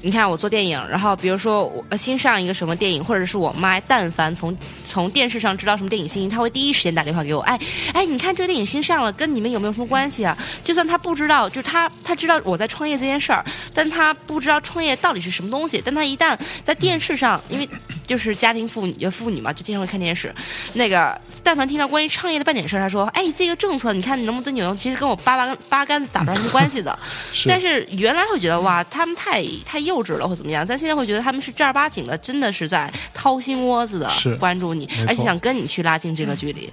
S3: 你看我做电影，然后比如说我呃新上一个什么电影，或者是我妈，但凡从从电视上知道什么电影信息，她会第一时间打电话给我，哎哎，你看这个电影新上了，跟你们有没有什么关系啊？就算她不知道，就是她她知道我在创业这件事儿，但她不知道创业到底是什么东西，但她一旦在电视上，因为就是家庭妇女呃妇女嘛，就经常会看电视，那个但凡听到关于创业的半点事儿，她说，哎，这个政策你看你能不能对你有用？其实跟我八 八八竿子打不上什么关系的。
S1: 是，
S3: 但是原来会觉得哇，他们太太幼稚了或怎么样，但现在会觉得他们是正儿八经的，真的是在掏心窝子的
S1: 是
S3: 关注你
S1: 没，
S3: 而且
S1: 错
S3: 想跟你去拉近这个距离。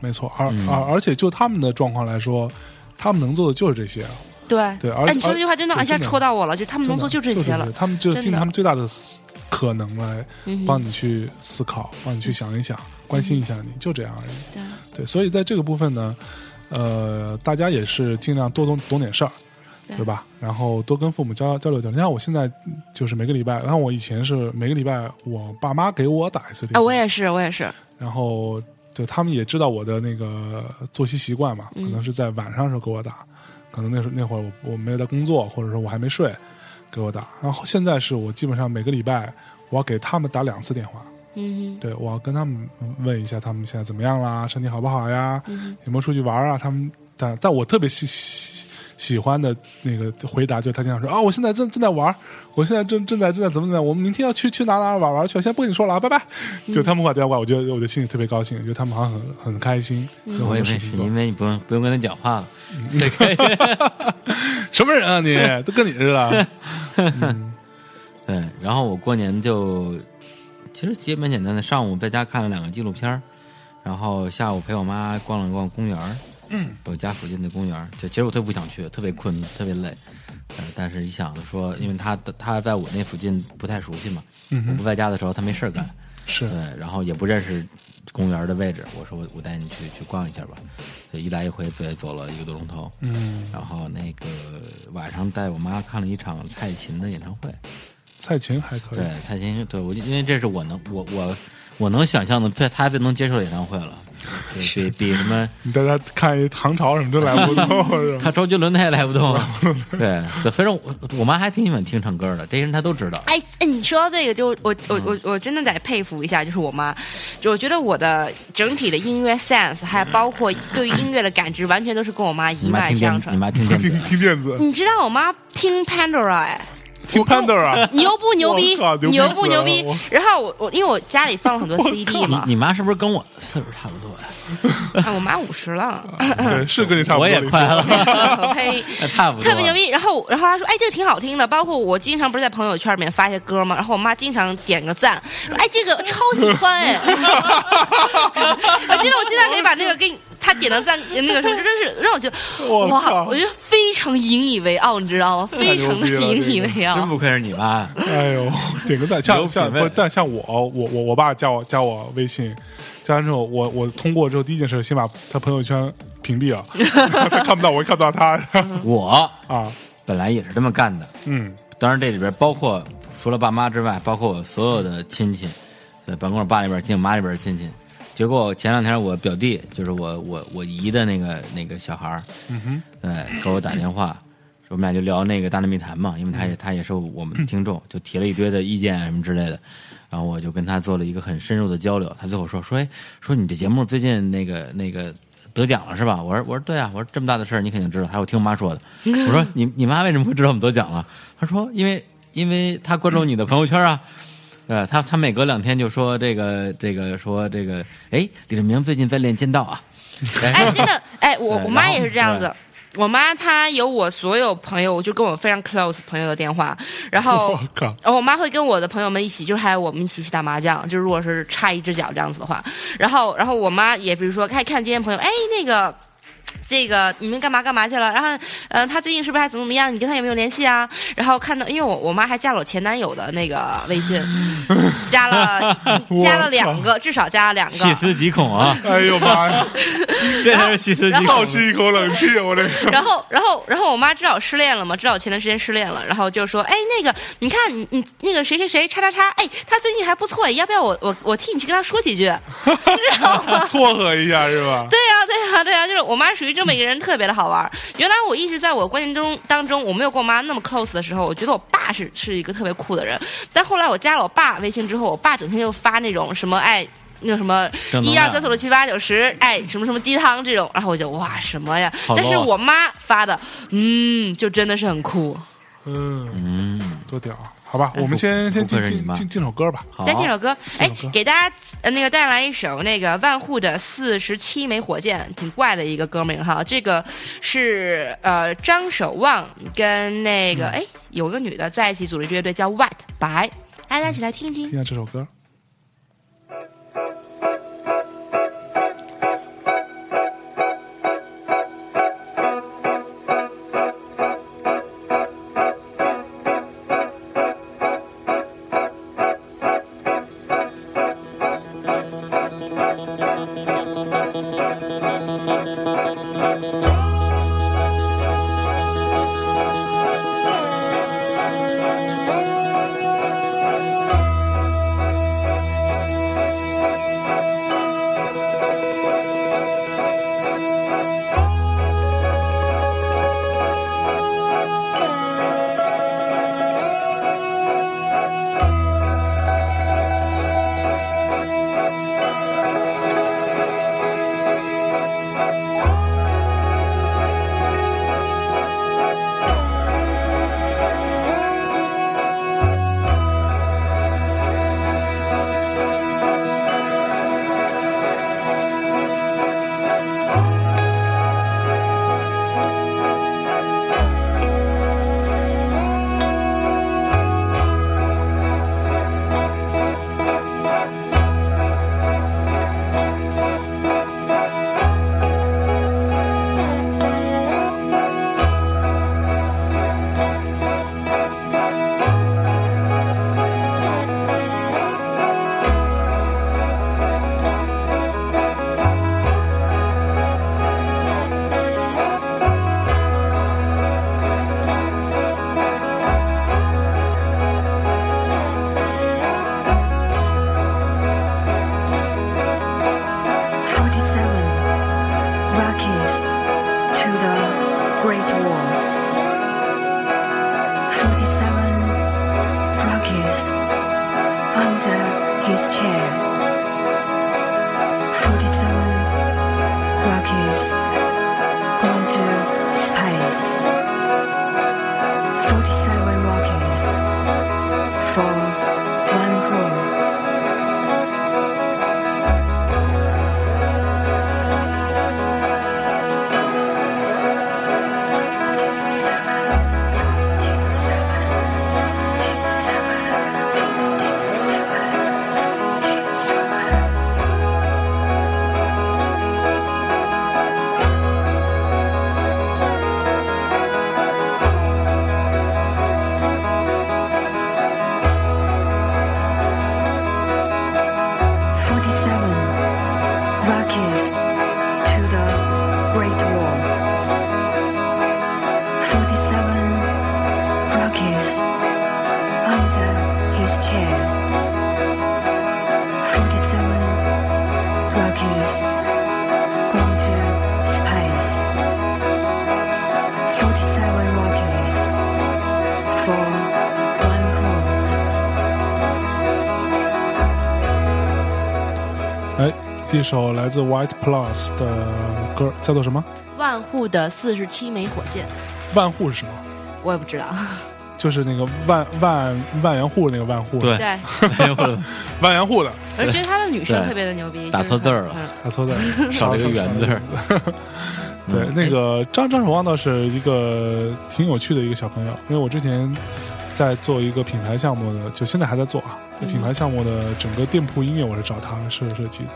S1: 没错，而
S3: 嗯
S1: 而而且就他们的状况来说，他们能做的就是这些啊，
S3: 对
S1: 对而
S3: 哎，你说
S1: 而
S3: 这句话真的
S1: 对
S3: 一下
S1: 真的
S3: 戳到我了，就他们能做
S1: 真
S3: 就
S1: 的
S3: 这些了
S1: 就。他们就
S3: 真的
S1: 尽他们最大的可能来
S3: 嗯
S1: 帮
S3: 哼，
S1: 你去思考，帮你去想一想，关心一下你，就这样而已。
S3: 对，
S1: 对，所以在这个部分呢，呃，大家也是尽量多懂懂点事儿，
S3: 对
S1: 对吧？然后多跟父母交交流交流。你看我现在就是每个礼拜，然后我以前是每个礼拜我爸妈给我打一次电
S3: 哎，
S1: 话，
S3: 我也是，我也是，
S1: 然后就他们也知道我的那个作息习惯嘛，可
S3: 嗯
S1: 能是在晚上的时候给我打，可能那时候那会儿我我没有在工作，或者说我还没睡，给我打。然后现在是我基本上每个礼拜我要给他们打两次电话，
S3: 嗯
S1: 对我要跟他们问一下他们现在怎么样啦，身体好不好呀，有没有出去玩啊？他们但但我特别喜喜喜欢的那个回答就是他经常说啊，我现在正正在玩儿，我现在正正在正在怎么怎么样，我们明天要去去哪哪玩玩去，先不跟你说了啊，拜拜。就他们挂电话，我觉得我的心里特别高兴，觉得他们好像很很开心，有很
S2: 我
S1: 多
S2: 以为
S1: 事
S2: 是
S1: 情做
S2: 因。为你不用不用跟他讲话了，
S1: 什么人啊你？ 都跟你似的。
S2: 对。然后我过年就其实也蛮简单的。上午在家看了两个纪录片儿，然后下午陪我妈逛了逛公园儿，我家附近的公园儿。就其实我特不想去，特别困，特别累。呃但是一想说，因为他他在我那附近不太熟悉嘛，我不在家的时候他没事儿干，
S1: 是
S2: 对，然后也不认识公园的位置。我说我我带你去去逛一下吧，所以一来一回对走了一个多钟头。
S1: 嗯，
S2: 然后那个晚上带我妈看了一场蔡琴的演唱会，
S1: 蔡琴还可
S2: 对
S1: 以，
S2: 蔡琴，对我因为这是我能我我我能想象的，最她最能接受的演唱会了，比比比什么
S1: 你带他看一唐朝什么，这 来不动是吧？
S2: 他周杰伦他也来不动， 对对，反正我我妈还挺喜欢听唱歌的，这些人她都知道，
S3: 哎，哎你说到这个，就我我我我真的得佩服一下，就是我妈，就我觉得我的整体的音乐 sense，还包括对于音乐的感知，完全都是跟我妈
S2: 你
S3: 哎一
S2: 妈
S3: 脉
S2: 听电
S3: 相
S2: 你
S3: 承。
S2: 妈听 电
S1: 听
S2: 子，
S1: 听电子，
S3: 你知道我妈听 Pandora 哎，
S1: 听 Pandora，
S3: 牛不牛逼
S1: 我靠？牛逼
S3: 牛不牛
S1: 死
S3: 逼
S1: 了我？
S3: 然后我我因为我家里放了很多 CD
S2: 你
S3: 嘛，
S2: 你妈是不是跟我岁数差不多呀？
S3: 啊，我妈五十了，
S1: 对，是跟你差不多。
S2: 我也快了， 哎
S3: 嘿。
S2: 差不多，
S3: 特别牛。逼，然后然后她说，哎，这个挺好听的。包括我经常不是在朋友圈里面发一些歌吗？然后我妈经常点个赞，说哎，这个超喜欢 哎。我觉得我现在可以把那个给你，她点的赞那个什么，真是让我觉得
S1: 我
S3: 哇，
S1: 靠
S3: 我觉得非常引以为傲，你知道吗？非常
S1: 太
S3: 的
S1: 牛逼了
S3: 引以为傲
S2: 真。不愧是你妈，啊
S1: 哎呦， 点个赞，像
S2: 有
S1: 像
S2: 品位
S1: 不，但像我，我我我爸加我加我微信，加完之后，我我通过之后第一件事，先把他朋友圈屏蔽了，他看不到我，也看不到他
S2: 我
S1: 啊，
S2: 本来也是这么干的。
S1: 嗯，
S2: 当然，这里边包括除了爸妈之外，包括我所有的亲戚，对，甭管我爸那边亲戚，我妈那边亲戚。结果前两天我表弟，就是我我我姨的那个那个小孩儿，嗯哼，对，给我打电话，我们俩就聊那个《大内密谈》嘛，因为他也他也是我们听众，就提了一堆的意见什么之类的。然后我就跟他做了一个很深入的交流，他最后说说哎说你这节目最近那个那个得奖了是吧？我说我说对啊，我说这么大的事儿你肯定知道，还有我听我妈说的。我说你你妈为什么会知道我们得奖了？他说因为因为他关注你的朋友圈啊。呃，他他每隔两天就说这个这个说这个，哎，李志明最近在练剑道啊，
S3: 哎，真 的，哎，我
S2: 对
S3: 我妈
S2: 然后
S3: 也是这样子
S2: 对。
S3: 我妈她有我所有朋友，就跟我非常 close 朋友的电话，然后
S1: 我靠，
S3: 然后我妈会跟我的朋友们一起，就是还有我们一起去打麻将，就如果是差一只脚这样子的话，然后然后我妈也比如说看看今天朋友，哎那个。这个你们干嘛干嘛去了？然后，嗯、他最近是不是还怎么怎么样？你跟他有没有联系啊？然后看到，因为我我妈还加了我前男友的那个微信，加了加了两个，至少加了两
S2: 细
S3: 个。
S2: 思极恐啊，
S1: 哎呦妈呀，
S2: 这才是细思极
S1: 倒
S2: 恐。
S1: 吸一口冷气，我这个
S3: 然后，然后，然后我妈知道我失恋了嘛，知道我前段时间失恋了，然后就说：“哎，那个，你看，你你那个谁谁谁，叉叉叉，哎，他最近还不错，要不要我我我替你去跟他说几句？”知道吗？
S1: 撮合一下是吧？
S3: 对呀、对呀、对呀、就是我妈属于这么一个人，特别的好玩儿。原来我一直在我观念中当中，我没有跟我妈那么 close 的时候，我觉得我爸是是一个特别酷的人。但后来我加了我爸微信之后，我爸整天就发那种什么哎。那个什么
S2: 正能
S3: 一
S2: 量
S3: 二三四五六七八九十，哎，什么什么鸡汤这种，然后我就哇什么呀？
S2: 好 low 啊
S3: 但是我妈发的，嗯，就真的是很酷。
S1: 嗯，
S2: 嗯，
S1: 多屌，啊好吧，我们先先
S2: 不
S1: 进
S2: 愧是你
S1: 进
S2: 妈
S1: 进进首歌吧，
S2: 好，
S3: 再这首歌，哎
S1: 这首歌，
S3: 给大家呃那个带来一首那个万户的四十七枚火箭，挺怪的一个歌名哈。这个是呃张守望跟那
S2: 嗯
S3: 个哎、有个女的在一起组了一支乐队叫 White 白，大家一起来听听
S2: 嗯
S1: 听。一下这首歌。
S4: Thank
S6: Rockies to the Great Wall. 47 Rockies under his chair. 47 Rockies gone to space. 47 Rockies for one call.
S1: 哎，一首来自 White Plus 的歌，叫做什么？
S3: 万户的四十七枚火箭，
S1: 万户是什么？
S3: 我也不知道。
S1: 就是那个万万万元户那个万户，
S2: 对
S3: 对，
S2: 哎呦我的
S1: 万元户的，
S3: 我就觉得他的女生
S2: 对
S3: 特别的牛逼，
S2: 打
S3: 就是
S2: 错字儿
S3: 很
S2: 了
S3: 嗯
S1: 打错字， 嗯哎
S2: 少了一个元字儿。
S1: 对，那个张张守望倒是一个挺有趣的一个小朋友，因为我之前在做一个品牌项目的，就现在还在做啊。
S3: 嗯
S1: 品牌项目的整个店铺音乐我是找他设设计的，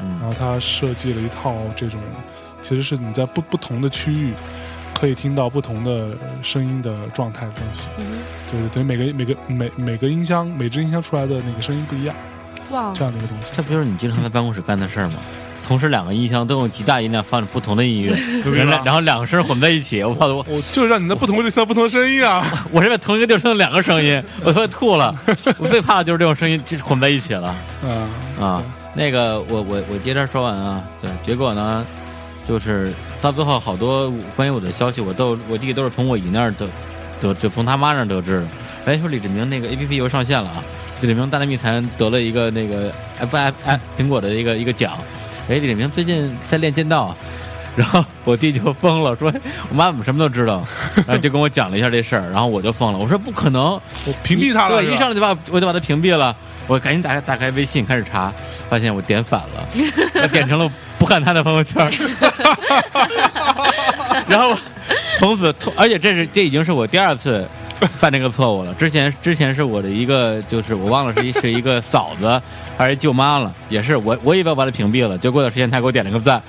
S3: 嗯
S1: 然后他设计了一套这种，其实是你在不不同的区域可以听到不同的声音的状态的东西，
S3: 嗯，
S1: 就是等于每个每个每每个音箱每只音箱出来的那个声音不一样，
S3: 哇
S1: 这，样的一个东西。
S2: 这不就是你经常在办公室干的事儿吗？同时两个音箱都用极大音量放着不同的音乐，然后然后两个声儿混在一起，我怕我
S1: 我就是让你在不同的地方不同的声音啊！
S2: 我这边同一个地儿听到两个声音，我都快吐了。我最怕的就是这种声音就混在一起了
S1: 嗯
S2: 啊。那个，我我我接着说完啊。对，结果呢，就是到最后好多关于我的消息，我都我弟都是从我姨那儿得得就从他妈那儿得知的。哎，说李志明那个 A P P 又上线了啊！李志明《大内密谈》得了一个那个 F F F 苹果的一个一个奖。哎，李志明最近在练剑道啊，然后我弟就疯了，说哎我妈怎么什么都知道，然后就跟我讲了一下这事儿，然后我就疯了，我说不可能，
S1: 我屏蔽他了，
S2: 对，
S1: 是
S2: 一
S1: 吧
S2: 上来就把我就把他屏蔽了，我赶紧打开打开微信开始查，发现我点反 了，我点成了不看他的朋友圈儿，然后从此从，而且这是这已经是我第二次 犯这个错误了，之前之前是我的一个就是我忘了是一是一个嫂子还是舅妈了，也是我我以为我把他屏蔽了，就过段时间他给我点了个赞，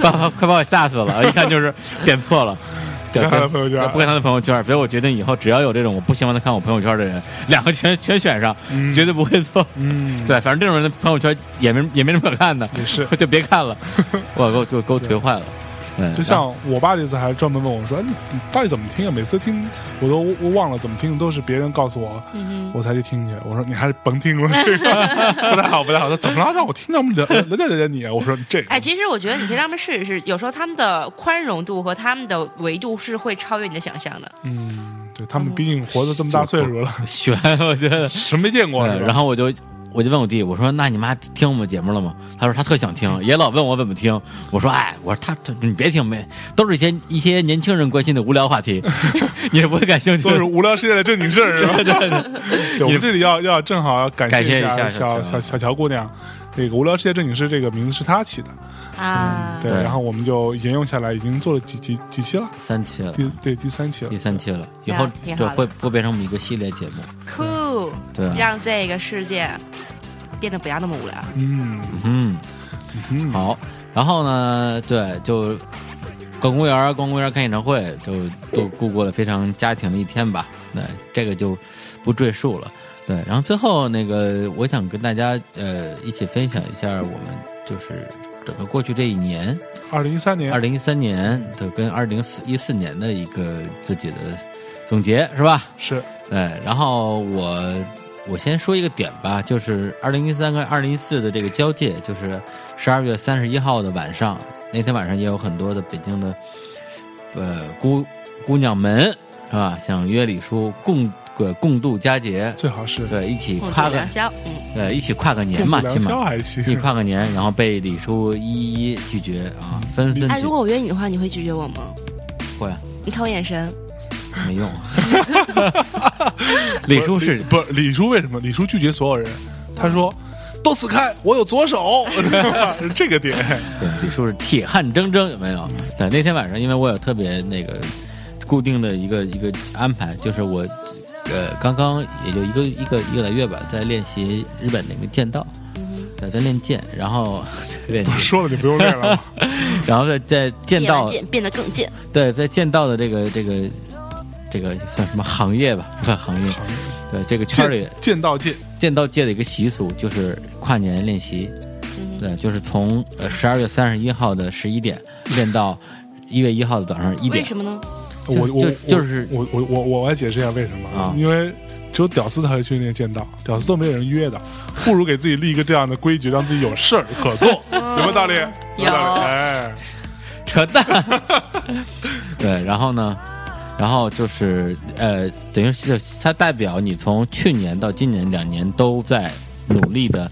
S2: 把把快把我吓死了，一看就是点错了。
S1: 不看他的朋友圈
S2: 不看他的朋友圈，所以我决定以后只要有这种我不喜欢他看我朋友圈的人，两个全全选上，
S1: 嗯
S2: 绝对不会错。
S1: 嗯，
S2: 对，反正这种人的朋友圈也没也没什么可看的，
S1: 也是
S2: 就别 看了，我给我给我给我颓坏了。嗯，
S1: 就像我爸这次还专门问我说：“哎你你到底怎么听啊？每次听我都我忘了怎么听，都是别人告诉我，我才去听去。”我说：“你还是甭听了，这个不太好，不太好。”他怎么了？让我听，让人人家人家你啊。我说：“这个
S3: 哎，其实我觉得你可以让他们试一试，有时候他们的宽容度和他们的维度是会超越你的想象的。
S1: 嗯，对他们毕竟活到这么大岁数了，
S2: 悬，啊我觉得。
S1: 什么没见过
S2: 对，
S1: 是吧？
S2: 嗯然后我就我就问我弟，我说那你妈听我们节目了吗？他说他特想听，也老问我怎么听。我说哎，我说他他你别听没，都是一些一些年轻人关心的无聊 话题，你是不会感兴趣
S1: 都是
S2: 的。
S1: 无聊世界的正经事儿，是吧？对对对，我们这里要要正好要感
S2: 感谢
S1: 一
S2: 一下
S1: 小
S2: 小
S1: 小小乔姑娘，这个“无聊世界正经事”这个名字是她起的，
S2: 嗯
S3: 啊，
S1: 对，
S2: 对
S1: 然后我们就沿用下来，已经做了几几几期了，
S2: 三期了，
S1: 第对第三期了
S2: 第，三期了，以后
S3: 挺
S2: 对
S3: 好的
S2: 会会变成我们一个系列节目。
S3: 酷，
S2: 对啊
S3: 让这个世界变得不要那么无聊。
S1: 嗯
S2: 嗯，
S1: 嗯，
S2: 好。然后呢，对，就逛公园儿、逛公园儿、看演唱会，就都度过了非常家庭的一天吧。对，这个就不赘述了。对，然后最后那个，我想跟大家呃一起分享一下我们就是整个过去这一年，
S1: 二零一三年
S2: 二零一三年的跟二零一四年的一个自己的总结，是吧？
S1: 是
S2: 对，哎然后我我先说一个点吧，就是二零一三跟二零一四的这个交界，就是十二月三十一号的晚上，那天晚上也有很多的北京的呃姑姑娘们是吧，想约李叔共呃共度佳节，
S1: 最好是
S2: 对，一起
S3: 共
S2: 跨
S3: 度
S2: 个
S3: 良宵，嗯，
S2: 呃一起跨个年嘛，
S1: 共度
S2: 起
S1: 良宵
S2: 码
S1: 还行
S2: 一，起跨个年，然后被李叔一一拒绝啊，纷纷
S3: 哎，
S2: 拒
S3: 如果我约你的话，你会拒绝我吗？
S2: 会啊
S3: 你看我眼神，
S2: 没用， 李叔是嗯
S1: 不是李叔为什么？李叔拒绝所有人，他说都死开，我有左 手，是这个点，
S2: 对，李叔是铁汉铮铮，有没有？对，那天晚上因为我有特别那个固定的一个一个安排，就是我呃刚刚也就一个一个一个来月吧，在练习日本那个剑道，对，在练剑，然后 练习，
S1: 说了就不用练了嘛，
S2: 然后在在剑
S3: 变
S2: 道
S3: 得见，变得更见。
S2: 对，在剑道的这个这个这个算什么行业吧，不算行业，对这个圈儿里
S1: 见见到见，
S2: 剑道界的一个习俗就是跨年练习，对，就是从呃十二月三十一号的十一点练到一月一号的早上一
S3: 为
S2: 点。
S3: 什么呢？
S2: 就
S1: 我我
S2: 就就是
S1: 我我我我来解释一下为什么，
S2: 啊
S1: 因为只有屌丝才会去那剑道，屌丝都没有人约的，不如给自己立一个这样的规矩，让自己有事儿可做，
S2: 嗯
S1: 有没有道理？有没有道理，
S3: 有
S1: 哎，
S2: 扯淡。对，然后呢，然后就是呃，等于是它代表你从去年到今年两年都在努力的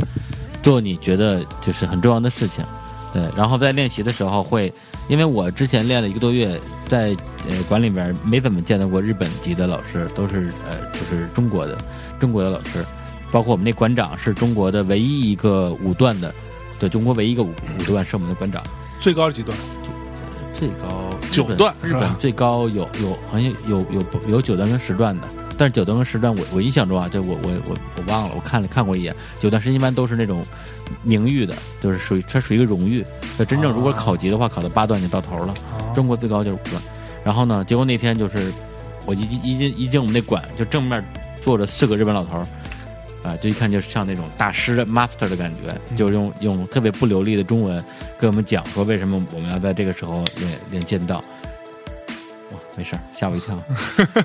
S2: 做你觉得就是很重要的事情。对，然后在练习的时候会，因为我之前练了一个多月，在呃馆里边没怎么见到过日本籍的老师，都是呃就是中国的中国的老师，包括我们那馆长是中国的唯一一个武段的，对中国唯一一个武武段是我们的馆长，
S1: 最高是几段？
S2: 最高
S1: 九
S2: 日本
S1: 段
S2: 日
S1: 是吧
S2: 本最高有有好像有有有九段跟十段的，但是九段跟十段我我印象中啊，这我我我我忘了，我看了看过一眼，九段是一般都是那种名誉的，就是属于它属于一个荣誉，就真正如
S1: 哦
S2: 果考级的话，考到八段就到头了。
S1: 啊
S2: 中国最高就是五段。然后呢，结果那天就是我一一进一进我们那馆，就正面坐着四个日本老头儿，啊，就一看就是像那种大师的 master 的感觉，就是用用特别不流利的中文跟我们讲说为什么我们要在这个时候练练剑道。哇，没事儿，吓我一跳。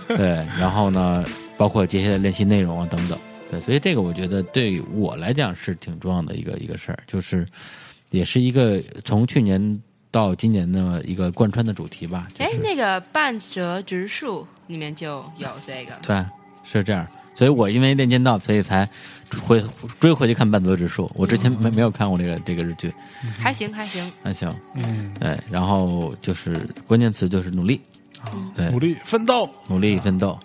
S2: 对，然后呢，包括接下来练习内容啊等等。对，所以这个我觉得对我来讲是挺重要的一个一个事儿，就是也是一个从去年到今年的一个贯穿的主题吧。就
S3: 哎
S2: 是，
S3: 那个半折直树里面就有这个，
S2: 对，是这样。所以我因为练剑道，所以才回追回去看《半泽直树》。我之前没没有看过这个这个日剧。
S3: 还行还行。
S2: 那行，
S1: 嗯，
S2: 对，然后就是关键词就是努力，对
S1: 努力奋斗，
S2: 努力奋
S1: 啊
S2: 斗。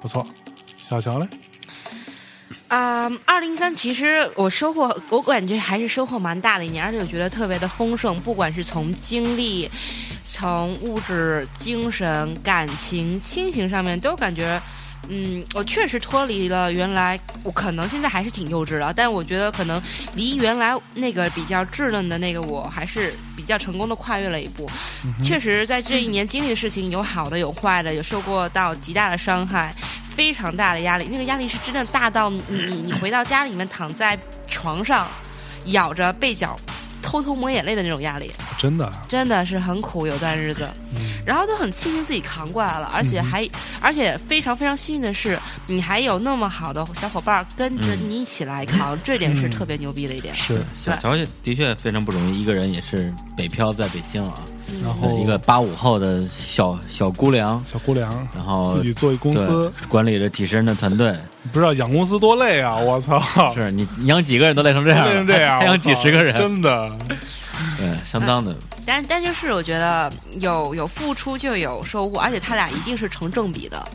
S1: 不错。小乔嘞，
S3: 啊，二零一三其实我收获，我感觉还是收获蛮大的一年，而且我觉得特别的丰盛，不管是从经历、从物质、精神、感情、亲情上面，都感觉。嗯，我确实脱离了原来，我可能现在还是挺幼稚的，但我觉得可能离原来那个比较稚嫩的那个我，还是比较成功的跨越了一步。确实，在这一年经历的事情，有好的，有坏的，有受过到极大的伤害，非常大的压力，那个压力是真的大到你你你回到家里面躺在床上，咬着被角，偷偷抹眼泪的那种压力，
S1: 真的，啊
S3: 真的是很苦，有段日子，
S1: 嗯
S3: 然后都很庆幸自己扛过来了，而且还、而且非常非常幸运的是，你还有那么好的小伙伴儿跟着
S2: 嗯
S3: 你一起来扛，这点是
S1: 嗯
S3: 特别牛逼的一点。
S1: 是。
S2: 小乔也的确非常不容易，一个人也是北漂在北京啊，
S1: 然后
S2: 对一个八五后的小小姑娘，
S1: 小姑娘，
S2: 然后
S1: 自己做一公司，哦
S2: 对管理着几十人的团队，
S1: 不知道养公司多累啊！我操，
S2: 是你你养几个人都累成这样了，
S1: 累成这样，
S2: 还
S1: 我
S2: 养
S1: 操
S2: 几十个人，
S1: 真的
S2: 对，相当的
S3: 但但就是我觉得有有付出就有收获，而且他俩一定是成正比的。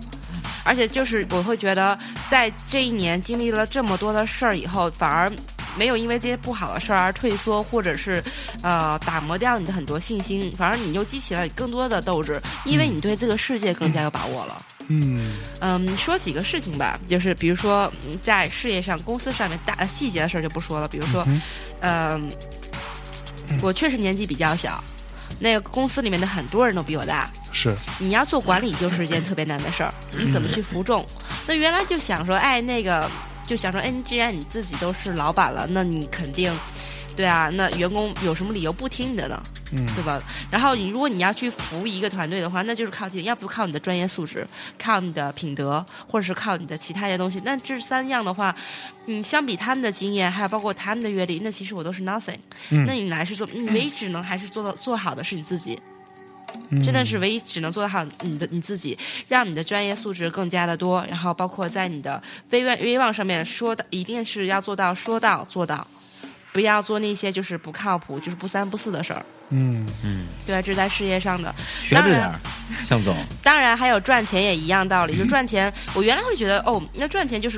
S3: 而且就是我会觉得，在这一年经历了这么多的事儿以后，反而没有因为这些不好的事儿而退缩，或者是呃打磨掉你的很多信心，反而你又激起了你更多的斗志，因为你对这个世界更加有把握了。
S1: 嗯，
S3: 嗯，说几个事情吧，就是比如说嗯在事业上、公司上面大的细节的事儿就不说了，比如说，嗯，我确实年纪比较小，那个公司里面的很多人都比我大，
S1: 是
S3: 你要做管理就是一件特别难的事儿，你怎么去服众？那原来就想说，哎，那个就想说，哎，既然你自己都是老板了，那你肯定。对啊，那员工有什么理由不听你的呢？
S1: 嗯
S3: 对吧？然后你如果你要去服一个团队的话，那就是靠自己，要不靠你的专业素质，靠你的品德，或者是靠你的其他一些东西。那这三样的话，嗯，相比他们的经验，还有包括他们的阅历，那其实我都是 nothing。
S1: 嗯
S3: 那你来是做，你唯一只能还是做到做好的是你自己。
S1: 嗯
S3: 真的是唯一只能做得好你的你自己，让你的专业素质更加的多，然后包括在你的威望威望上面说的，一定是要做到说到做到，不要做那些就是不靠谱、就是不三不四的事儿。
S1: 嗯，
S3: 对啊，这是在事业上的。
S2: 学着点
S3: 当
S2: 儿，嗯向总，
S3: 当然，还有赚钱也一样道理。就赚钱，我原来会觉得哦，那赚钱就是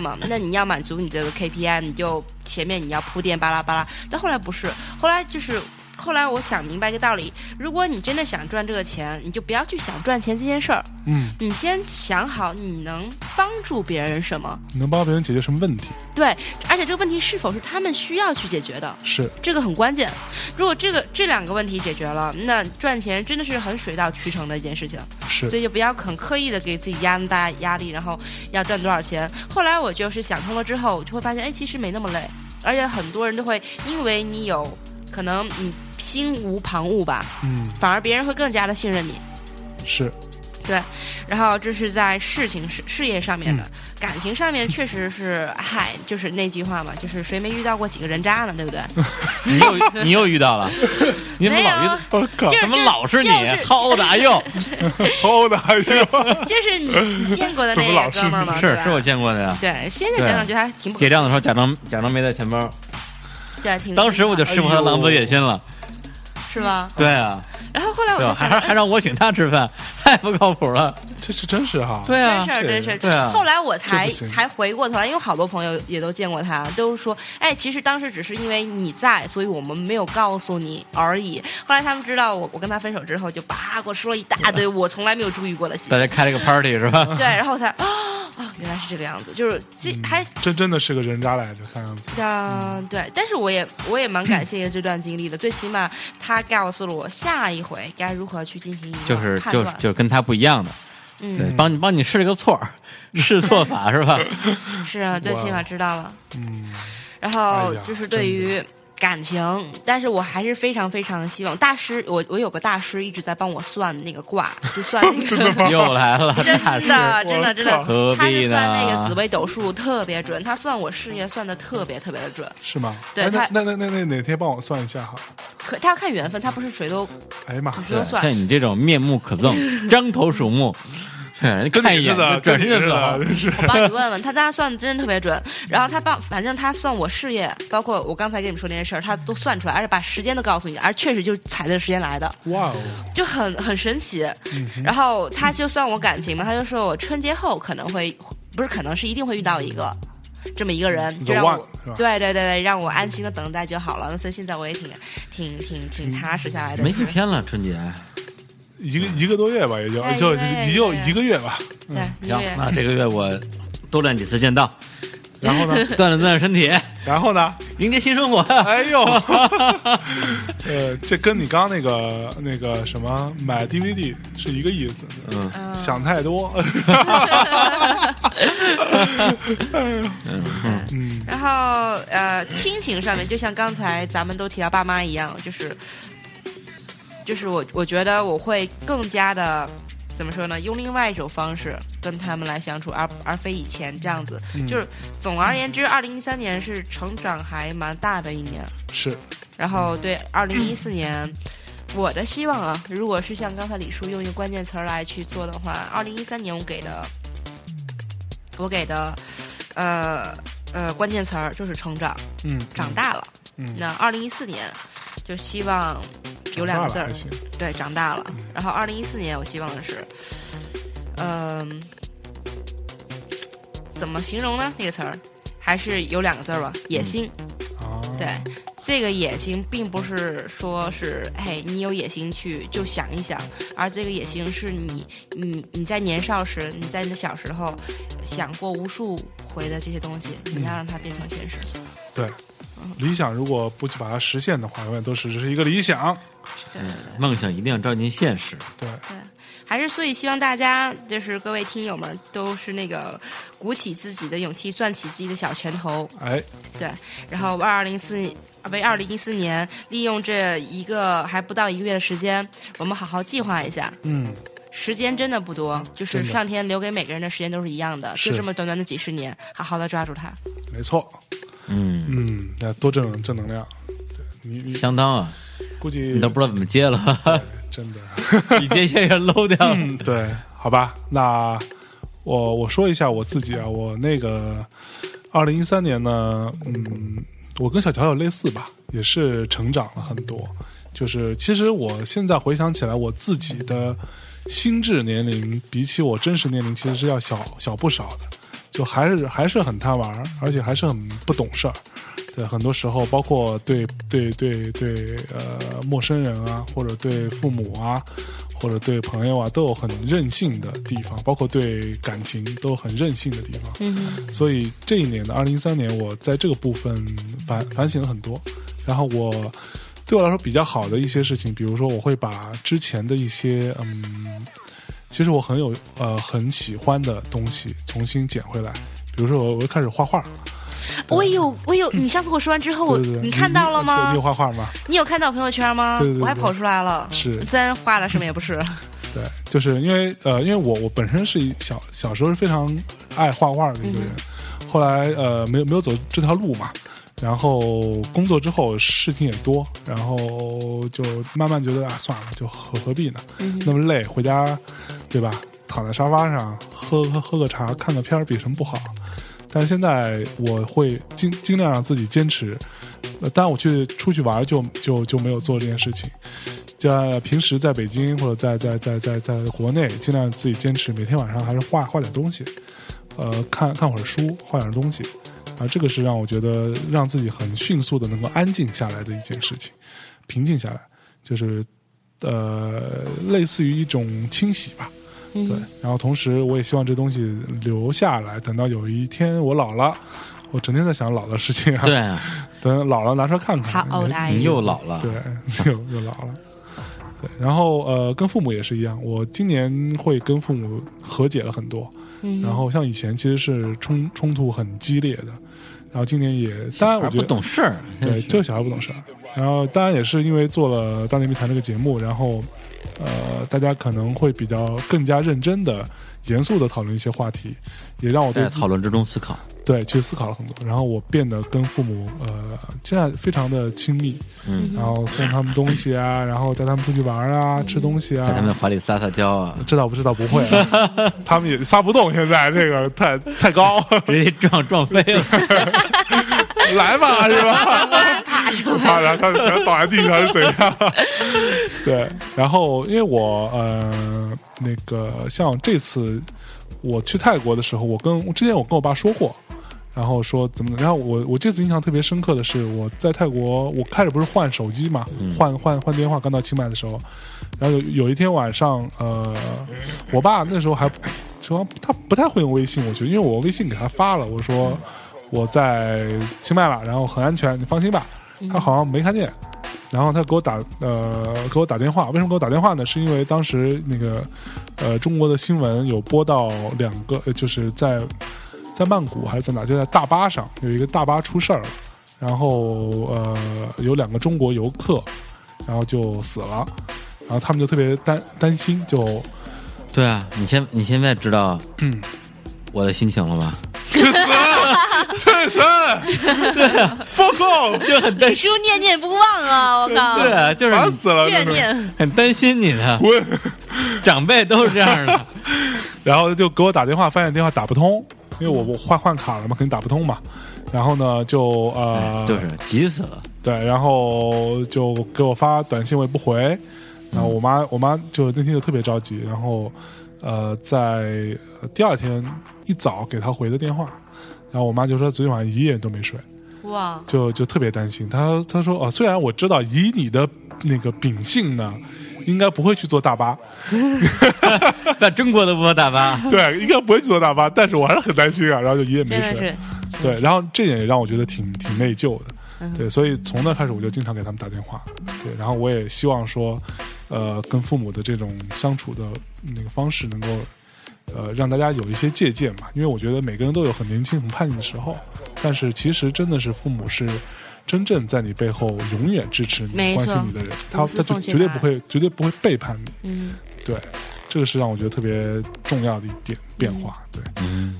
S3: 嘛，那你要满足你这个 KPI，你就前面你要铺垫巴拉巴拉。但后来不是，后来就是后来我想明白一个道理：如果你真的想赚这个钱，你就不要去想赚钱这件事儿，
S1: 嗯，
S3: 你先想好你能帮助别人什么。
S1: 你能帮别人解决什么问题？
S3: 对，而且这个问题是否是他们需要去解决的，
S1: 是，
S3: 这个很关键。如果这个这两个问题解决了，那赚钱真的是很水到渠成的一件事情。
S1: 是，
S3: 所以就不要很刻意的给自己压那么大压力，然后要赚多少钱。后来我就是想通了之后，我就会发现，哎，其实没那么累。而且很多人就会因为你有可能你心无旁骛吧，
S1: 嗯，
S3: 反而别人会更加的信任你。
S1: 是，
S3: 然后这是在事情事事业上面
S2: 嗯
S3: 的，感情上面确实是，嗨，就是那句话嘛，就是谁没遇到过几个人渣呢，对不对？
S2: 你又你又遇到 了，你怎么
S3: 没
S2: 老遇
S3: 有
S2: 到？，
S1: 我靠，
S3: 就是
S2: 怎么老是你哎
S3: 就是
S2: ？How old are you？
S1: 好难哟！
S3: 就是你你见过的
S1: 怎么
S3: 那
S1: 老
S3: 个
S1: 是
S3: 哥们儿吗？对
S2: 是
S3: 吧
S2: 是我见过的呀。
S3: 对，现在想想觉得还挺不可
S2: 结
S3: 思
S2: 账的时候假装假装没带钱包，
S3: 议对，挺
S2: 当时我就识破他狼子野心了。
S3: 是吧？
S2: 对啊，
S3: 然后后来我
S2: 对吧，
S3: 就
S2: 还
S3: 想
S2: 让
S3: 着，
S2: 还让我请他吃饭，太不靠谱了。
S1: 这是真是哈，
S2: 对
S3: 真
S2: 啊
S3: 事，儿，哎真事儿。
S2: 对啊
S3: 后来我才
S1: 这不行
S3: 才回过头来，因为好多朋友也都见过他，都说，哎，其实当时只是因为你在，所以我们没有告诉你而已。后来他们知道我我跟他分手之后，就叭给我说了一大堆我从来没有注意过的细
S2: 大
S3: 节，
S2: 家开了个 party 是 吧？
S3: 对，然后我才啊啊，原来是这个样子，就是这
S1: 嗯
S3: 还
S1: 真真的是个人渣来着，看样子。
S3: 嗯，对，但是我也我也蛮感谢这段经历的，最起码他告诉了我下一回该如何去进行一个
S2: 就是
S3: 判
S2: 就
S3: 断，
S2: 是就是跟他不一样的，
S3: 嗯，
S2: 对，帮你帮你试了个错儿，试错法是吧？
S3: 是啊，最起码知道了。
S1: 嗯，哎
S3: 然后
S1: 呀
S3: 就是对于感情，但是我还是非常非常希望大师，我我有个大师一直在帮我算那个卦，就算 那个
S2: 又来了，
S3: 真
S2: 大师。
S3: 的，真的，真
S1: 我靠
S3: 的，他
S2: 何必
S3: 是
S2: 呢
S3: 算那个紫微斗数特别准，他算我事业算的特别特别的准。
S1: 是吗？
S3: 对
S1: 哎
S3: 他
S1: 那那那那那哪天帮我算一下哈？
S3: 可他要看缘分，他不是谁都
S1: 哎呀妈，
S3: 就是
S2: 对
S3: 都算
S2: 像你这种面目可憎、张头鼠目，对
S1: 跟
S2: 看
S1: 你
S2: 一
S1: 似
S2: 眼
S1: 的，
S2: 就
S1: 跟你
S2: 转身
S1: 似
S2: 就
S1: 的，
S2: 走。
S1: 真是。
S3: 我 帮你问问他，他算的真是特别准。然后他帮，反正他算我事业，包括我刚才跟你们说那些事儿，他都算出来，而且把时间都告诉你，而确实就是踩着时间来的，
S1: 哇哦，
S3: 就很很神奇。
S1: 嗯哼
S3: 然后他就算我感情嘛，他就说我春节后可能会，不是可能是一定会遇到一个这么一个人，就
S1: The
S3: 让
S1: one 啊
S3: 我。
S1: 是吧？
S3: 对对对对，让我安心的等待就好了。那所以现在我也挺挺挺挺踏实下来的。
S2: 没几天了，春节。
S1: 一个一个多月吧，也就
S3: 对
S1: 就
S3: 哎一个月
S1: 也就一个月吧。
S3: 对，因
S2: 行
S3: 为，
S2: 那啊这个月我多练几次剑道，
S1: 然 后呢？
S2: 锻炼锻炼身体，
S1: 然后 呢？
S2: 迎接新生活。
S1: 哎呦， 呃，这跟你刚那个那个什么买 DVD 是一个意思，
S2: 嗯
S3: 嗯
S1: 想太多。哎呦，嗯，
S3: 然后呃，亲情上面，就像刚才咱们都提到爸妈一样，就是就是我我觉得我会更加的怎么说呢，用另外一种方式跟他们来相处，而而非以前这样子。
S1: 嗯
S3: 就是总而言之，二零一三年是成长还蛮大的一年。
S1: 是
S3: 然后对二零一四年。我的希望啊，如果是像刚才李叔用一个关键词儿来去做的话，二零一三年我给的，我给的，呃呃，关键词儿就是成长，
S1: 嗯，
S3: 长大了。
S1: 嗯，
S3: 那二零一四年，就希望有
S1: 长
S3: 两
S1: 大
S3: 个
S1: 了
S3: 字儿
S1: 还，行，
S3: 对，长大了
S1: 嗯。
S3: 然后二零一四年，我希望的是，嗯、怎么形容呢？那个词儿还是有两个字儿
S1: 嗯
S3: 吧，野心。
S1: 啊，
S3: 对，这个野心并不是说是，嘿，你有野心去就想一想，而这个野心是你，你你在年少时，你在你的小时候想过无数回的这些东西，你
S1: 嗯
S3: 要让它变成现实。嗯
S1: 理想如果不去把它实现的话，永远都是只是一个理想。
S3: 对对对。
S2: 梦想一定要照进现实，
S1: 对，
S3: 还是所以希望大家就是各位听友们都是那个鼓起自己的勇气，攥起自己的小拳头，
S1: 哎，
S3: 然后为二零四为二零一四年利用这一个还不到一个月的时间，我们好好计划一下。
S1: 嗯，
S3: 时间真的不多，就是
S1: 真的
S3: 上天留给每个人的时间都是一样的，
S1: 是
S3: 就这么短短的几十年，好好的抓住它。
S1: 没错，
S2: 嗯，
S1: 嗯，那多正正能量。对你你
S2: 相当啊，
S1: 估计
S2: 你都不知道怎么 接了，
S1: 真的。
S2: 你接线也 low 掉了。
S1: 嗯，对，好吧，那我我说一下我自己啊，我那个二零一三年呢，嗯，我跟小乔有类似吧，也是成长了很多。就是其实我现在回想起来，我自己的心智年龄比起我真实年龄其实是要小小不少的，就还是还是很贪玩儿，而且还是很不懂事儿。对，很多时候，包括对对对对，呃，陌生人啊，或者对父母啊，或者对朋友啊，都有很任性的地方，包括对感情都有很任性的地方。
S3: 嗯哼，
S1: 所以这一年的二零一三年，我在这个部分反反省了很多。然后我对我来说比较好的一些事情，比如说我会把之前的一些嗯，其实我很有呃很喜欢的东西重新捡回来，比如说我我又开始画画，
S3: 我有，我有。你上次我说完之后，我
S1: 对对对，
S3: 哦你看到了
S1: 对
S3: 吗
S1: 你有？画画吗？
S3: 你有看到我朋友圈吗
S1: 对对？对
S3: 我还跑出来了，
S1: 是
S3: 虽然画了什么也不是，
S1: 对，就是因为呃，因为我我本身是一小小时候是非常爱画画的一个人，后来呃没有没有走这条路嘛，然后工作之后事情也多，然后就慢慢觉得啊算了，就何何必呢？
S3: 嗯
S1: 那么累，回家对吧？躺在沙发上喝喝喝个茶，看个片儿比什么不好？但是现在我会尽尽量让自己坚持，呃，但我去出去玩儿就就就没有做这件事情。在平时在北京或者在在在在在国内，尽量自己坚持，每天晚上还是画画点东西，呃，看看会儿书，画点东西，啊，这个是让我觉得让自己很迅速的能够安静下来的一件事情，平静下来，就是呃，类似于一种清洗吧，
S3: 嗯
S1: 对。
S2: 嗯
S1: 然后同时，我也希望这东西留下来，等到有一天我老了，我整天在想老的事情啊，
S2: 对啊，
S1: 等老了拿出来看看。
S3: How old
S1: 也
S3: are
S2: 你
S3: you？
S2: 又老了，
S1: 哎对，又又老了。对，然后呃，跟父母也是一样，我今年会跟父母和解了很多，
S3: 嗯
S1: 然后像以前其实是冲冲突很激烈的，然后今年也，当然我
S2: 而
S1: 觉
S2: 不
S1: 得
S2: 懂事儿，
S1: 对，就小孩不懂事儿。然后当然也是因为做了《大内密谈》这个节目，然后呃，大家可能会比较更加认真的、严肃的讨论一些话题，也让我对
S2: 在
S1: 自己
S2: 讨论之中思考。
S1: 对去思考了很多。然后我变得跟父母呃现在非常的亲密，
S2: 嗯，
S1: 然后送他们东西啊，然后带他们出去玩啊，吃东西
S2: 在他们
S1: 啊。
S2: 怀里撒撒娇 啊，
S1: 这倒不知道不会、啊， 他们也撒不动，现在这个太太高，
S2: 直接撞撞飞 了。
S1: 来吧，是吧？啪，然后他们全倒在地上是怎样？ 对，然后因为我呃那个像这次我去泰国的时候，我跟之前我跟我爸说过。然后说怎么？然后我我这次印象特别深刻的是，我在泰国，我开始不是换手机嘛，换换换电话。刚到清迈的时候，然后有有一天晚上，呃，我爸那时候还说他不太会用微信，我觉得，因为我微信给他发了，我说我在清迈了，然后很安全，你放心吧。他好像没看见，然后他给我打呃给我打电话，为什么给我打电话呢？是因为当时那个呃中国的新闻有播到两个，呃就是在在曼谷还是在哪，就在大巴上有一个大巴出事儿了，然后呃有两个中国游客，然后就死了，然后他们就特别担担心，就
S2: 对啊，你现你现在知道，嗯，我的心情了吧？
S1: 去死，去死，疯狗，
S2: 就很
S3: 李叔念念不忘啊！我靠，
S2: 对啊，就是
S1: 烦死了，
S3: 越
S1: 真的
S3: 念
S2: 很担心你呢。
S1: 滚。
S2: 长辈都是这样 的，
S1: 然后就给我打电话，发现电话打不通，因为我我换换卡了嘛，肯定打不通嘛。然后呢，就呃，
S2: 就是急死了。
S1: 对，然后就给我发短信，我也不回。然后我妈，我妈就那天就特别着急，然后呃，在呃第二天一早给她回的电话，然后我妈就说昨天晚上一夜都没睡，
S3: 哇，
S1: 就就特别担心。她她说哦，虽然我知道以你的那个秉性呢，应该不会去坐大巴，
S2: 在中国的不大巴，
S1: 对，应该不会去坐大巴，但是我还是很担心啊。然后就一夜没
S3: 真的
S1: 睡。
S3: 是
S1: 对，然后这点也让我觉得挺挺内疚
S3: 嗯
S1: 的，对，所以从那开始我就经常给他们打电话，对，然后我也希望说，呃，跟父母的这种相处的那个方式能够，呃，让大家有一些借鉴嘛，因为我觉得每个人都有很年轻、很叛逆的时候，但是其实真的是父母是。真正在你背后永远支持你、
S3: 没
S1: 关
S3: 错
S1: 心你的人，他他
S3: 无私
S1: 绝
S3: 奉献
S1: 绝对
S3: 吧
S1: 不会绝对不会背叛你。
S3: 嗯，
S1: 对，这个是让我觉得特别重要的一点变化。对，嗯，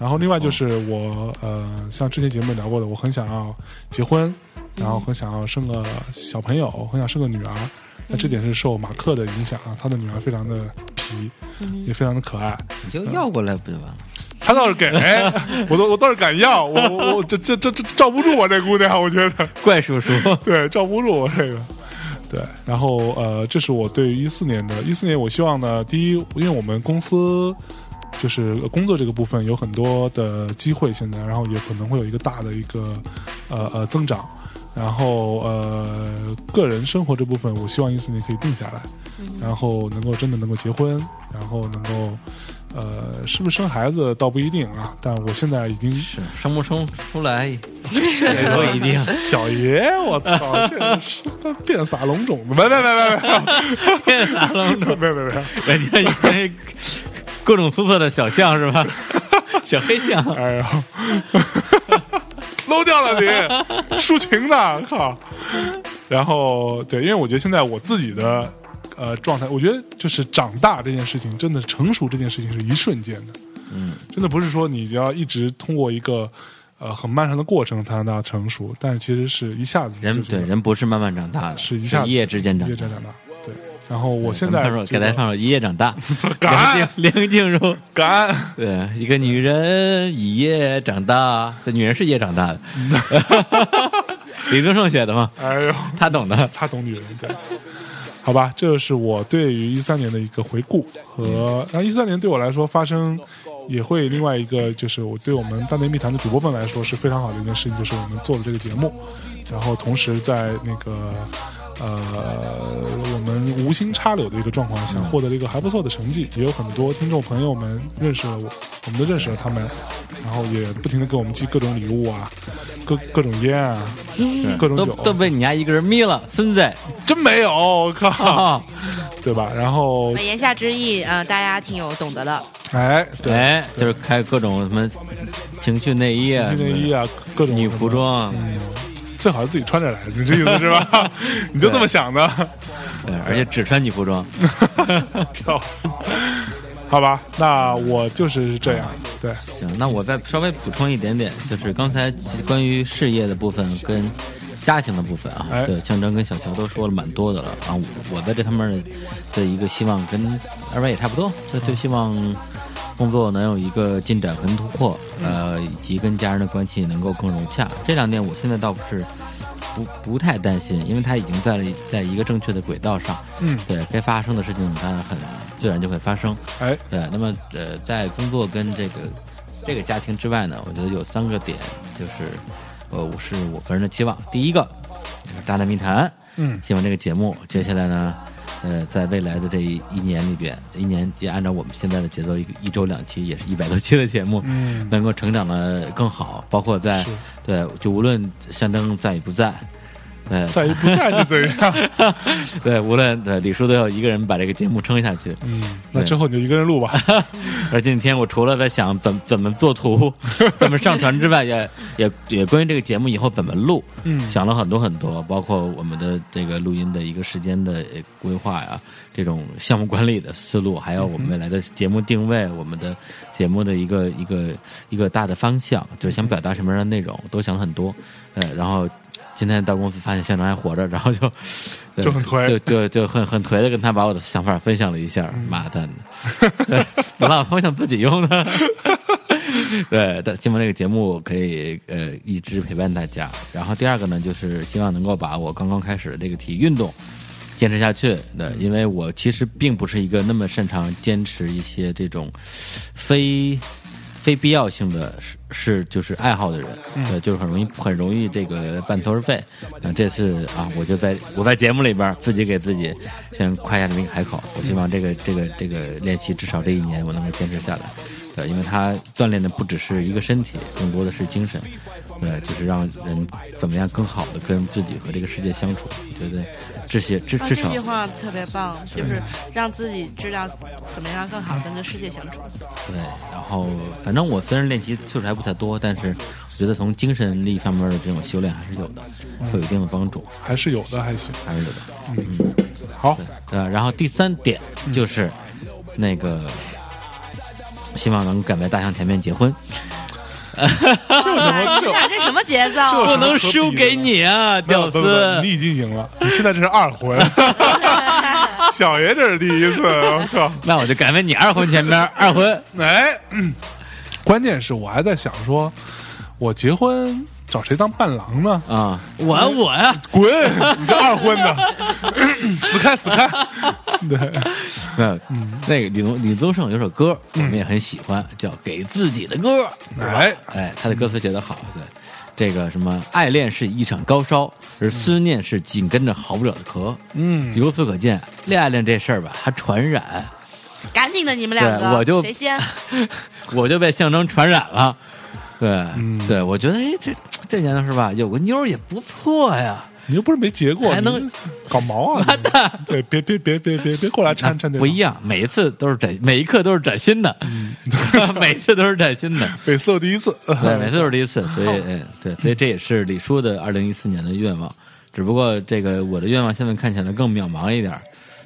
S1: 然后另外就是我呃，像之前节目聊过的，我很想要结婚，然后很想要生个小朋友，很想生个女儿。那这点是受马克的影响啊，他的女儿非常的皮，也非常的可爱。
S2: 你 就要过来不就完了？
S1: 他倒是给，哎我都我倒是敢要，我我我这这这这罩不住我这姑娘，我觉得。
S2: 怪叔 叔，
S1: 对，罩不住我这个。对，然后呃，这是我对一四年的，一四年我希望呢，第一，因为我们公司就是呃工作这个部分有很多的机会，现在，然后也可能会有一个大的一个呃呃增长，然后呃个人生活这部分，我希望一四年可以定下来，然后能够真的能够结婚，然后能够呃是不是生孩子倒不一定啊，但我现在已经
S2: 是生不生出来， 这都一 定。
S1: 小爷，我操，这是 他变撒龙种子，别别别
S2: 变撒龙
S1: 别别，别别别，
S2: 人家已经 各种肤色的小象是吧？小黑象，
S1: 哎呀，搂掉了你，抒情呢，靠！然后对，因为我觉得现在我自己的呃状态，我觉得就是长大这件事情，真的成熟这件事情是一瞬间的，嗯，真的不是说你要一直通过一个呃很漫长的过程才能达到成熟，但是其实是一下子就
S2: 人
S1: 觉得
S2: 对人不是慢慢长大的，
S1: 是一下子
S2: 夜之间长
S1: 一夜
S2: 大
S1: 之间。长大，对。然后我现在
S2: 咱们唱首
S1: 觉
S2: 给
S1: 得
S2: 大家唱首《一夜长大》
S1: 感恩，
S2: 梁静梁静茹。
S1: 感恩。
S2: 对，一个女人一夜长大，这女人是一夜长大 的， 李宗盛写的嘛，
S1: 哎呦，
S2: 他懂的。
S1: 他懂女人，对，好吧，这是我对于一三年的一个回顾和，然后一三年对我来说发生，也会另外一个就是我对我们大内密谈的主播们来说是非常好的一件事情，就是我们做了这个节目，然后同时在那个呃我们无心插柳的一个状况
S2: 嗯
S1: 下，获得了一个还不错的成绩，也有很多听众朋友们认识了我，我们都认识了他们，然后也不停的给我们寄各种礼物啊，各各种烟啊，各种
S2: 嗯都
S1: 酒，
S2: 都被你家一个人灭了，孙子
S1: 真没有，我靠，
S2: 啊！
S1: 对吧？然后
S3: 呃那，言下之意，嗯、大家挺有懂得的，
S1: 哎，对，
S2: 哎，就是开各种什么情趣内衣啊，
S1: 内衣啊，嗯各种
S2: 女
S1: 什么
S2: 服，装，啊
S1: 最好是自己穿着来，你这意思是吧？你就这么想的，
S2: 对，而且只穿女服装。
S1: 笑死。好吧，那我就是这样，对，
S2: 行，那我再稍微补充一点点，就是刚才关于事业的部分跟家庭的部分啊，
S1: 哎
S2: 对，象征跟小乔都说了蛮多的了啊。我我在这方面的的一个希望跟二位也差不多，就就希望工作能有一个进展跟突破，呃，以及跟家人的关系能够更融洽。这两点我现在倒不是不不太担心，因为他已经在了一在一个正确的轨道上，
S1: 嗯
S2: 对该发生的事情，它很自然就会发生。
S1: 哎，
S2: 对，那么呃，在工作跟这个这个家庭之外呢，我觉得有三个点，就是呃，我是我个人的期望。第一个，就是大内密谈，
S1: 嗯
S2: 希望这个节目接下来呢，呃，在未来的这一一年里边，一年也按照我们现在的节奏，一个一周两期，也是一百多期的节目，
S1: 嗯
S2: 能够成长的更好，包括在
S1: 是
S2: 对，就无论象征在与不在。呃，
S1: 在于不在是怎样？
S2: 对，无论对李叔都要一个人把这个节目撑下去，
S1: 嗯，那之后你就一个人录吧。
S2: 而今天我除了在想怎怎么 做图、怎么上传之外，也也也关于这个节目以后怎么录，
S1: 嗯
S2: 想了很多很多，包括我们的这个录音的一个时间的呃规划呀，这种项目管理的思路，啊还有我们未来的节目定位，我们的节目的一个一个一个大的方向，就是想表达什么样的内容，都想了很多，呃，然后。今天到公司发现校长还活着，然后就对
S1: 就很颓
S2: 就就就很很颓的跟他把我的想法分享了一下，妈 蛋的，对我老分享自己用的。对，但希望这个节目可以呃一直陪伴大家。然后第二个呢，就是希望能够把我刚刚开始的这个体育运动坚持下去。对，因为我其实并不是一个那么擅长坚持一些这种非非必要性的是是就是爱好的人，对，就是很容易很容易这个半途而废。那这次啊，我就在我在节目里边儿自己给自己先夸下这么一个海口，我希望这个这个这个练习至少这一年我能够坚持下来。对，因为它锻炼的不只是一个身体，更多的是精神。对，就是让人怎么样更好的跟自己和这个世界相处。我觉得这些至
S3: 啊，
S2: 至
S3: 这
S2: 少
S3: 句话特别棒，就是让自己知道怎么样更好地跟这世界相处。
S1: 哦
S2: 对，然后反正我虽然练习次数还不太多，但是我觉得从精神力方面的这种修炼还是有的，
S1: 嗯
S2: 会有一定的帮助，
S1: 还是有的，还行。
S2: 还是有的。
S1: 好，
S2: 对，然后第三点就是那个。希望能赶在大象前面结婚，
S3: 哎哇塞，你们俩这什么节奏啊？
S1: 这
S2: 不
S1: 有什么
S2: 能
S1: 可比的
S2: 输给 你啊，
S1: 没有
S2: 屌
S1: 不不不
S2: 丝！
S1: 你已经赢了，你现在这是二婚。小爷这是第一次，我靠！
S2: 那我就赶在你二婚前面，二婚
S1: 哎，嗯关键是我还在想说，我结婚找谁当伴郎呢？
S2: 啊，我啊我呀、
S1: 滚！你这二婚的， 死开死开！ 对，
S2: 那那个李宗李宗盛有首歌，我们也很喜欢，叫《给自己的歌》。
S1: 哎，
S2: 哎，他的歌词写得好，对，这个什么爱恋是一场高烧，而思念是紧跟着好不了的咳。
S1: 嗯
S2: 由此可见，恋恋这事儿吧，它传染，
S3: 赶紧的，你们两
S2: 对
S3: 个，
S2: 我就
S3: 谁先？
S2: 我就被象征传染
S1: 嗯
S2: 了。对，对我觉得，哎，这这年头是吧，有个妞儿也不错呀。
S1: 你又不是没结过，
S2: 还能
S1: 你搞毛 啊？你对，别别别别别别过来掺掺这
S2: 哎
S1: 嗯
S2: 不一，样，每一次都是崭，每一刻都是崭新的， 每次都是崭新的，
S1: 每次我第一次，
S2: 对，每次都是第一次，所以，哎，对，所以这也是李叔的二零一四年的愿望。只不过这个我的愿望现在看起来更渺茫一点儿，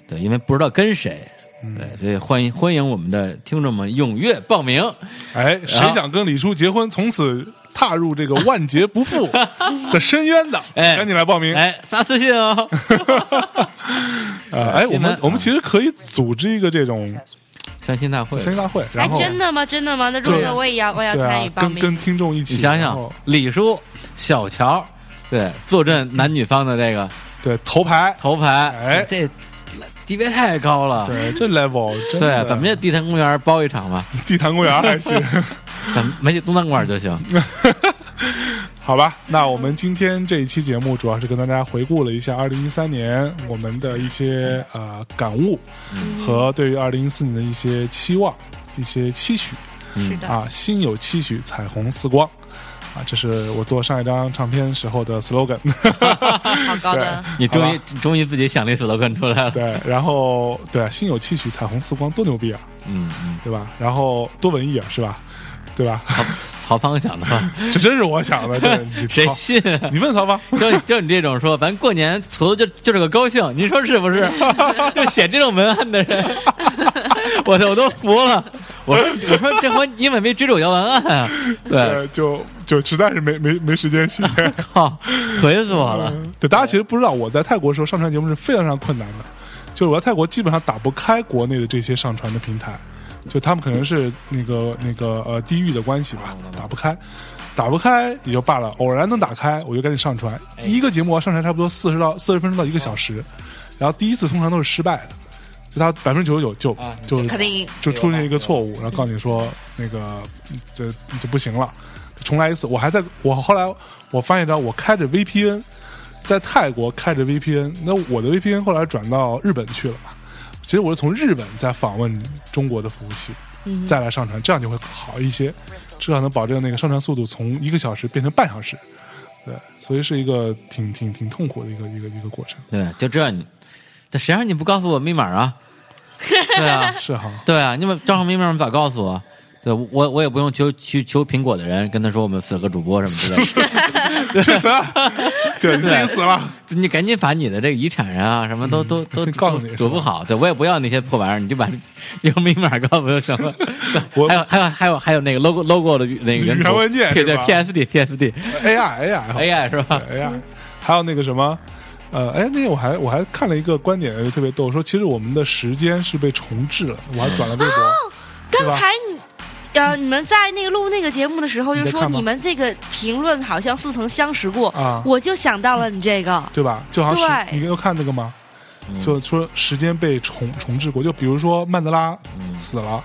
S2: 对，因为不知道跟谁，
S1: 嗯
S2: 对，所以欢迎欢迎我们的听众们踊跃报名，
S1: 哎，谁想跟李叔结婚，从此踏入这个万劫不 复的深渊的，
S2: 哎
S1: 赶紧来报名。
S2: 哎，发私信哦，
S1: 呃，哎，我
S2: 新闻
S1: 们我们其实可以组织一个这种
S2: 相亲大会，
S1: 相亲大会，
S3: 哎
S1: 然，后
S3: 真的吗？真的吗？那如
S1: 对
S3: 果我也要，我也要
S1: 对
S3: 参
S1: 啊
S3: 与，报
S1: 跟
S3: 名。
S1: 跟听众一起，
S2: 你想
S1: 然
S2: 想
S1: 后，
S2: 李叔、小乔，对，坐镇男女方的这个
S1: 对头牌，
S2: 头牌，
S1: 哎
S2: 这级别太高了。
S1: 对这 level，真
S2: 对啊
S1: 的，
S2: 咱们这地坛公园包一场吧，
S1: 地坛公园还行。
S2: 咱们没去东三馆就行。
S1: 好吧，那我们今天这一期节目主要是跟大家回顾了一下二零一三年我们的一些呃感悟和对于二零一四年的一些期望、一些期许
S3: 是的，
S1: 啊。心有期许，彩虹似光啊，这是我做上一张唱片时候的 slogan。
S3: 好高
S1: 对
S3: 的。
S2: 你终
S1: 好
S2: 于终于自己想了一次 logan 出来了，
S1: 对，然后对，啊心有期许，彩虹似光，多牛逼啊，
S2: 嗯，嗯，
S1: 对吧？然后多文艺啊，是吧？对吧？
S2: 曹曹芳想的吧？
S1: 这真是我想的，对，你
S2: 谁
S1: 操
S2: 信？
S1: 你问曹芳，
S2: 就就你这种说，咱过年图的就就是个高兴，您说是不是？ 就写这种文案的人， 我都我都服了。我说我说这回你怎么没追着我要文案啊？对，
S1: 呃，就就实在是没没没时间写。
S2: 靠，颓死我了。
S1: 对，大家其实不知道，我在泰国的时候上传节目是非常非常困难的，就是我在泰国基本上打不开国内的这些上传的平台，就他们可能是那个那个呃地域的关系
S2: 哦
S1: 吧，打不开，打不开也就罢了，偶然能打开我就赶紧上传，
S2: 哎
S1: 一个节目我要上传差不多四十到四十分钟到一个小时，
S2: 哦
S1: 然后第一次通常都是失败的，就他百分之九十九就
S5: 啊
S1: 就
S3: 肯定
S1: 就出现一个错误，然后告诉你说那个嗯这这不行了，重来一次。我还在我后来我发现到我开着 VPN，在泰国开着 VPN，那我的 VPN 后来转到日本去了嘛。其实我是从日本再访问中国的服务器，再来上传，这样就会好一些，至少能保证那个上传速度从一个小时变成半小时。对，所以是一个挺挺挺痛苦的一个一个一个过程。
S2: 对，就这你，但谁让你不告诉我密码啊？对啊，
S1: 是 哈，
S2: 对啊，你们账号密码你咋告诉我？对我我也不用求去求苹果的人跟他说我们死个主播什么之类
S1: 去死啊！对，你自己死了。
S2: 的，你赶紧把你的这个遗产啊什么都都都
S1: 先嗯 告诉你是吧
S2: 都躲不好，对我也不要那些破玩意儿，你就把 用密码告诉我就行了。
S1: 我
S2: 还有还有还有还有那个 logo logo 的那个
S1: 原文件
S2: 对
S1: 是
S2: 对
S1: 吧
S2: PSD PSD
S1: 哎呀哎呀！
S2: AI 是吧？
S1: 哎呀，还有那个什么，呃，哎，那个我还我还看了一个观点，特别逗，说其实我们的时间是被重置了，我还转了微博。
S3: 刚才你。呃，你们在那个录那个节目的时候，就
S1: 你在
S3: 说
S1: 看吗
S3: 你们这个评论好像似曾相识过，
S1: 啊
S3: 我就想到了你这个，
S1: 对吧？就好像时，
S3: 哦对
S1: 你又看那个吗？就说时间被重重置过，就比如说曼德拉死了，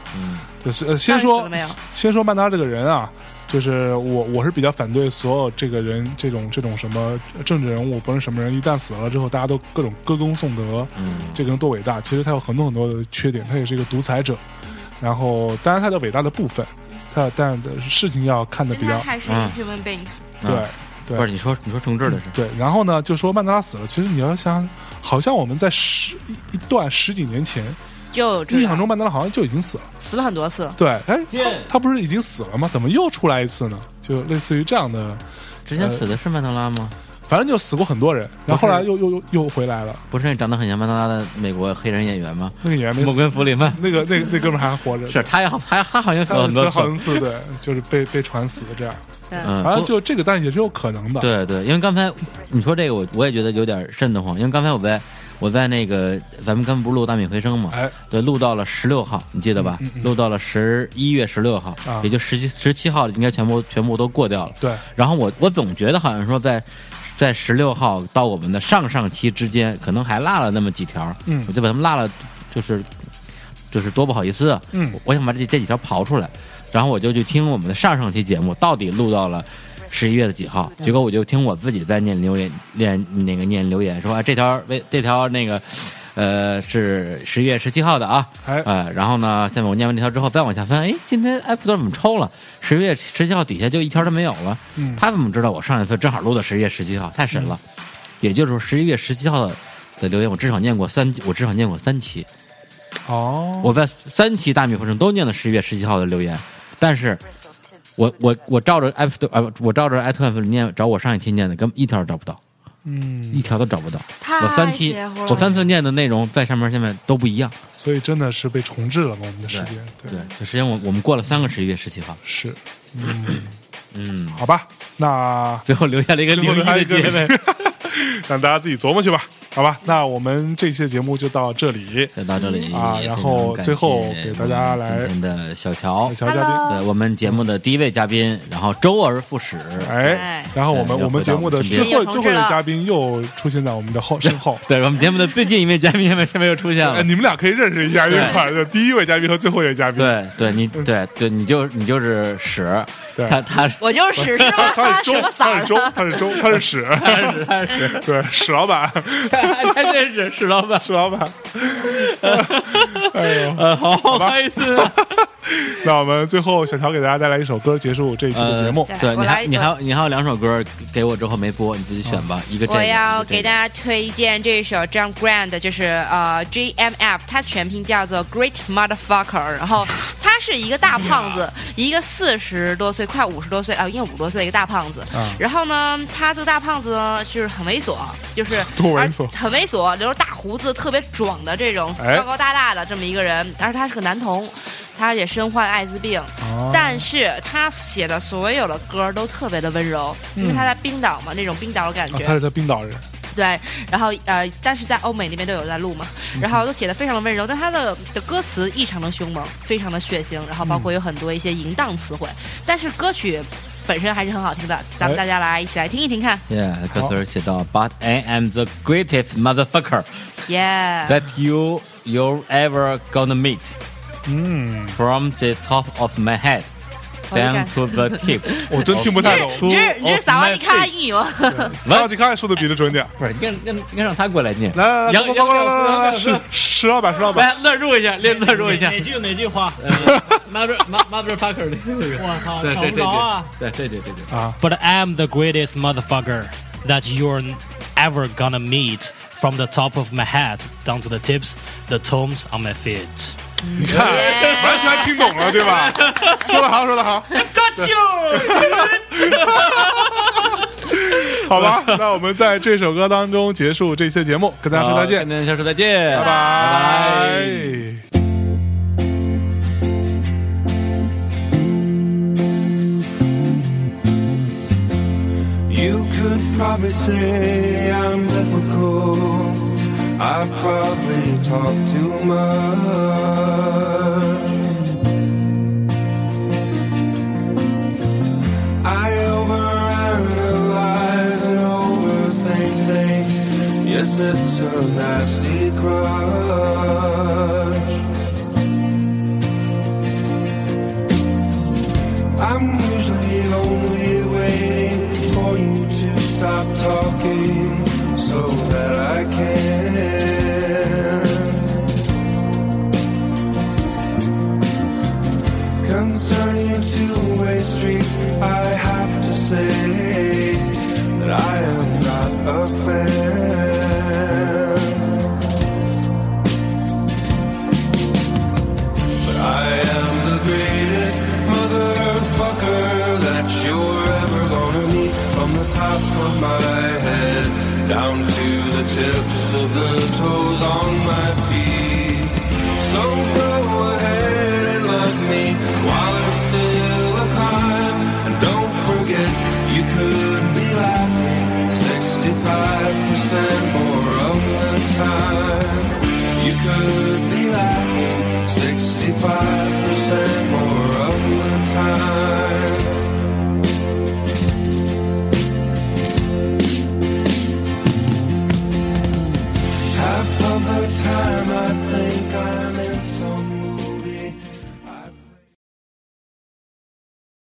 S1: 就是呃，先
S3: 到底死
S1: 说
S3: 了没有
S1: 先说曼德拉这个人啊，就是我我是比较反对所有这个人这种这种什么政治人物，不论什么人，一旦死了之后，大家都各种歌功颂德，
S2: 嗯
S1: 这个人多伟大，其实他有很多很多的缺点，他也是一个独裁者。然后，当然他的伟大的部分，他但事情要看得比
S3: 但他
S1: 较
S3: 还是
S2: 嗯
S3: human beings，
S1: 对。
S2: 啊
S1: 对
S2: 不是你说你说重置的事，
S1: 对，然后呢，就说曼德拉死了。其实你要想，好像我们在十一一段十几年前，
S3: 就知道
S1: 印象中曼德拉好像就已经死了。
S3: 死了很多次，
S1: 对，哎，
S5: 见
S1: 他不是已经死了吗？怎么又出来一次呢？就类似于这样的，
S2: 之前死的是曼德拉吗？
S1: 反正就死过很多人，然后后来又又又又回来了。
S2: 不是那长得很像曼德拉的美国黑人演员吗？
S1: 那个演员没
S2: 摩
S1: 死，
S2: 根弗里曼
S1: 那个那个那哥们儿还活着，
S2: 是他也好，他他好像死
S1: 他
S2: 了很
S1: 死
S2: 多
S1: 了好多，次，
S2: 次
S1: 对，就是被被传死这样。
S3: 对，
S2: 嗯，
S1: 反正
S2: 不
S1: 就这个，但是也是有可能的。
S2: 对对，因为刚才你说这个，我我也觉得有点瘆得慌，因为刚才我在我在那个咱们刚才不是录大米回声嘛，
S1: 哎，嗯
S2: 对，录到了十六号，你记得吧？录到了十一月十六号，
S1: 啊
S2: 也就十七十七号应该全部全部都过掉了。
S1: 对，
S2: 然后我我总觉得好像说在在十六号到我们的上上期之间，可能还落了那么几条，
S1: 嗯
S2: 我就把他们落了，就是就是多不好意思啊，
S1: 嗯
S2: 我想把这这几条刨出来，然后我就去听我们的上上期节目到底录到了。十一月的几号？结果我就听我自己在念留言，念那个念留言说啊，这条微这条那个，呃，是十一月十七号的啊，
S1: 哎
S2: 呃，然后呢，下面我念完这条之后再往下翻，哎，今天 App Store 怎么抽了？十一月十七号底下就一条都没有了，
S1: 嗯
S2: 他怎么知道我上一次正好录的十一月十七号？太神了！也就是说十一月十七号的的留言，我至少念过三，我至少念过三期。
S1: 哦，
S2: 我在三期大米回声都念了十一月十七号的留言，但是我我我照着 F 呃，我照着 iTunes 念找我上一期念的，根本一条都找不到，
S1: 嗯，
S2: 一条都找不到。
S3: 太
S2: 我三期
S3: 邪乎了
S2: 我三次念的内容在上面下面都不一样。
S1: 所以真的是被重置了嘛，我们的时间，对，
S2: 对，这时间我我们过了三个十一月十七号，
S1: 是，
S2: 嗯，
S1: 好吧，那
S2: 最后留下了一个
S1: 最后
S2: 零
S1: 留
S2: 一
S1: 下
S2: 的
S1: 一个
S2: 结尾。
S1: 让大家自己琢磨去吧，好吧，那我们这期的节目就到这里，
S2: 就到这里
S1: 啊
S2: 也
S1: 然
S2: 非
S1: 后
S2: 常感
S1: 最后给
S2: 谢
S1: 大家
S2: 我们
S1: 来
S2: 今天的小乔，
S1: 小嘉宾，
S2: 对我们节目的第一位嘉宾，然后周而复始，
S1: 哎
S3: 哎，
S1: 然后我们
S2: 对
S1: 我们节目的
S2: 又
S1: 最后
S3: 回到我
S1: 最
S3: 们身边
S1: 后一位嘉宾又出现在我们的 后身后。
S2: 对我们节目的最近一位嘉宾，现在身边又出现
S1: 哎，
S2: 了。
S1: 你们俩可以认识一下，一
S2: 对
S1: 块儿，就第一位嘉宾和最后一位嘉宾。
S2: 对，对，你对对，你就你就是屎，
S1: 对
S2: 他他是
S3: 我就是 屎是
S1: 他
S3: 吗？
S1: 他是
S3: 什
S1: 周
S3: 么，色
S1: 他是
S3: 儿
S1: 周
S3: 的？，
S1: 他是周，他是 史，
S2: 他是
S1: 对，史老板，
S2: 他真是屎老板，
S1: 史老板。哎呦，
S2: 呃，好
S1: 吧
S2: 开心啊！
S1: 那我们最后小乔给大家带来一首歌结束这一期的节目。
S3: 呃
S2: 嗯对
S3: 我
S2: 你还
S3: 来
S2: 你还有你还有两首歌给我之后没播，你自己选吧，一个这个，
S3: 我要
S2: 一个这
S3: 给
S2: 个
S3: 大家推荐这首 John Grand，就是呃 GMF，它全拼叫做 Great Motherfucker，然后他是一个大
S1: 哎
S3: 胖子，一个四十多岁快五十多岁啊，应该五十多岁的一个大胖子。
S1: 啊
S3: 然后呢，他这个大胖子呢就是很猥琐，就是
S1: 多猥琐
S3: 而很猥琐，留着大胡子，特别壮的这种
S1: 哎
S3: 高高大大的这么一个人，而且他是个男童，他也身患艾滋病。
S1: 啊
S3: 但是他写的所有的歌都特别的温柔，因为他在冰岛嘛，那种冰岛的感
S1: 啊嗯
S3: 觉。
S1: 他是在冰岛人，
S2: 哦
S3: 对，然后呃，但是在欧美那边都有在录嘛，然后都写的非常的温柔，但他的的歌词异常的凶猛，非常的血腥，然后包括有很多一些淫荡词汇，但是歌曲本身还是很好听的，咱们
S1: 哎
S3: 大家来一起来听一听看，
S2: Yeah，歌词儿写到，But I am the greatest motherfucker
S3: 耶、
S2: that you you ever gonna meet
S1: 嗯，。
S2: from the top of my head
S3: 我就
S2: down
S3: 感
S2: to the tip
S1: 我真听不太懂。
S2: 哦
S3: 你这啊你这萨瓦迪卡英语吗？
S1: 萨瓦迪卡说的比这准点。
S2: 不是，应该应该应该让他过来念。
S1: 来来来，
S2: 杨
S1: 过来过来来来来，
S2: 杨
S1: 史史老板，史老板，
S2: 来乱入一下，练乱入一下
S5: 哪。句哪句话？
S2: Mother motherfucker 的，对
S5: 我操，
S2: 对
S5: 找
S2: 对
S5: 不
S2: 对
S5: 着啊！，
S2: 对对对对对。
S1: 啊，
S7: But I'm the greatest motherfucker that you're ever gonna meet. From the top of my head down to the tips, the toms on my feet.
S1: 你看，完全听懂了，对 吧？说的好，说的好。好吧，那我们在这首歌当中结束这期的节目，跟大家说再见，
S2: 跟大家啊说再见，
S1: 拜拜。
S8: You could probably say I'm difficult. I probably talk too much. I overanalyze and overthink things. Yes, it's a nasty grudge. I'm usually only waiting for you to stop talking